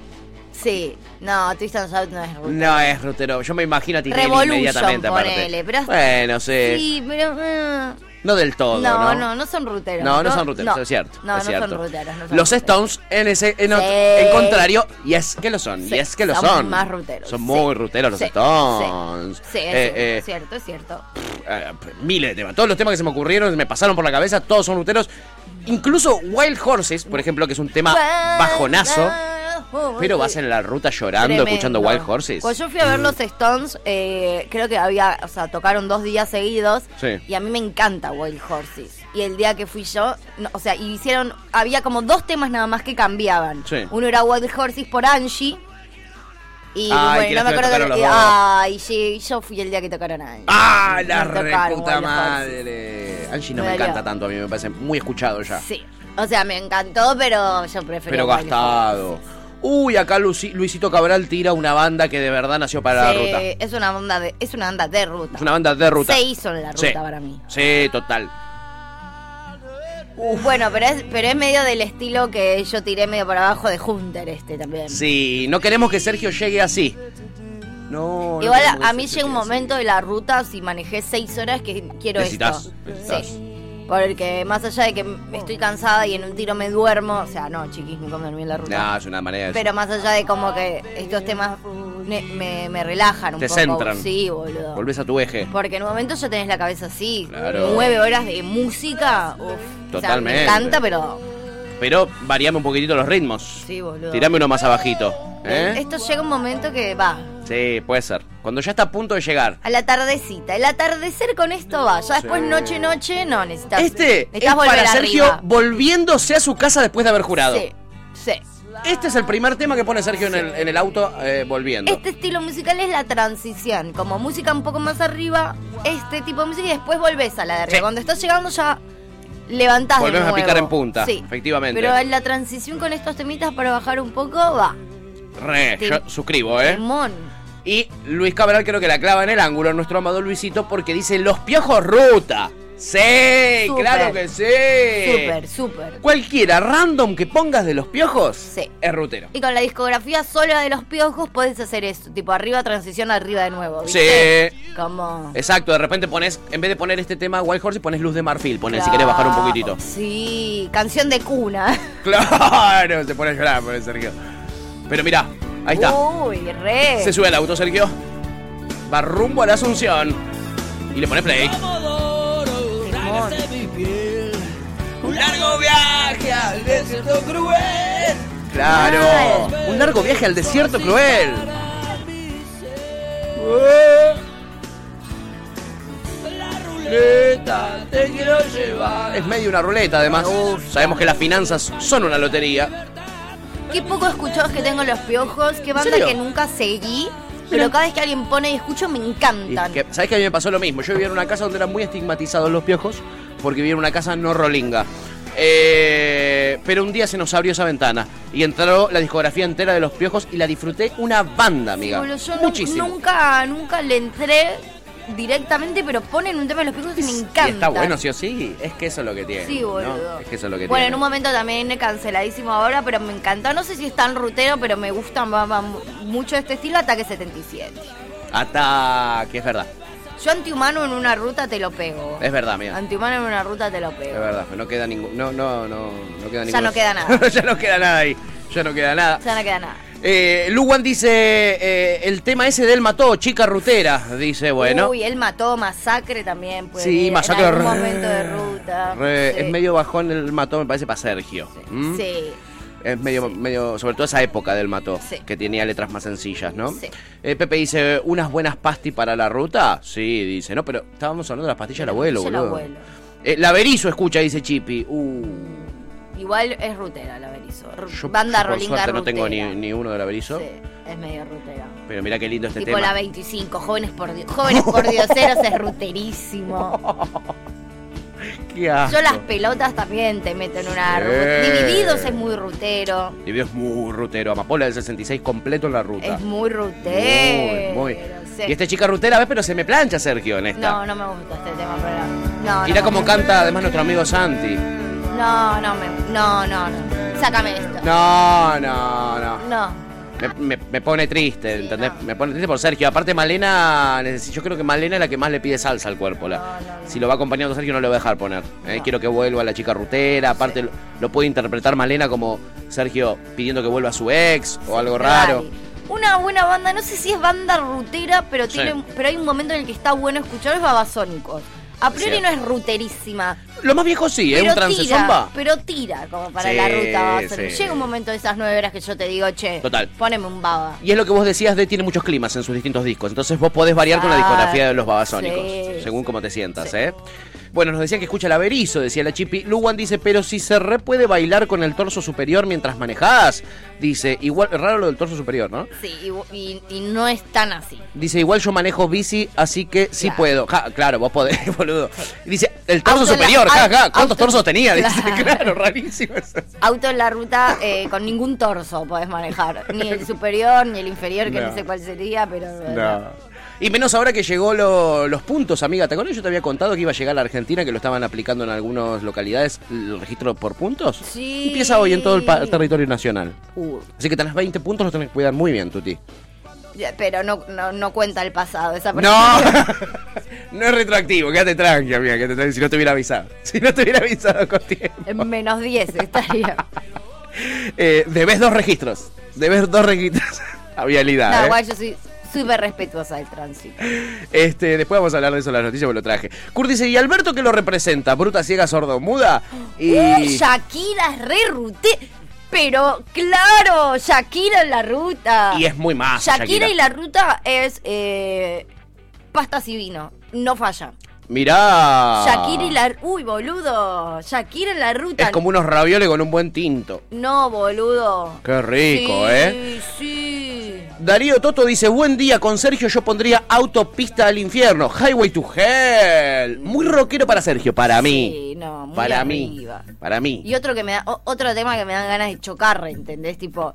S2: Sí, no, Twist and Shout no es ruta.
S1: No es rutero. Yo me imagino a Tinelli
S2: Revolution,
S1: inmediatamente aparte.
S2: ponele, pero-
S1: Bueno, sí.
S2: Sí, pero... eh,
S1: No del todo.
S2: no,
S1: No,
S2: no, no son ruteros.
S1: No, no son ruteros, es cierto.
S2: No,
S1: es
S2: no
S1: cierto.
S2: son ruteros. no son
S1: los
S2: ruteros.
S1: Stones, en, ese, en, ot-
S2: Sí.
S1: en contrario, y es que lo son,
S2: Sí,
S1: y es que lo son.
S2: son más ruteros,
S1: Son
S2: sí.
S1: muy ruteros los
S2: Sí,
S1: Stones.
S2: Sí, es
S1: Eh, eh,
S2: cierto, es cierto, es cierto.
S1: eh, miles de temas. Todos los temas que se me ocurrieron, me pasaron por la cabeza, todos son ruteros. Incluso Wild Horses, por ejemplo, que es un tema bajonazo, pero vas en la ruta llorando escuchando Wild Horses. Mm.
S2: Cuando Pues yo fui a ver los Stones, eh, creo que había, o sea, tocaron dos días seguidos.
S1: Sí.
S2: Y a mí me encanta Wild Horses. Y el día que fui yo, no, o sea, y hicieron, había como dos temas nada más que cambiaban.
S1: Sí.
S2: Uno era Wild Horses por Angie. Y
S1: Ay, que
S2: bueno, no
S1: las
S2: me acuerdo.
S1: tocaron
S2: que-
S1: los dos.
S2: Ay, sí, yo fui el día que tocaron a Angie.
S1: ¡Ah,
S2: No
S1: la
S2: tocaron
S1: reputa
S2: Wild Horses.
S1: madre! Angie no
S2: Me
S1: me
S2: dolió.
S1: encanta tanto a mí, me parece muy escuchado ya.
S2: Sí. O sea, me encantó, pero yo preferí.
S1: Pero gastado. Uy, acá Luci- Luisito Cabral tira una banda que de verdad nació para la ruta.
S2: Es una banda de, es una banda de ruta.
S1: Es una banda de ruta.
S2: Se hizo en la ruta
S1: Sí.
S2: para mí.
S1: Sí, total.
S2: Bueno, pero es, pero es medio del estilo que yo tiré medio para abajo de Hunter este también.
S1: Sí, no queremos que Sergio llegue así. No. no
S2: Igual
S1: queremos
S2: a,
S1: que Sergio
S2: mí llega un
S1: llegue así.
S2: momento de la ruta, si manejé seis horas, que quiero
S1: Necesitas,
S2: esto.
S1: necesitas.
S2: Sí. Porque más allá de que m- estoy cansada y en un tiro me duermo, o sea, no, chiquis, nunca me dormí en la ruta.
S1: No, es una manera de.
S2: Pero más allá de como que estos temas ne- me, me relajan un
S1: Te
S2: poco.
S1: centran.
S2: Sí, boludo.
S1: Volvés a tu eje.
S2: Porque en un momento ya tenés la cabeza así.
S1: Claro.
S2: Nueve horas de música. Uf. O sea,
S1: Totalmente.
S2: me encanta, pero.
S1: Pero variame un poquitito los ritmos.
S2: Sí, boludo.
S1: Tirame uno más abajito. ¿eh?
S2: Esto llega un momento que va.
S1: Sí, puede ser. Cuando ya está a punto de llegar.
S2: A la tardecita. El atardecer con esto va. Ya después noche, noche, no necesitas.
S1: Este es
S2: necesitas volver
S1: para Sergio
S2: arriba.
S1: volviéndose a su casa después de haber jurado.
S2: Sí, sí.
S1: Este es el primer tema que pone Sergio en, el, en el auto eh, volviendo.
S2: Este estilo musical es la transición. Como música un poco más arriba, este tipo de música y después volvés a la de arriba.
S1: Sí.
S2: Cuando estás llegando ya levantás
S1: Volvés
S2: de
S1: a
S2: nuevo.
S1: picar en punta,
S2: Sí.
S1: efectivamente.
S2: Pero la transición con estos temitas para bajar un poco va.
S1: Re,
S2: Sí.
S1: yo suscribo, ¿eh?
S2: Temón.
S1: Y Luis Cabral creo que la clava en el ángulo, nuestro amado Luisito, porque dice los piojos ruta. Sí,
S2: Súper.
S1: claro que sí.
S2: Súper, súper.
S1: Cualquiera random que pongas de los piojos
S2: Sí.
S1: es rutero.
S2: Y con la discografía sola de los piojos podés hacer eso. Tipo arriba, transición, arriba de nuevo. ¿viste?
S1: Sí.
S2: Como.
S1: Exacto, de repente pones, en vez de poner este tema Wild Horse, pones luz de marfil, pones si querés bajar un poquitito.
S2: Sí, canción de cuna.
S1: Claro, se pone a llorar por el Sergio. Pero mirá, ahí está.
S2: Uy, re.
S1: Se sube al auto, Sergio. Va rumbo a la Asunción. Y le pone play.
S2: Temón.
S5: Un largo viaje al desierto cruel.
S1: Claro. Un largo viaje al desierto cruel.
S5: Ruleta, te quiero llevar.
S1: Es medio una ruleta, además. Sabemos que las finanzas son una lotería.
S2: Qué poco escuchados que tengo los piojos, qué banda
S1: serio?
S2: que nunca seguí, pero cada vez que alguien pone y escucho me
S1: Y
S2: encantan.
S1: que- ¿Sabés que a mí me pasó lo mismo? Yo vivía en una casa donde eran muy estigmatizados los piojos, porque vivía en una casa no rolinga. Eh, pero un día se nos abrió esa ventana y entró la discografía entera de los piojos y la disfruté una banda, amiga.
S2: Boludo, yo nu-
S1: Muchísimo.
S2: nunca, nunca le entré directamente, pero ponen un tema de los piojos y me encanta.
S1: Y está bueno, sí o sí. Es que eso es lo que tiene.
S2: Sí,
S1: ¿no?
S2: boludo.
S1: Es que eso es lo que
S2: bueno,
S1: tiene.
S2: en un momento también canceladísimo ahora, pero me encanta. No sé si es tan rutero, pero me gusta ma- ma- mucho este estilo, Ataque 77.
S1: Ataque, es verdad.
S2: Yo antihumano en una ruta te lo pego.
S1: Es verdad, amiga.
S2: Antihumano en una ruta te lo
S1: Es
S2: pego.
S1: verdad. No queda ningún. No, no, no. no queda
S2: Ya
S1: ninguno.
S2: no queda nada.
S1: ya no queda nada ahí. Ya no queda nada.
S2: Ya no queda nada.
S1: Eh, Luwan dice, eh, el tema ese del mató, chica rutera, dice, bueno.
S2: Uy, él mató Masacre también. puede
S1: sí,
S2: ir,
S1: masacre
S2: En algún
S1: re-
S2: momento de ruta.
S1: re-
S2: Sí.
S1: Es medio bajón el mató, me parece, para Sergio. ¿Mm?
S2: Sí.
S1: Es medio, medio, sobre todo esa época del mató,
S2: Sí.
S1: que tenía letras más sencillas, ¿no?
S2: Sí.
S1: Eh, Pepe dice, ¿unas buenas pastis para la ruta? Sí, dice, no, pero estábamos hablando de las pastillas del abuelo,
S2: Yo el
S1: boludo.
S2: abuelo.
S1: Eh, la Berizo escucha, dice Chipi. Uh,
S2: Mm. Igual es rutera la Berizo. Ru-
S1: yo,
S2: Banda
S1: yo por
S2: rolinga
S1: suerte no tengo ni,
S2: rutera.
S1: ni uno de la Berizo,
S2: Sí, es medio rutera.
S1: pero mira qué lindo este
S2: Tipo
S1: tema.
S2: la 25, jóvenes por, Di- jóvenes por dioseros es ruterísimo.
S1: Qué asco.
S2: Yo las pelotas también te meto en una
S1: Sí.
S2: ruta. Divididos es muy rutero.
S1: Vivió es muy rutero. Amapola del 66 completo en la ruta.
S2: Es muy rutero.
S1: Muy, muy.
S2: sí.
S1: Y este esta chica rutera, ¿ves? Pero se me plancha, Sergio, en esta.
S2: No, no me gusta este tema, pero no. no
S1: Mirá
S2: no,
S1: cómo
S2: no.
S1: canta además nuestro amigo Santi.
S2: No, no, me, no, no, no. Sácame esto.
S1: No, no, no.
S2: No.
S1: Me, me- me pone triste,
S2: Sí,
S1: ¿entendés?
S2: no.
S1: Me pone triste por Sergio. Aparte, Malena, neces- yo creo que Malena es la que más le pide salsa al cuerpo. la-
S2: No, no, no.
S1: Si lo va acompañando Sergio, no lo voy a dejar poner. ¿eh?
S2: No.
S1: Quiero que vuelva la chica rutera. Aparte, lo, lo puede interpretar Malena como Sergio pidiendo que vuelva a su ex o algo raro.
S2: Ferrari. Una buena banda, no sé si es banda rutera, pero
S1: Sí.
S2: tiene, pero hay un momento en el que está bueno escuchar es Babasónicos. A priori
S1: cierto.
S2: no es ruterísima.
S1: Lo más viejo sí, ¿eh?
S2: pero
S1: Un trance
S2: tira,
S1: zomba.
S2: pero tira como para
S1: Sí,
S2: la ruta Babasónicos.
S1: sí.
S2: Llega un momento de esas nueve horas que yo te digo, che,
S1: Total.
S2: poneme un baba.
S1: Y es lo que vos decías de tiene muchos climas en sus distintos discos. Entonces vos podés variar con la
S2: Ah,
S1: discografía de los babasónicos,
S2: sí.
S1: según como te sientas, ¿eh? Bueno, nos decían que escucha la Berizo, decía la Chipi. Luwan dice, pero si se re puede bailar con el torso superior mientras manejadas. Dice, igual, raro lo del torso superior, ¿no?
S2: Sí, y, y- y no es tan así.
S1: Dice, igual yo manejo bici, así que sí
S2: Claro.
S1: puedo. Ja, claro, vos podés, boludo. Dice, el torso
S2: Auto en la-
S1: superior, ja, ja, ¿cuántos
S2: auto-
S1: torsos tenía? Dice,
S2: Claro.
S1: claro, rarísimo eso.
S2: Auto en la ruta eh, con ningún torso podés manejar. Ni el superior, ni el inferior, que no,
S1: No.
S2: sé cuál sería, pero.
S1: Y menos ahora que llegó lo- los puntos, amiga. ¿Te acuerdas? Yo te había contado que iba a llegar a la Argentina, que lo estaban aplicando en algunas localidades, el registro por puntos.
S2: Sí.
S1: Empieza hoy en todo el pa- territorio nacional.
S2: Uh,
S1: Así que tenés 20 puntos, los tenés que cuidar muy bien, Tuti.
S2: Ya, Pero no, no, no cuenta el pasado. Esa
S1: No,
S2: persona-
S1: no es retroactivo. Quédate tranqui, amiga. quédate tranqui, si no te hubiera avisado. Si no te hubiera avisado con tiempo.
S2: En menos 10 estaría.
S1: Eh, debes dos registros. Debes dos registros. A vialidad.
S2: no,
S1: ¿eh?
S2: igual yo soy súper respetuosa del tránsito.
S1: Este, después vamos a hablar de eso en las noticias, porque lo traje. Kurt dice, ¿y Alberto que lo representa? Bruta, ciega, sordo, muda. Y...
S2: Uy, ¡Uh! Shakira es re rute. Pero claro, Shakira en la ruta.
S1: y es muy más.
S2: Shakira, y la ruta es eh, pastas y vino. No falla.
S1: Mirá.
S2: Shakira y la. Uy, boludo. Shakira en la ruta.
S1: Es como unos ravioles con un buen tinto.
S2: No, boludo.
S1: Qué rico,
S2: sí,
S1: ¿eh?
S2: Sí.
S1: Darío Toto dice, buen día, con Sergio yo pondría autopista al infierno, highway to hell. Muy rockero para Sergio, para mí.
S2: Sí, no, muy
S1: para
S2: arriba.
S1: mí. Para mí.
S2: Y otro que me da, o- otro tema que me dan ganas de chocar, ¿entendés? Tipo,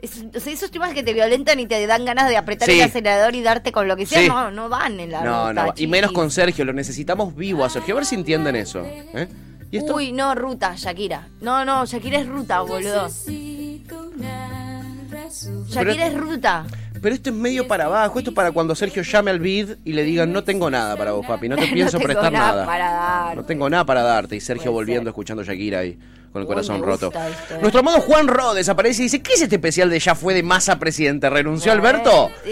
S2: es- o sea, esos temas que te violentan y te dan ganas de apretar
S1: Sí.
S2: el acelerador y darte con lo que sea,
S1: Sí.
S2: no, no van en la
S1: no,
S2: ruta,
S1: no. Y menos
S2: chiquis.
S1: con Sergio, lo necesitamos vivo a Sergio. A ver si entienden eso. ¿eh? ¿Y esto?
S2: Uy, no, ruta, Shakira. No, no, Shakira es ruta, Ah, boludo. Shakira es ruta.
S1: Pero esto es medio para abajo, esto es para cuando Sergio llame al bid y le digan, no tengo nada para vos, papi, no te
S2: No
S1: pienso
S2: tengo
S1: prestar
S2: nada
S1: nada.
S2: para darte.
S1: No tengo nada para darte. Y Sergio
S2: Puede
S1: volviendo
S2: ser.
S1: escuchando Shakira ahí, con el
S2: Uy,
S1: corazón
S2: me
S1: roto.
S2: gusta esto, eh.
S1: Nuestro amado Juan Ro desaparece y dice, ¿qué es este especial de ya fue de masa presidente? ¿Renunció Alberto?
S2: Sí.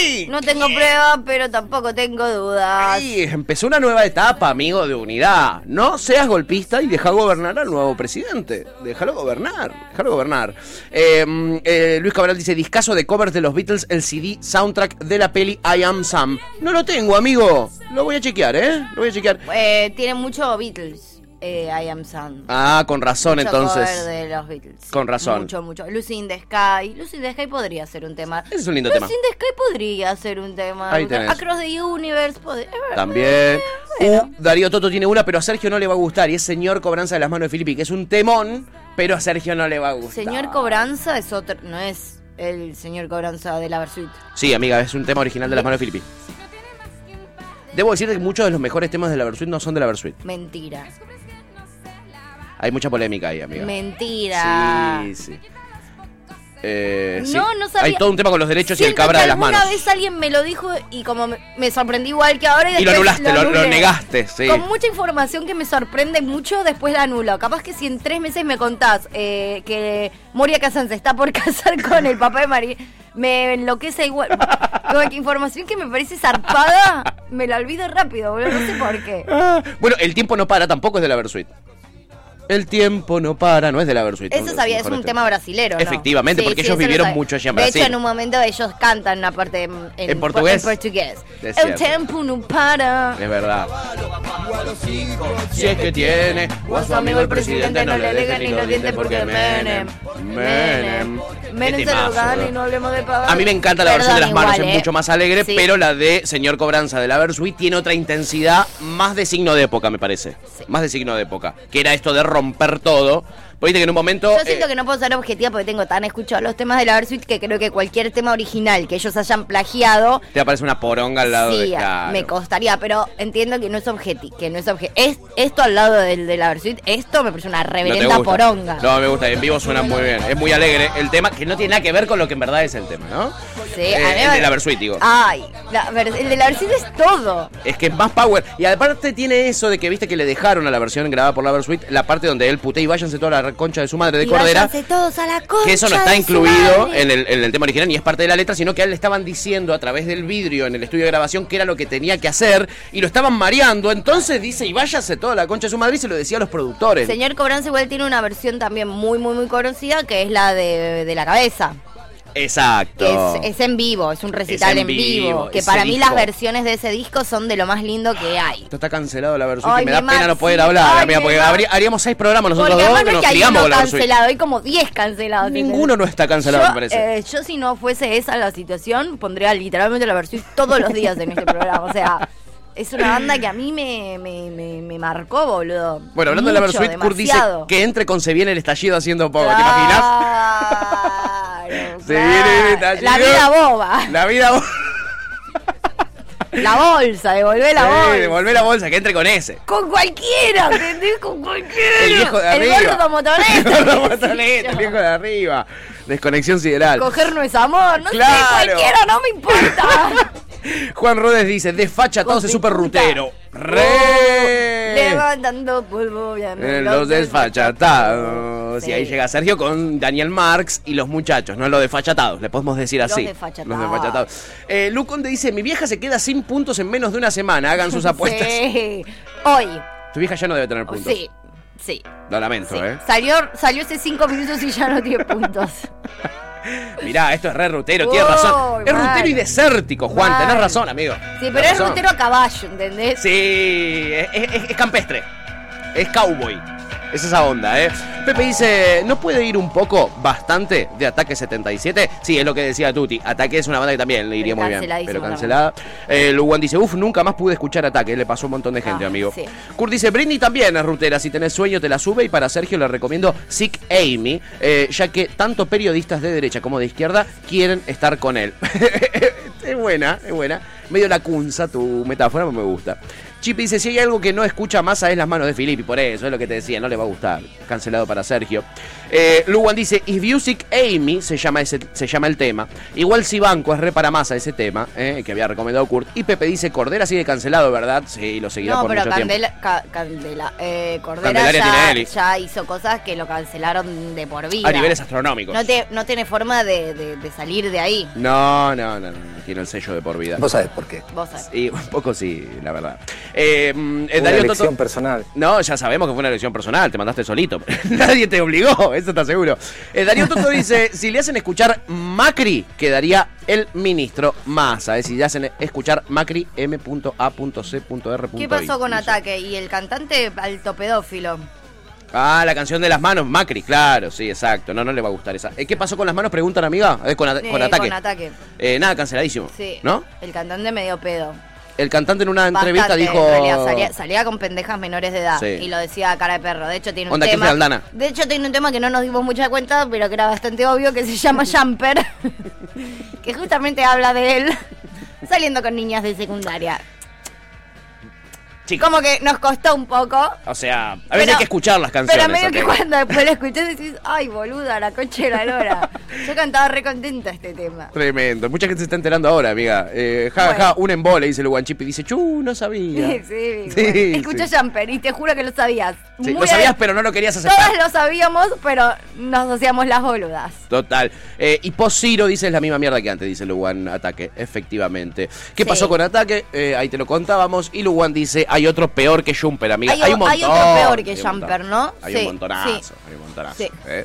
S1: ¡Ey!
S2: No tengo pruebas, pero tampoco tengo dudas.
S1: Ay, empezó una nueva etapa, amigo, de unidad. No seas golpista y deja gobernar al nuevo presidente. Déjalo gobernar, déjalo gobernar. Eh, mm, eh, Luis Cabral dice, discaso de covers de los Beatles, el CD soundtrack de la peli I Am Sam. No lo tengo, amigo. Lo voy a chequear, ¿eh? Lo voy a chequear.
S2: Eh, tiene mucho Beatles. eh, I Am Sand.
S1: Ah, con razón
S2: Mucho
S1: entonces.
S2: cover de los Beatles.
S1: Con razón.
S2: Mucho, mucho. Lucy in the Sky. Lucy in the Sky podría ser un tema.
S1: Ese es un lindo
S2: Lucy
S1: tema.
S2: in the Sky podría ser un tema.
S1: Ahí tenés.
S2: Across the Universe podría.
S1: También.
S2: Bueno.
S1: Uh, Darío Toto tiene una, pero a Sergio no le va a gustar. Y es Señor Cobranza de las manos de Filippi, que es un temón, pero a Sergio no le va a gustar.
S2: Señor Cobranza es otro. No es el señor Cobranza de la Versuit.
S1: Sí, amiga, es un tema original de las manos de Filippi. Debo decirte que muchos de los mejores temas de la Versuit no son de la Versuit.
S2: Mentira.
S1: Hay mucha polémica ahí, amiga.
S2: Mentira.
S1: Sí, sí. Eh, sí.
S2: No, no sabía.
S1: Hay todo un tema con los derechos y el
S2: Siento
S1: cabra
S2: que
S1: de las
S2: alguna
S1: manos.
S2: vez alguien me lo dijo y como me, me sorprendí igual que ahora. Y,
S1: Y lo
S2: después
S1: anulaste, lo, lo
S2: anulé.
S1: negaste, sí.
S2: Con mucha información que me sorprende mucho, después la anulo. Capaz que si en tres meses me contás eh, que Moria Kazan se está por casar con el papá de María, me enloquece igual. Como que información que me parece zarpada, me la olvido rápido, boludo. No sé por qué.
S1: Ah, Bueno, el tiempo no para tampoco es de la Versuit. El tiempo no para, no es de la Versuit.
S2: Eso sabía, es un tema brasilero, ¿no?
S1: Efectivamente, porque ellos
S2: eso lo
S1: vivieron
S2: sabía.
S1: mucho allá en
S2: De
S1: Brasil.
S2: hecho, en un momento ellos cantan una parte en, en-
S1: En portugués.
S2: en portugués.
S1: Es
S2: El
S1: cierto.
S2: tempo no para.
S1: Es verdad. Si es que tiene, o a su amigo el presidente no le dejen ni los dientes porque Menem, Menem. Qué
S2: Menem se
S1: temazo,
S2: lo gana
S1: bro.
S2: y no hablemos de pagar.
S1: A mí me encanta la versión de las
S2: Perdón,
S1: manos,
S2: igual,
S1: es
S2: eh.
S1: mucho más alegre,
S2: Sí.
S1: pero la de Señor Cobranza de la Versuit tiene otra intensidad más de signo de época, me parece.
S2: Sí.
S1: Más de signo de época. Que era esto de romper todo. Pues Viste que en un momento.
S2: Yo siento
S1: eh,
S2: que no puedo ser objetiva porque tengo tan escuchado los temas de la Versuit que creo que cualquier tema original que ellos hayan plagiado,
S1: Te aparece una poronga al lado
S2: sí,
S1: de. Claro.
S2: me costaría, pero entiendo que no es objetivo, que no es obje- es Esto al lado del de la Versuit, esto me parece una
S1: No te
S2: reverenda
S1: gusta.
S2: poronga.
S1: No, me gusta. En vivo suena muy bien. Es muy alegre el tema, que no tiene nada que ver con lo que en verdad es el tema, ¿no?
S2: Sí,
S1: Eh,
S2: a mí me- Ah.
S1: el de la Versuit, digo.
S2: Ay, la Vers- el de la Versuit es todo.
S1: Es que es más power. Y aparte tiene eso de que viste que le dejaron a la versión grabada por la Versuit la parte donde él putea y váyanse toda la concha de su madre de
S2: Y
S1: Cordera.
S2: váyanse todos a la concha
S1: Que eso no
S2: de
S1: está
S2: su
S1: incluido
S2: madre.
S1: en el, en el tema original ni es parte de la letra, sino que a él le estaban diciendo a través del vidrio en el estudio de grabación que era lo que tenía que hacer y lo estaban mareando. Entonces dice, y váyanse toda la concha de su madre y se lo decía a los productores.
S2: Señor Cobranza igual tiene una versión también muy, muy, muy conocida que es la de, de la cabeza. que
S1: Exacto.
S2: es, es en vivo, es un recital
S1: en
S2: en, vivo,
S1: vivo,
S2: Que
S1: ese
S2: para mí las
S1: disco.
S2: versiones de ese disco son de lo más lindo que hay.
S1: Esto está cancelado la Versuit
S2: Ay,
S1: y me
S2: mi
S1: da pena no
S2: Maxi,
S1: poder hablar,
S2: ay,
S1: amiga,
S2: mi
S1: porque
S2: Maxi.
S1: habría- haríamos seis programas nosotros
S2: Porque
S1: dos
S2: además
S1: que
S2: no es
S1: nos
S2: que hay
S1: criamos
S2: uno
S1: con la Versuit.
S2: cancelado, hay como 10 cancelados. ¿entendés?
S1: Ninguno no está cancelado,
S2: yo,
S1: me parece.
S2: eh, yo si no fuese esa la situación, pondría literalmente la versión todos los días en este programa. O sea, es una banda que a mí me, me, me- me marcó, boludo.
S1: Bueno, hablando de la
S2: Mucho,
S1: Versuit, Kurt dice
S2: demasiado. Ah.
S1: que entre con Se viene el estallido haciendo poco, Oh, ¿te imaginas?
S2: Claro,
S1: Se viene el
S2: claro.
S1: estallido.
S2: La vida boba.
S1: La vida bo-
S2: La bolsa, devolvé la
S1: Sí,
S2: bolsa.
S1: devolver la bolsa, que entre con ese.
S2: Con cualquiera, ¿entendés? Con cualquiera.
S1: El viejo de arriba.
S2: El gordo motoneta.
S1: El gordo
S2: qué sé
S1: motoneta, el
S2: este, yo.
S1: viejo de arriba. Desconexión sideral.
S2: Coger no es amor, no
S1: Claro.
S2: sé, cualquiera, no me importa.
S1: Juan Rodes dice, desfacha todo
S2: Con
S1: ese
S2: mi
S1: super
S2: puta.
S1: rutero.
S2: Oh,
S1: ¡Re!
S2: levantando polvo, ya me
S1: Eh,
S2: lo
S1: Los desfachatados.
S2: Sí.
S1: Y ahí llega Sergio con Daniel Marx y los muchachos, no los desfachatados, le podemos decir
S2: Los
S1: así.
S2: desfachatados.
S1: Los desfachatados. Eh, Luconde dice: Mi vieja se queda sin puntos en menos de una semana, hagan sus apuestas.
S2: Sí. Hoy.
S1: Tu vieja ya no debe tener puntos.
S2: Sí. Sí.
S1: Lo lamento,
S2: sí.
S1: ¿eh?
S2: Salió, salió hace cinco minutos y ya no tiene puntos.
S1: Mirá, esto es re rutero, tienes
S2: Uy,
S1: razón. Es
S2: mal.
S1: rutero y desértico, Juan,
S2: Mal.
S1: tenés razón, amigo.
S2: Sí, pero
S1: Tenés
S2: es
S1: razón.
S2: rutero a caballo, ¿entendés?
S1: Sí, es, es- es campestre. Es cowboy. Es esa onda, ¿eh? Pepe dice, ¿no puede ir un poco bastante de Ataque 77? Sí, es lo que decía Tuti. Ataque es una banda que también le iría muy bien.
S2: canceladísima
S1: Pero
S2: la
S1: cancelada. Eh, Luwan dice, uff, nunca más pude escuchar Ataque. Le pasó a un montón de gente,
S2: Ah,
S1: amigo.
S2: sí.
S1: Kurt dice, Britney también es rutera. Si tenés sueño, te la sube. Y para Sergio le recomiendo Sick Amy, eh, ya que tanto periodistas de derecha como de izquierda quieren estar con él. es buena, es buena. Medio la cunza tu metáfora, pero me gusta. Chip dice, si hay algo que no escucha masa es las manos de Filippi. Por eso es lo que te decía, no le va a gustar. Cancelado para Sergio. Eh, Luwan dice, Is Music Amy se llama, ese, se llama el tema. Igual si Banco es re para masa ese tema, eh, que había recomendado Kurt. Y Pepe dice, Cordera sigue cancelado, ¿verdad? Sí, lo seguirá
S2: No,
S1: por
S2: pero
S1: mucho tiempo.
S2: Candela, Ca- Candela- eh, Cordera
S1: Candelaria
S2: ya,
S1: Tinelli.
S2: ya hizo cosas que lo cancelaron de por vida.
S1: A niveles astronómicos.
S2: no, te, no tiene forma de, de- de salir de ahí.
S1: No, no, no, no, no, tiene el sello de por vida.
S8: Vos sabés por qué.
S2: Vos sabés.
S1: Y un poco sí, la verdad. Eh, mm, eh,
S9: Una
S1: Darío Toto-
S9: elección personal.
S1: no, ya sabemos que fue una elección personal, te mandaste solito. Nadie te obligó, eso está seguro. Eh, Darío Toto dice, si le hacen escuchar Macri, quedaría el ministro Massa. Es decir, le hacen escuchar Macri m.a.c.r.
S2: ¿Qué pasó con Ataque y el cantante alto pedófilo?
S1: Ah, la canción de las manos, Macri, claro, sí, exacto. No, no le va a gustar esa. Eh, ¿Qué pasó con las manos? Preguntan, amiga. Eh, con, ata-
S2: Eh,
S1: con ataque.
S2: Con Ataque,
S1: Eh, nada, canceladísimo.
S2: sí.
S1: ¿No?
S2: El cantante medio pedo.
S1: El cantante en una entrevista
S2: Bastante,
S1: dijo...
S2: en realidad, salía, salía con pendejas menores de edad
S1: Sí.
S2: y lo decía a cara de perro. De hecho, tiene un
S1: Onda
S2: tema.
S1: Cristian Aldana.
S2: De hecho, tiene un tema que no nos dimos mucha cuenta, pero que era bastante obvio, que se llama Jumper, que justamente habla de él saliendo con niñas de secundaria.
S1: Chicos,
S2: Como que nos costó un poco.
S1: o sea, a veces
S2: Pero-
S1: hay que escuchar las canciones.
S2: Pero medio que
S1: ok.
S2: cuando después lo escuchás decís, ay boluda, la coche de la lora. Yo cantaba re contenta este tema.
S1: Tremendo. Mucha gente se está enterando ahora, amiga. Eh, ja,
S2: Bueno.
S1: ja, un embole, dice el guanchipi. Dice, chu, no sabía.
S2: Sí, sí,
S1: Sí,
S2: bueno.
S1: sí.
S2: Escuché Jumper y te juro que lo sabías.
S1: Sí,
S2: Muy
S1: lo sabías,
S2: a-
S1: pero no lo querías aceptar.
S2: Todas lo sabíamos, pero nos hacíamos las boludas.
S1: Total. Eh, y post Ciro dice es la misma mierda que antes, dice Luwan Ataque, efectivamente. ¿Qué
S2: Sí.
S1: pasó con Ataque? Eh, ahí te lo contábamos. Y Luwan dice, hay otro peor que Jumper, amiga.
S2: Hay
S1: Hay,
S2: o-
S1: un montón.
S2: hay otro peor que
S1: Hay un
S2: Jumper,
S1: montón.
S2: ¿no?
S1: Hay un
S2: Sí,
S1: montonazo,
S2: sí.
S1: hay un montonazo.
S2: Sí.
S1: eh.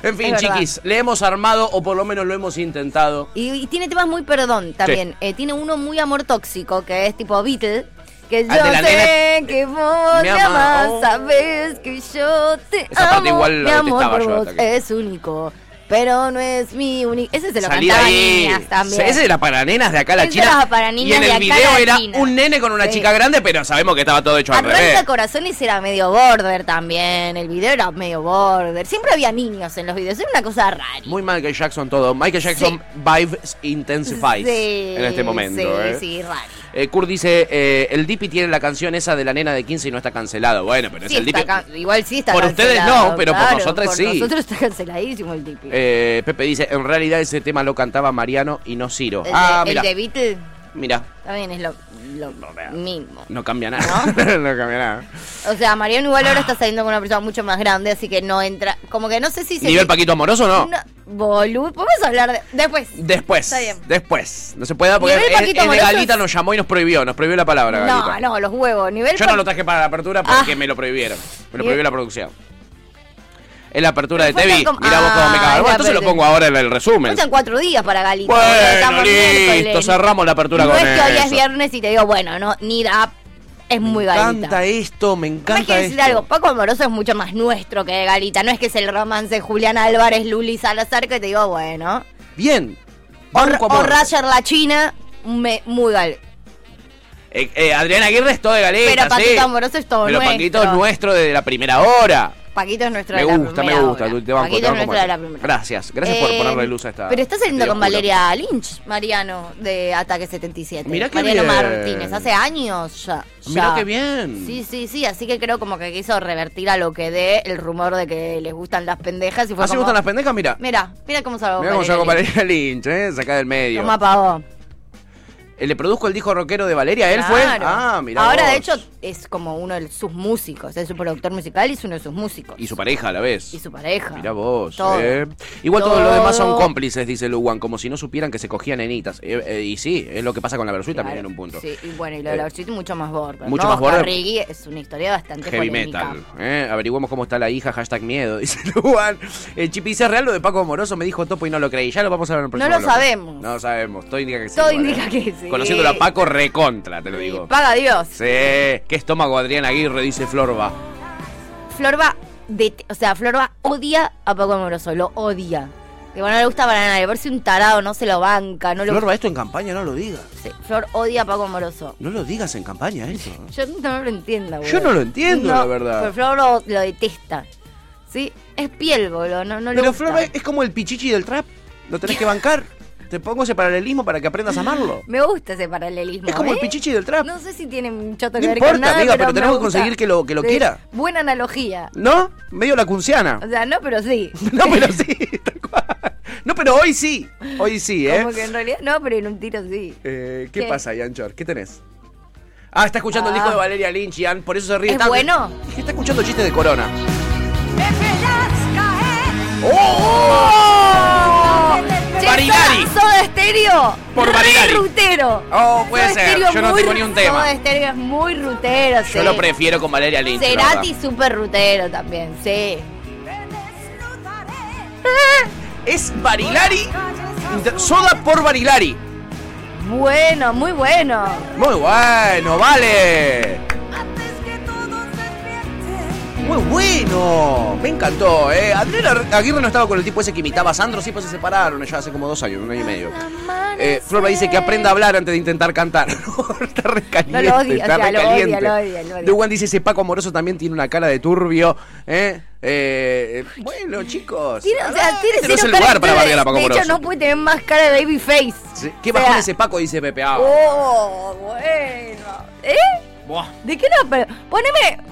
S1: En fin,
S2: verdad.
S1: chiquis, le hemos armado, o por lo menos lo hemos intentado.
S2: Y, y tiene temas muy perdón también. Eh, tiene uno muy amor tóxico, que es tipo Beatle. Que yo
S1: Ah, de la
S2: sé
S1: nena-
S2: que vos
S1: Me
S2: me
S1: ama.
S2: amas,
S1: Oh.
S2: sabes que yo te
S1: Esa parte
S2: amo.
S1: igual la
S2: mi amor
S1: detestaba
S2: por
S1: yo,
S2: vos
S1: hasta que-
S2: es único, pero no es mi único. Ese se lo
S1: Salí
S2: cantaba a
S1: de ahí.
S2: niñas también.
S1: Ese era para nenas de acá a la
S2: Ese
S1: China.
S2: era para
S1: y
S2: niñas
S1: en
S2: de
S1: el
S2: acá a
S1: video
S2: la
S1: era
S2: China.
S1: un nene con una
S2: Sí.
S1: chica grande, pero sabemos que estaba todo hecho al revés.
S2: Arranca Corazones era medio border también. El video era medio border. Siempre había niños en los videos. Era una cosa rara.
S1: Muy Michael Jackson todo. Michael Jackson vibes intensifies
S2: Sí,
S1: en este momento.
S2: Sí,
S1: eh.
S2: sí, raro.
S1: Eh, Kurt dice, eh, el Dipi tiene la canción esa de la nena de 15 y no está cancelado. Bueno, pero
S2: Sí
S1: es el
S2: está
S1: Dipi.
S2: can- igual sí está
S1: Por
S2: cancelado,
S1: ustedes no, pero por
S2: claro,
S1: nosotros sí.
S2: Por nosotros está canceladísimo el tipi.
S1: Eh, Pepe dice, en realidad ese tema lo cantaba Mariano y no Ciro.
S2: el,
S1: ah,
S2: de, el
S1: mira,
S2: de Beatle
S1: mira,
S2: también es lo, lo mismo.
S1: no cambia nada. ¿No? cambia nada.
S2: O sea, Mariano igual ahora está saliendo con una persona mucho más grande, así que no entra. Como que no sé si se.
S1: Nivel Paquito Amoroso, ¿no.
S2: No, boludo, podemos hablar de, después.
S1: Después,
S2: Está bien.
S1: después. No se puede dar porque
S2: Nivel
S1: es,
S2: Paquito
S1: es de
S2: Amoroso
S1: Galita
S2: es-
S1: nos llamó y nos prohibió, nos prohibió la palabra,
S2: No,
S1: Galita.
S2: no, los huevos. Nivel
S1: Yo
S2: Pa-
S1: no lo traje para la apertura porque
S2: Ah.
S1: me lo prohibieron. Me lo
S2: Nivel-
S1: prohibió la producción. Es la apertura de
S2: Pero fue
S1: TV.
S2: tan com-
S1: Mira vos cómo me
S2: Ah,
S1: cago. Bueno,
S2: la
S1: entonces lo
S2: apertura.
S1: pongo ahora en el resumen.
S2: Faltan cuatro días para Galita. porque
S1: Bueno,
S2: estamos
S1: listo,
S2: miércoles.
S1: cerramos la apertura
S2: No
S1: con
S2: es que hoy es
S1: eso.
S2: viernes y te digo, bueno, no, need up es muy Galita.
S1: Me encanta esto, me
S2: Además,
S1: encanta
S2: quiero decir
S1: esto.
S2: algo, Paco Amoroso es mucho más nuestro que de Galita, no es que es el romance de Julián Álvarez, Luli Salazar, que te digo, bueno.
S1: Bien.
S2: O,
S1: Banco
S2: o
S1: amor.
S2: Roger La China, me- muy gal.
S1: Eh, eh, Adriana Aguirre es todo de galeta,
S2: Pero Paquito
S1: sí.
S2: Amoroso es todo
S1: Pero
S2: nuestro.
S1: Paquito es nuestro desde la primera hora.
S2: Paquito es nuestro
S1: Me
S2: de la
S1: gusta, me
S2: primera
S1: gusta.
S2: hora.
S1: Te banco,
S2: Paquito
S1: te
S2: es
S1: banco
S2: nuestro
S1: mucho.
S2: de la primera.
S1: Gracias, gracias por
S2: Eh,
S1: ponerle luz a esta.
S2: Pero está saliendo
S1: este
S2: con
S1: oscuro.
S2: Valeria Lynch, Mariano, de Ataque 77.
S1: Mirá qué
S2: Mariano
S1: bien.
S2: Martínez, hace años ya. ya.
S1: Mirá qué bien.
S2: Sí, sí, sí, así que creo como que quiso revertir a lo que dé el rumor de que les gustan las pendejas y fue
S1: ¿Así Ah,
S2: como,
S1: gustan las pendejas? Mira.
S2: Mira, mira cómo salgo.
S1: Mira cómo yo hago Valeria Lynch, ¿eh? Sacá del medio.
S2: Toma pa' vos.
S1: Eh, ¿Le produjo el disco rockero de Valeria? ¿Él fue?
S2: Claro.
S1: Ah, mira.
S2: Ahora,
S1: vos.
S2: de hecho, es como uno de sus músicos. Es su productor musical y es uno de sus músicos.
S1: Y su pareja a la vez.
S2: Y su pareja.
S1: Mirá vos.
S2: Todo.
S1: eh. Igual todos los
S2: Todo.
S1: demás son cómplices, dice Luwan, como si no supieran que se cogían nenitas. Eh, eh, y sí, es lo que pasa con la Versuit también en
S2: Claro,
S1: un punto.
S2: Sí, y bueno, y lo de
S1: Eh,
S2: la Orchid mucho más border.
S1: mucho
S2: ¿no?
S1: más border.
S2: Carrigui es una historia bastante
S1: Heavy
S2: polémica.
S1: metal. eh. Averigüemos cómo está la hija, hashtag miedo, dice Luwan. El Chipi dice, real lo de Paco Moroso, me dijo Topo y no lo creí. Ya lo vamos a ver en el próximo
S2: lo
S1: bloque.
S2: sabemos.
S1: No lo sabemos. Todo indica que sí.
S2: Todo
S1: igual, ¿eh?
S2: indica que sí.
S1: Conociéndolo a Paco, recontra, te eh, lo
S2: Y
S1: digo.
S2: Paga Dios.
S1: Sí, qué estómago Adrián Aguirre, dice Florba.
S2: Florba, det- o sea, Florba odia a Paco Amoroso, lo odia. Digo, no le gusta para nada, le parece un tarado, no se lo banca, no lo
S1: Florba, esto en campaña no lo digas.
S2: Sí, Flor odia a Paco Amoroso.
S1: No lo digas en campaña eso.
S2: Yo no lo entiendo, boludo.
S1: Yo no lo entiendo, la verdad.
S2: Pero Flor lo, lo detesta. ¿Sí? Es piel, boludo. No, no le
S1: Pero
S2: gusta.
S1: Florba es como el pichichi del trap. Lo tenés que bancar. Te pongo ese paralelismo para que aprendas a amarlo.
S2: Me gusta ese paralelismo.
S1: Es como el
S2: ¿eh?
S1: pichichi del trap.
S2: No sé si tiene mucho
S1: No
S2: que ver
S1: importa,
S2: con nada.
S1: amiga, pero
S2: me
S1: tenemos que
S2: gusta.
S1: conseguir que lo- que lo
S2: Sí.
S1: quiera.
S2: Buena analogía.
S1: ¿No? Medio la cunciana.
S2: O sea, no, pero sí.
S1: No, pero sí, tal cual. No, pero hoy sí. Hoy sí, ¿eh?
S2: Como que en realidad no, pero en un tiro sí.
S1: Eh, ¿qué,
S2: ¿Qué?
S1: pasa, Yanchor? ¿Qué tenés? Ah, está escuchando el
S2: Ah.
S1: disco de Valeria Lynch, Ian, por eso se ríe
S2: ¿Es
S1: tanto.
S2: bueno?
S1: Está escuchando chistes de corona.
S2: Che,
S1: ¡Oh!
S2: ¡Oh! che,
S1: Marinari.
S2: Soda Stereo.
S1: Por
S2: re
S1: Marinari.
S2: rutero.
S1: Oh, puede
S2: Soda
S1: ser.
S2: Stereo
S1: Yo no
S2: muy-
S1: tengo ni un tema.
S2: Soda Stereo es muy rutero, sí.
S1: Yo lo prefiero con Valeria Lynch. la verdad.
S2: Cerati súper rutero también, sí.
S1: Es Barilari. Mm. Soda por Barilari.
S2: Bueno, muy bueno.
S1: Muy bueno, vale. Muy bueno. Me encantó, eh. Adriana Aguirre no estaba con el tipo ese que imitaba a Sandro, sí, pues se separaron ya hace como dos años, un año y medio. Eh, Flora dice que aprenda a hablar antes de intentar cantar. está recaliente.
S2: No, lo odia,
S1: está
S2: o sea, lo
S1: recaliente.
S2: odia, lo odia, lo odia.
S1: The One dice, ese Paco Amoroso también tiene una cara de turbio. ¿eh? Eh, bueno, chicos.
S2: Tiene, o sea,
S1: ah,
S2: tiene
S1: este no es
S2: cero
S1: el lugar
S2: carácter
S1: para
S2: de-
S1: bardear a Paco
S2: De
S1: Amoroso.
S2: hecho, no puede tener más cara de babyface.
S1: Sí, ¿Qué
S2: O sea,
S1: bajón ese Paco? Dice Pepe. Ah,
S2: Oh, bueno. ¿Eh?
S1: buah.
S2: ¿De qué no? Pero poneme.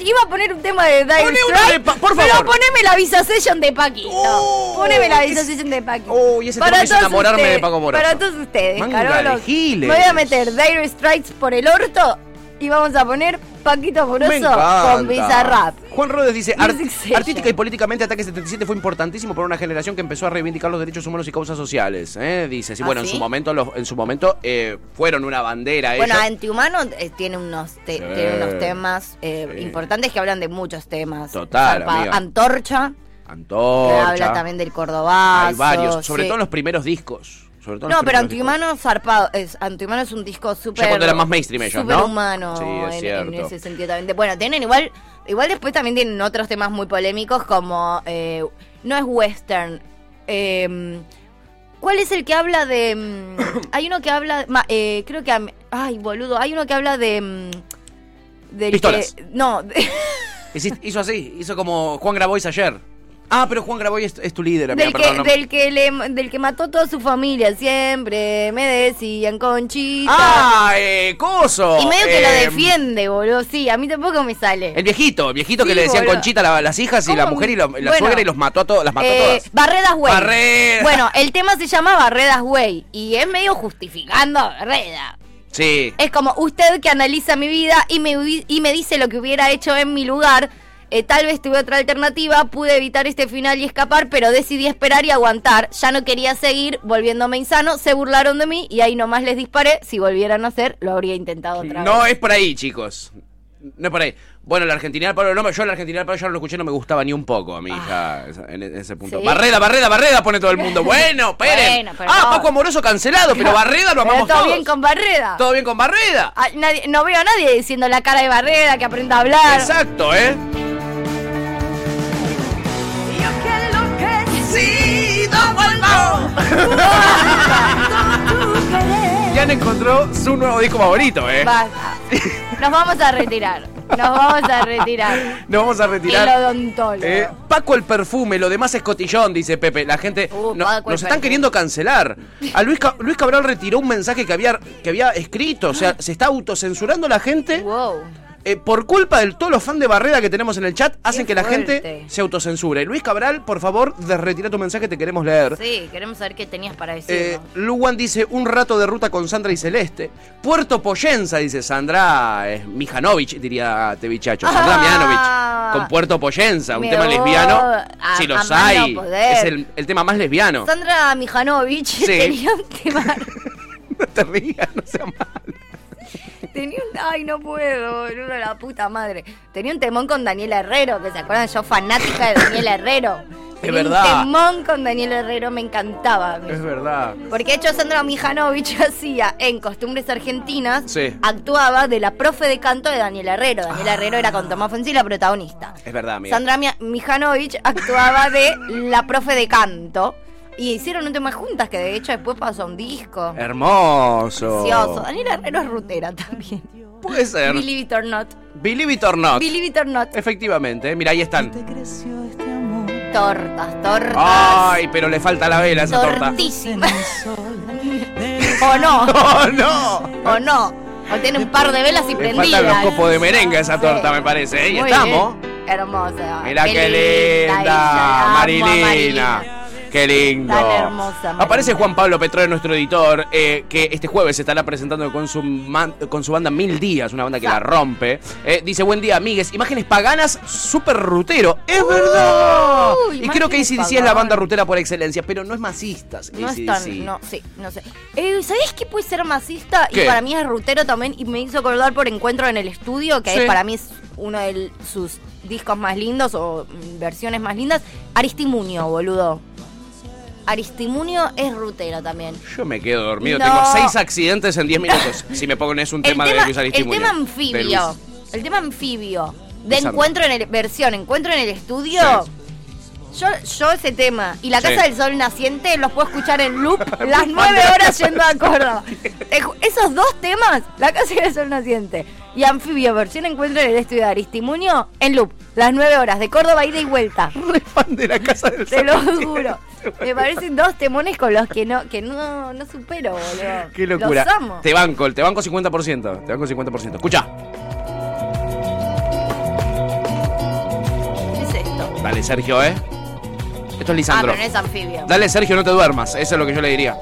S2: Iba a poner un tema de Dire
S1: Poné una
S2: Straits,
S1: de Pa- por favor.
S2: Pero poneme la Visa Session de Paquito.
S1: Oh,
S2: poneme la
S1: qué
S2: Visa
S1: es-
S2: Session de Paquito.
S1: Oh, y ese tema me hizo
S2: todos
S1: enamorarme de
S2: ustedes,
S1: Paco Amoroso.
S2: Para todos ustedes,
S1: Manga de
S2: Carolos. Me
S1: giles.
S2: voy a meter Dire Strikes por el orto y vamos a poner Paquito
S1: Me
S2: Amoroso
S1: encanta.
S2: con Bizarrap.
S1: Juan Rodes dice, "Art-
S2: Music Session".
S1: artística y políticamente Ataque 77 fue importantísimo para una generación que empezó a reivindicar los derechos humanos y causas sociales. ¿eh? Dice, sí,
S2: ¿Ah,
S1: bueno,
S2: sí?
S1: en su momento, los- en su momento eh, fueron una bandera
S2: Bueno,
S1: ellos.
S2: Antihumano eh, tiene unos te-
S1: Sí.
S2: tiene unos temas eh,
S1: Sí.
S2: importantes que hablan de muchos temas.
S1: Total,
S2: Zarpado.
S1: amiga.
S2: Antorcha, que
S1: Antorcha.
S2: habla también del cordobazo.
S1: Hay varios, sobre
S2: sí.
S1: todo en los primeros discos. Sobre todo en
S2: No,
S1: los
S2: pero
S1: primeros discos.
S2: Antihumano zarpado. Es, Antihumano es un disco súper.
S1: Ya cuando era más mainstream ellos, ¿no?
S2: superhumano
S1: Sí, es
S2: en- en,
S1: cierto.
S2: ese sentido también. Bueno, tienen igual. Igual después también tienen otros temas muy polémicos como. eh, no es western. eh, ¿Cuál es el que habla de.? mm, hay uno que habla. ma- eh, creo que. am- Ay, boludo. Hay uno que habla de. mm, del
S1: Pistolas.
S2: que- no. de-
S1: Hici- Hizo así, hizo como Juan Grabois ayer. Ah, pero Juan Grabois es, es tu líder, amiga,
S2: Del que,
S1: perdón, no-
S2: del, que le, del que mató toda su familia siempre, me decían conchita.
S1: ¡Ah, eh, coso!
S2: Y medio que lo
S1: Eh,
S2: defiende, boludo. Sí, a mí tampoco me sale.
S1: El viejito, el viejito que
S2: Sí,
S1: le decían
S2: boludo.
S1: Conchita a las hijas y la
S2: ¿Cómo?
S1: mujer y lo- y la
S2: Bueno.
S1: suegra y los mató a todos, las mató a
S2: Eh,
S1: todas.
S2: Barredas Güey.
S1: Barredas.
S2: Bueno, el tema se llama Barredas Güey y es medio justificando a Barreda.
S1: Sí.
S2: Es como usted que analiza mi vida y me, hubi- y me dice lo que hubiera hecho en mi lugar. Eh, tal vez tuve otra alternativa, pude evitar este final y escapar, pero decidí esperar y aguantar. Ya no quería seguir volviéndome insano, se burlaron de mí y ahí nomás les disparé. Si volvieran a hacer, lo habría intentado otra
S1: No
S2: vez.
S1: es por ahí, chicos. No es por ahí. Bueno, la Argentina del Pablo, no, me- yo la Argentina del Pablo ya no lo escuché, no me gustaba ni un poco a mi hija esa- en en ese punto.
S2: Ah. ¿Sí?
S1: Barreda, Barreda, Barreda pone todo el mundo. Bueno, Pérez.
S2: Bueno, pero
S1: ah,
S2: no.
S1: Paco Amoroso cancelado, pero Barreda lo
S2: Pero
S1: amamos
S2: todo
S1: todos.
S2: bien con Barreda.
S1: Todo bien con Barreda.
S2: Ah, nadie- no veo a nadie diciendo la cara de Barreda que aprenda a hablar.
S1: Exacto, ¿eh? Sí, no Ya encontró su nuevo disco favorito, ¿eh?
S2: Basta. Nos vamos a retirar. Nos vamos a retirar.
S1: Nos vamos a retirar.
S2: El odontólogo.
S1: Eh, Paco el perfume, lo demás es cotillón, dice Pepe. La gente
S2: Uh,
S1: no-
S2: Paco
S1: nos
S2: el
S1: están
S2: perfume.
S1: queriendo cancelar. A Luis, Ca- Luis Cabral retiró un mensaje que había, que había escrito. O sea, se está autocensurando la gente.
S2: Wow.
S1: Eh, por culpa de todos los fans de Barrera que tenemos en el chat, hacen
S2: Qué
S1: que la
S2: fuerte.
S1: gente se autocensure. Luis Cabral, por favor, de- retira tu mensaje, te queremos leer.
S2: Sí, queremos saber qué tenías para
S1: Eh,
S2: decirnos.
S1: Luwan dice, un rato de ruta con Sandra y Celeste. Puerto Poyenza, dice Sandra eh, Mijanovic, diría Tevichacho. Sandra
S2: Ah.
S1: Mijanovic, con Puerto Poyenza, un
S2: Me
S1: tema
S2: voy
S1: lesbiano.
S2: a-
S1: si los
S2: a más no
S1: hay,
S2: poder.
S1: es el, el tema más lesbiano.
S2: Sandra Mijanovic
S1: Sí.
S2: tenía un tema.
S1: no te rías, no sea mal.
S2: Tenía un. Ay, no puedo, boludo, la puta madre. Tenía un temón con Daniel Herrero, que se acuerdan, yo fanática de Daniel Herrero. Tenía
S1: verdad.
S2: Un temón con Daniel Herrero me encantaba. a mí.
S1: Es verdad.
S2: Porque de hecho Sandra Mijanovic hacía en Costumbres Argentinas,
S1: Sí. Ah.
S2: actuaba de la profe de canto de Daniel Herrero. Daniel Herrero era con Tomás Fonsi la protagonista.
S1: Es verdad, amiga.
S2: Sandra Mia- Mijanovic actuaba de la profe de canto. Y hicieron un tema juntas que de hecho después pasó a un disco.
S1: Hermoso.
S2: Precioso. Daniel Herrero es rutera también.
S1: Puede ser.
S2: Believe it or not.
S1: Believe it or not.
S2: Believe it or not.
S1: Efectivamente, mira, ahí están.
S2: Tortas, tortas.
S1: Ay, pero le falta la vela a esa torta.
S2: tortísimas. o no,
S1: ¡Oh, no!
S2: o no. O tiene un par de velas
S1: Le
S2: y
S1: faltan
S2: prendidas.
S1: los copos de merengue a esa
S2: Sí.
S1: torta, me parece. ¿eh? Y
S2: Muy
S1: estamos.
S2: bien. Hermosa.
S1: Mirá qué
S2: ella, la
S1: linda,
S2: amo a
S1: Marilina. Qué lindo.
S2: Tan hermosa, María.
S1: Aparece Juan Pablo Petrone, nuestro editor, eh, que este jueves se estará presentando con su, man- con su banda Mil Días, una banda que la rompe. Eh, dice, buen día, amigues. Imágenes paganas, súper rutero. ¡Es verdad! Y creo que
S2: imágenes
S1: ACDC es la banda
S2: paganas.
S1: rutera por excelencia, pero no es masistas.
S2: No es
S1: AC/DC.
S2: tan, no, sí, no sé. Eh, ¿Sabés qué puede ser masista?
S1: ¿Qué?
S2: Y para mí es rutero también. Y me hizo acordar por Encuentro en el Estudio, que
S1: Sí.
S2: es, para mí es uno de l- sus discos más lindos o mm, versiones más lindas. Aristimunio, boludo. Aristimunio es rutero también.
S1: Yo me quedo dormido.
S2: No.
S1: Tengo seis accidentes en 10 minutos. si me pones un tema, de Luis
S2: el
S1: Aristimuño.
S2: tema
S1: De Luis.
S2: anfibio. El tema anfibio. De
S1: Bizarro.
S2: encuentro en el. Versión, encuentro en el estudio. Yo, yo ese tema. Y la
S1: Sí.
S2: Casa del Sol Naciente los puedo escuchar en loop las nueve horas yendo a Córdoba. Te ju- Esos dos temas, La Casa del Sol Naciente y Anfibio, versión encuentro en el estudio de Aristimunio, en loop. Las nueve horas de Córdoba, ida y vuelta.
S1: Re fan de la casa del
S2: Te lo
S1: Sargento.
S2: juro. Me parecen dos temones con los que no, que no, no supero, boludo.
S1: Qué locura.
S2: Los amo.
S1: Te banco, te banco 50%. Te banco 50%. Escucha.
S2: ¿Qué es esto?
S1: Dale, Sergio, ¿eh? Esto es
S2: Ah,
S1: Lisandro.
S2: pero no es anfibio.
S1: Dale, Sergio, no te duermas. Eso es lo que yo le diría.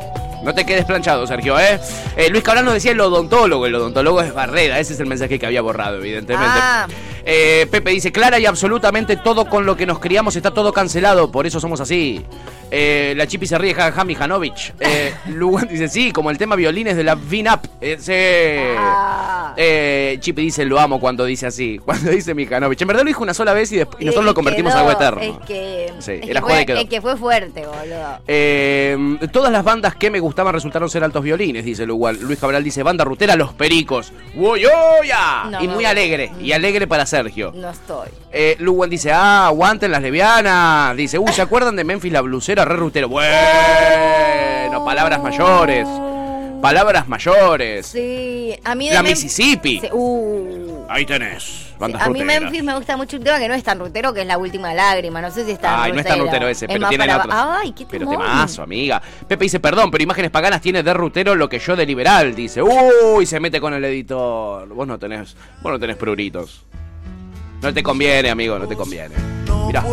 S1: No te quedes planchado, Sergio, ¿eh? Eh, Luis Cabral nos decía el odontólogo. El odontólogo es Barrera. Ese es el mensaje que había borrado, evidentemente.
S2: Ah.
S1: Eh, Pepe dice, clara y absolutamente todo con lo que nos criamos está todo cancelado. Por eso somos así. Eh, la chipi se ríe, jajaja, Mijanovic. Eh, Lugan dice, sí, como el tema violines de la VINAP. Eh, sí.
S2: Ah.
S1: Eh, Chipi dice, lo amo cuando dice así. Cuando dice Mijanovic. En verdad lo dijo una sola vez y, después- y nosotros
S2: Eh,
S1: lo convertimos
S2: quedó,
S1: en algo eterno.
S2: Es que,
S1: Sí,
S2: es,
S1: era
S2: que
S1: joda y
S2: fue,
S1: quedó.
S2: es que fue fuerte, boludo.
S1: Eh, todas las bandas que me gustaban resultaron ser altos violines, dice Lugual. Luis Cabral dice, banda rutera Los Pericos. ¡Woyoya!
S2: No,
S1: y
S2: no, Mm.
S1: muy
S2: no.
S1: alegre, y alegre para Sergio.
S2: No estoy.
S1: Eh, Lugual dice, ah, aguanten las levianas. Dice, uy, ¿se acuerdan de Memphis la blusera? Re rutero. Bueno, palabras mayores. Palabras mayores.
S2: Sí, a mí de
S1: La
S2: Memphis-
S1: Mississippi. Ah,
S2: Sí, uh.
S1: Ahí tenés.
S2: Sí,
S1: Bandas
S2: a mí
S1: ruteras.
S2: Memphis me gusta mucho un tema que no es tan rutero, que es La Última Lágrima. No sé si está
S1: Ay, Ah, no es tan rutero ese, pero
S2: más
S1: tienen
S2: para-
S1: otros.
S2: Ay, qué
S1: Pero
S2: temón.
S1: temazo, amiga. Pepe dice, perdón, pero imágenes paganas tiene de rutero lo que yo de liberal, dice. Uy, se mete con el editor. Vos no tenés, vos no tenés pruritos. No te conviene, amigo, no te conviene. Mirá.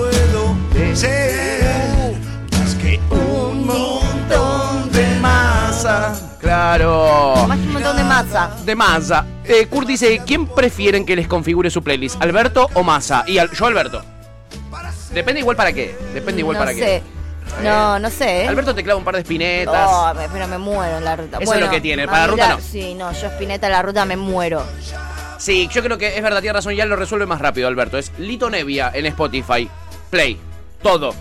S2: Un montón de
S1: masa. Claro.
S2: Más que un montón de masa.
S1: De masa. Eh, Kurt dice, ¿quién prefieren que les configure su playlist? ¿Alberto o masa? Y al- yo Alberto. Depende igual para qué. Depende igual
S2: no
S1: para
S2: sé. No, no sé. ¿eh?
S1: Alberto te clava un par de espinetas.
S2: Oh, me- pero me muero en la ruta.
S1: Eso es
S2: Bueno,
S1: lo que tiene, para
S2: a mí
S1: ruta
S2: la-
S1: no.
S2: Sí, no, yo Spinetta en la ruta me muero.
S1: Sí, yo creo que es verdad, tiene razón, ya lo resuelve más rápido, Alberto. Es Lito Nevia en Spotify, Play, todo.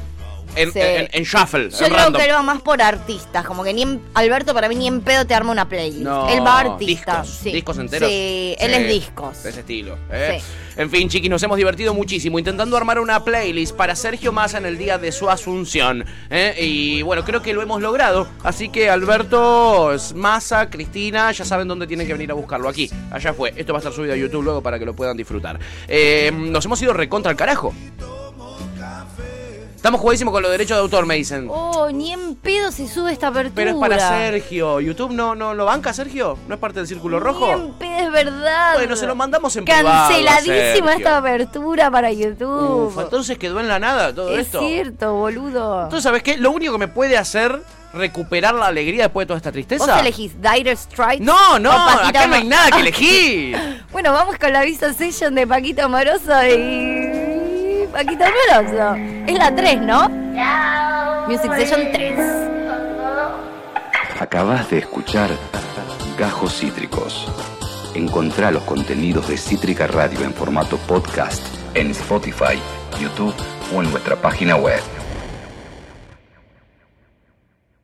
S1: En,
S2: Sí.
S1: en- en Shuffle,
S2: Yo
S1: en
S2: creo
S1: random.
S2: que lo va más por artistas, como que ni en- Alberto para mí ni en pedo te arma una playlist.
S1: No,
S2: él va artista.
S1: Discos,
S2: sí.
S1: discos enteros.
S2: Sí, él
S1: Sí,
S2: es discos.
S1: De ese estilo. ¿eh? En fin, chiquis, nos hemos divertido muchísimo intentando armar una playlist para Sergio Massa en el día de su asunción. ¿eh? Y bueno, creo que lo hemos logrado. Así que Alberto, Massa, Cristina, ya saben dónde tienen que venir a buscarlo. Aquí, allá fue. Esto va a estar subido a YouTube luego para que lo puedan disfrutar. Eh, nos hemos ido recontra al carajo. Estamos jugadísimos con los derechos de autor, me dicen.
S2: Oh, ni en pedo se sube esta apertura.
S1: Pero es para Sergio. ¿YouTube no, no lo banca, Sergio? ¿No es parte del Círculo Rojo?
S2: Ni en pedo, es verdad.
S1: Bueno, se lo mandamos en privado a Sergio.
S2: Canceladísima esta apertura para YouTube.
S1: Uf, entonces quedó en la nada todo
S2: es
S1: esto.
S2: cierto, boludo.
S1: Entonces, ¿sabes qué? Lo único que me puede hacer recuperar la alegría después de toda esta tristeza.
S2: ¿Vos elegís Dire Strike?
S1: No, no, acá no hay
S2: Moroso?
S1: nada que elegir.
S2: Bueno, vamos con la visa session de Paquito Moroso y. Paquito Moroso. Es la 3, ¿no? Music Session 3.
S8: Acabas de escuchar Gajos Cítricos. Encontrá los contenidos de Cítrica Radio en formato podcast en Spotify, YouTube o en nuestra página web.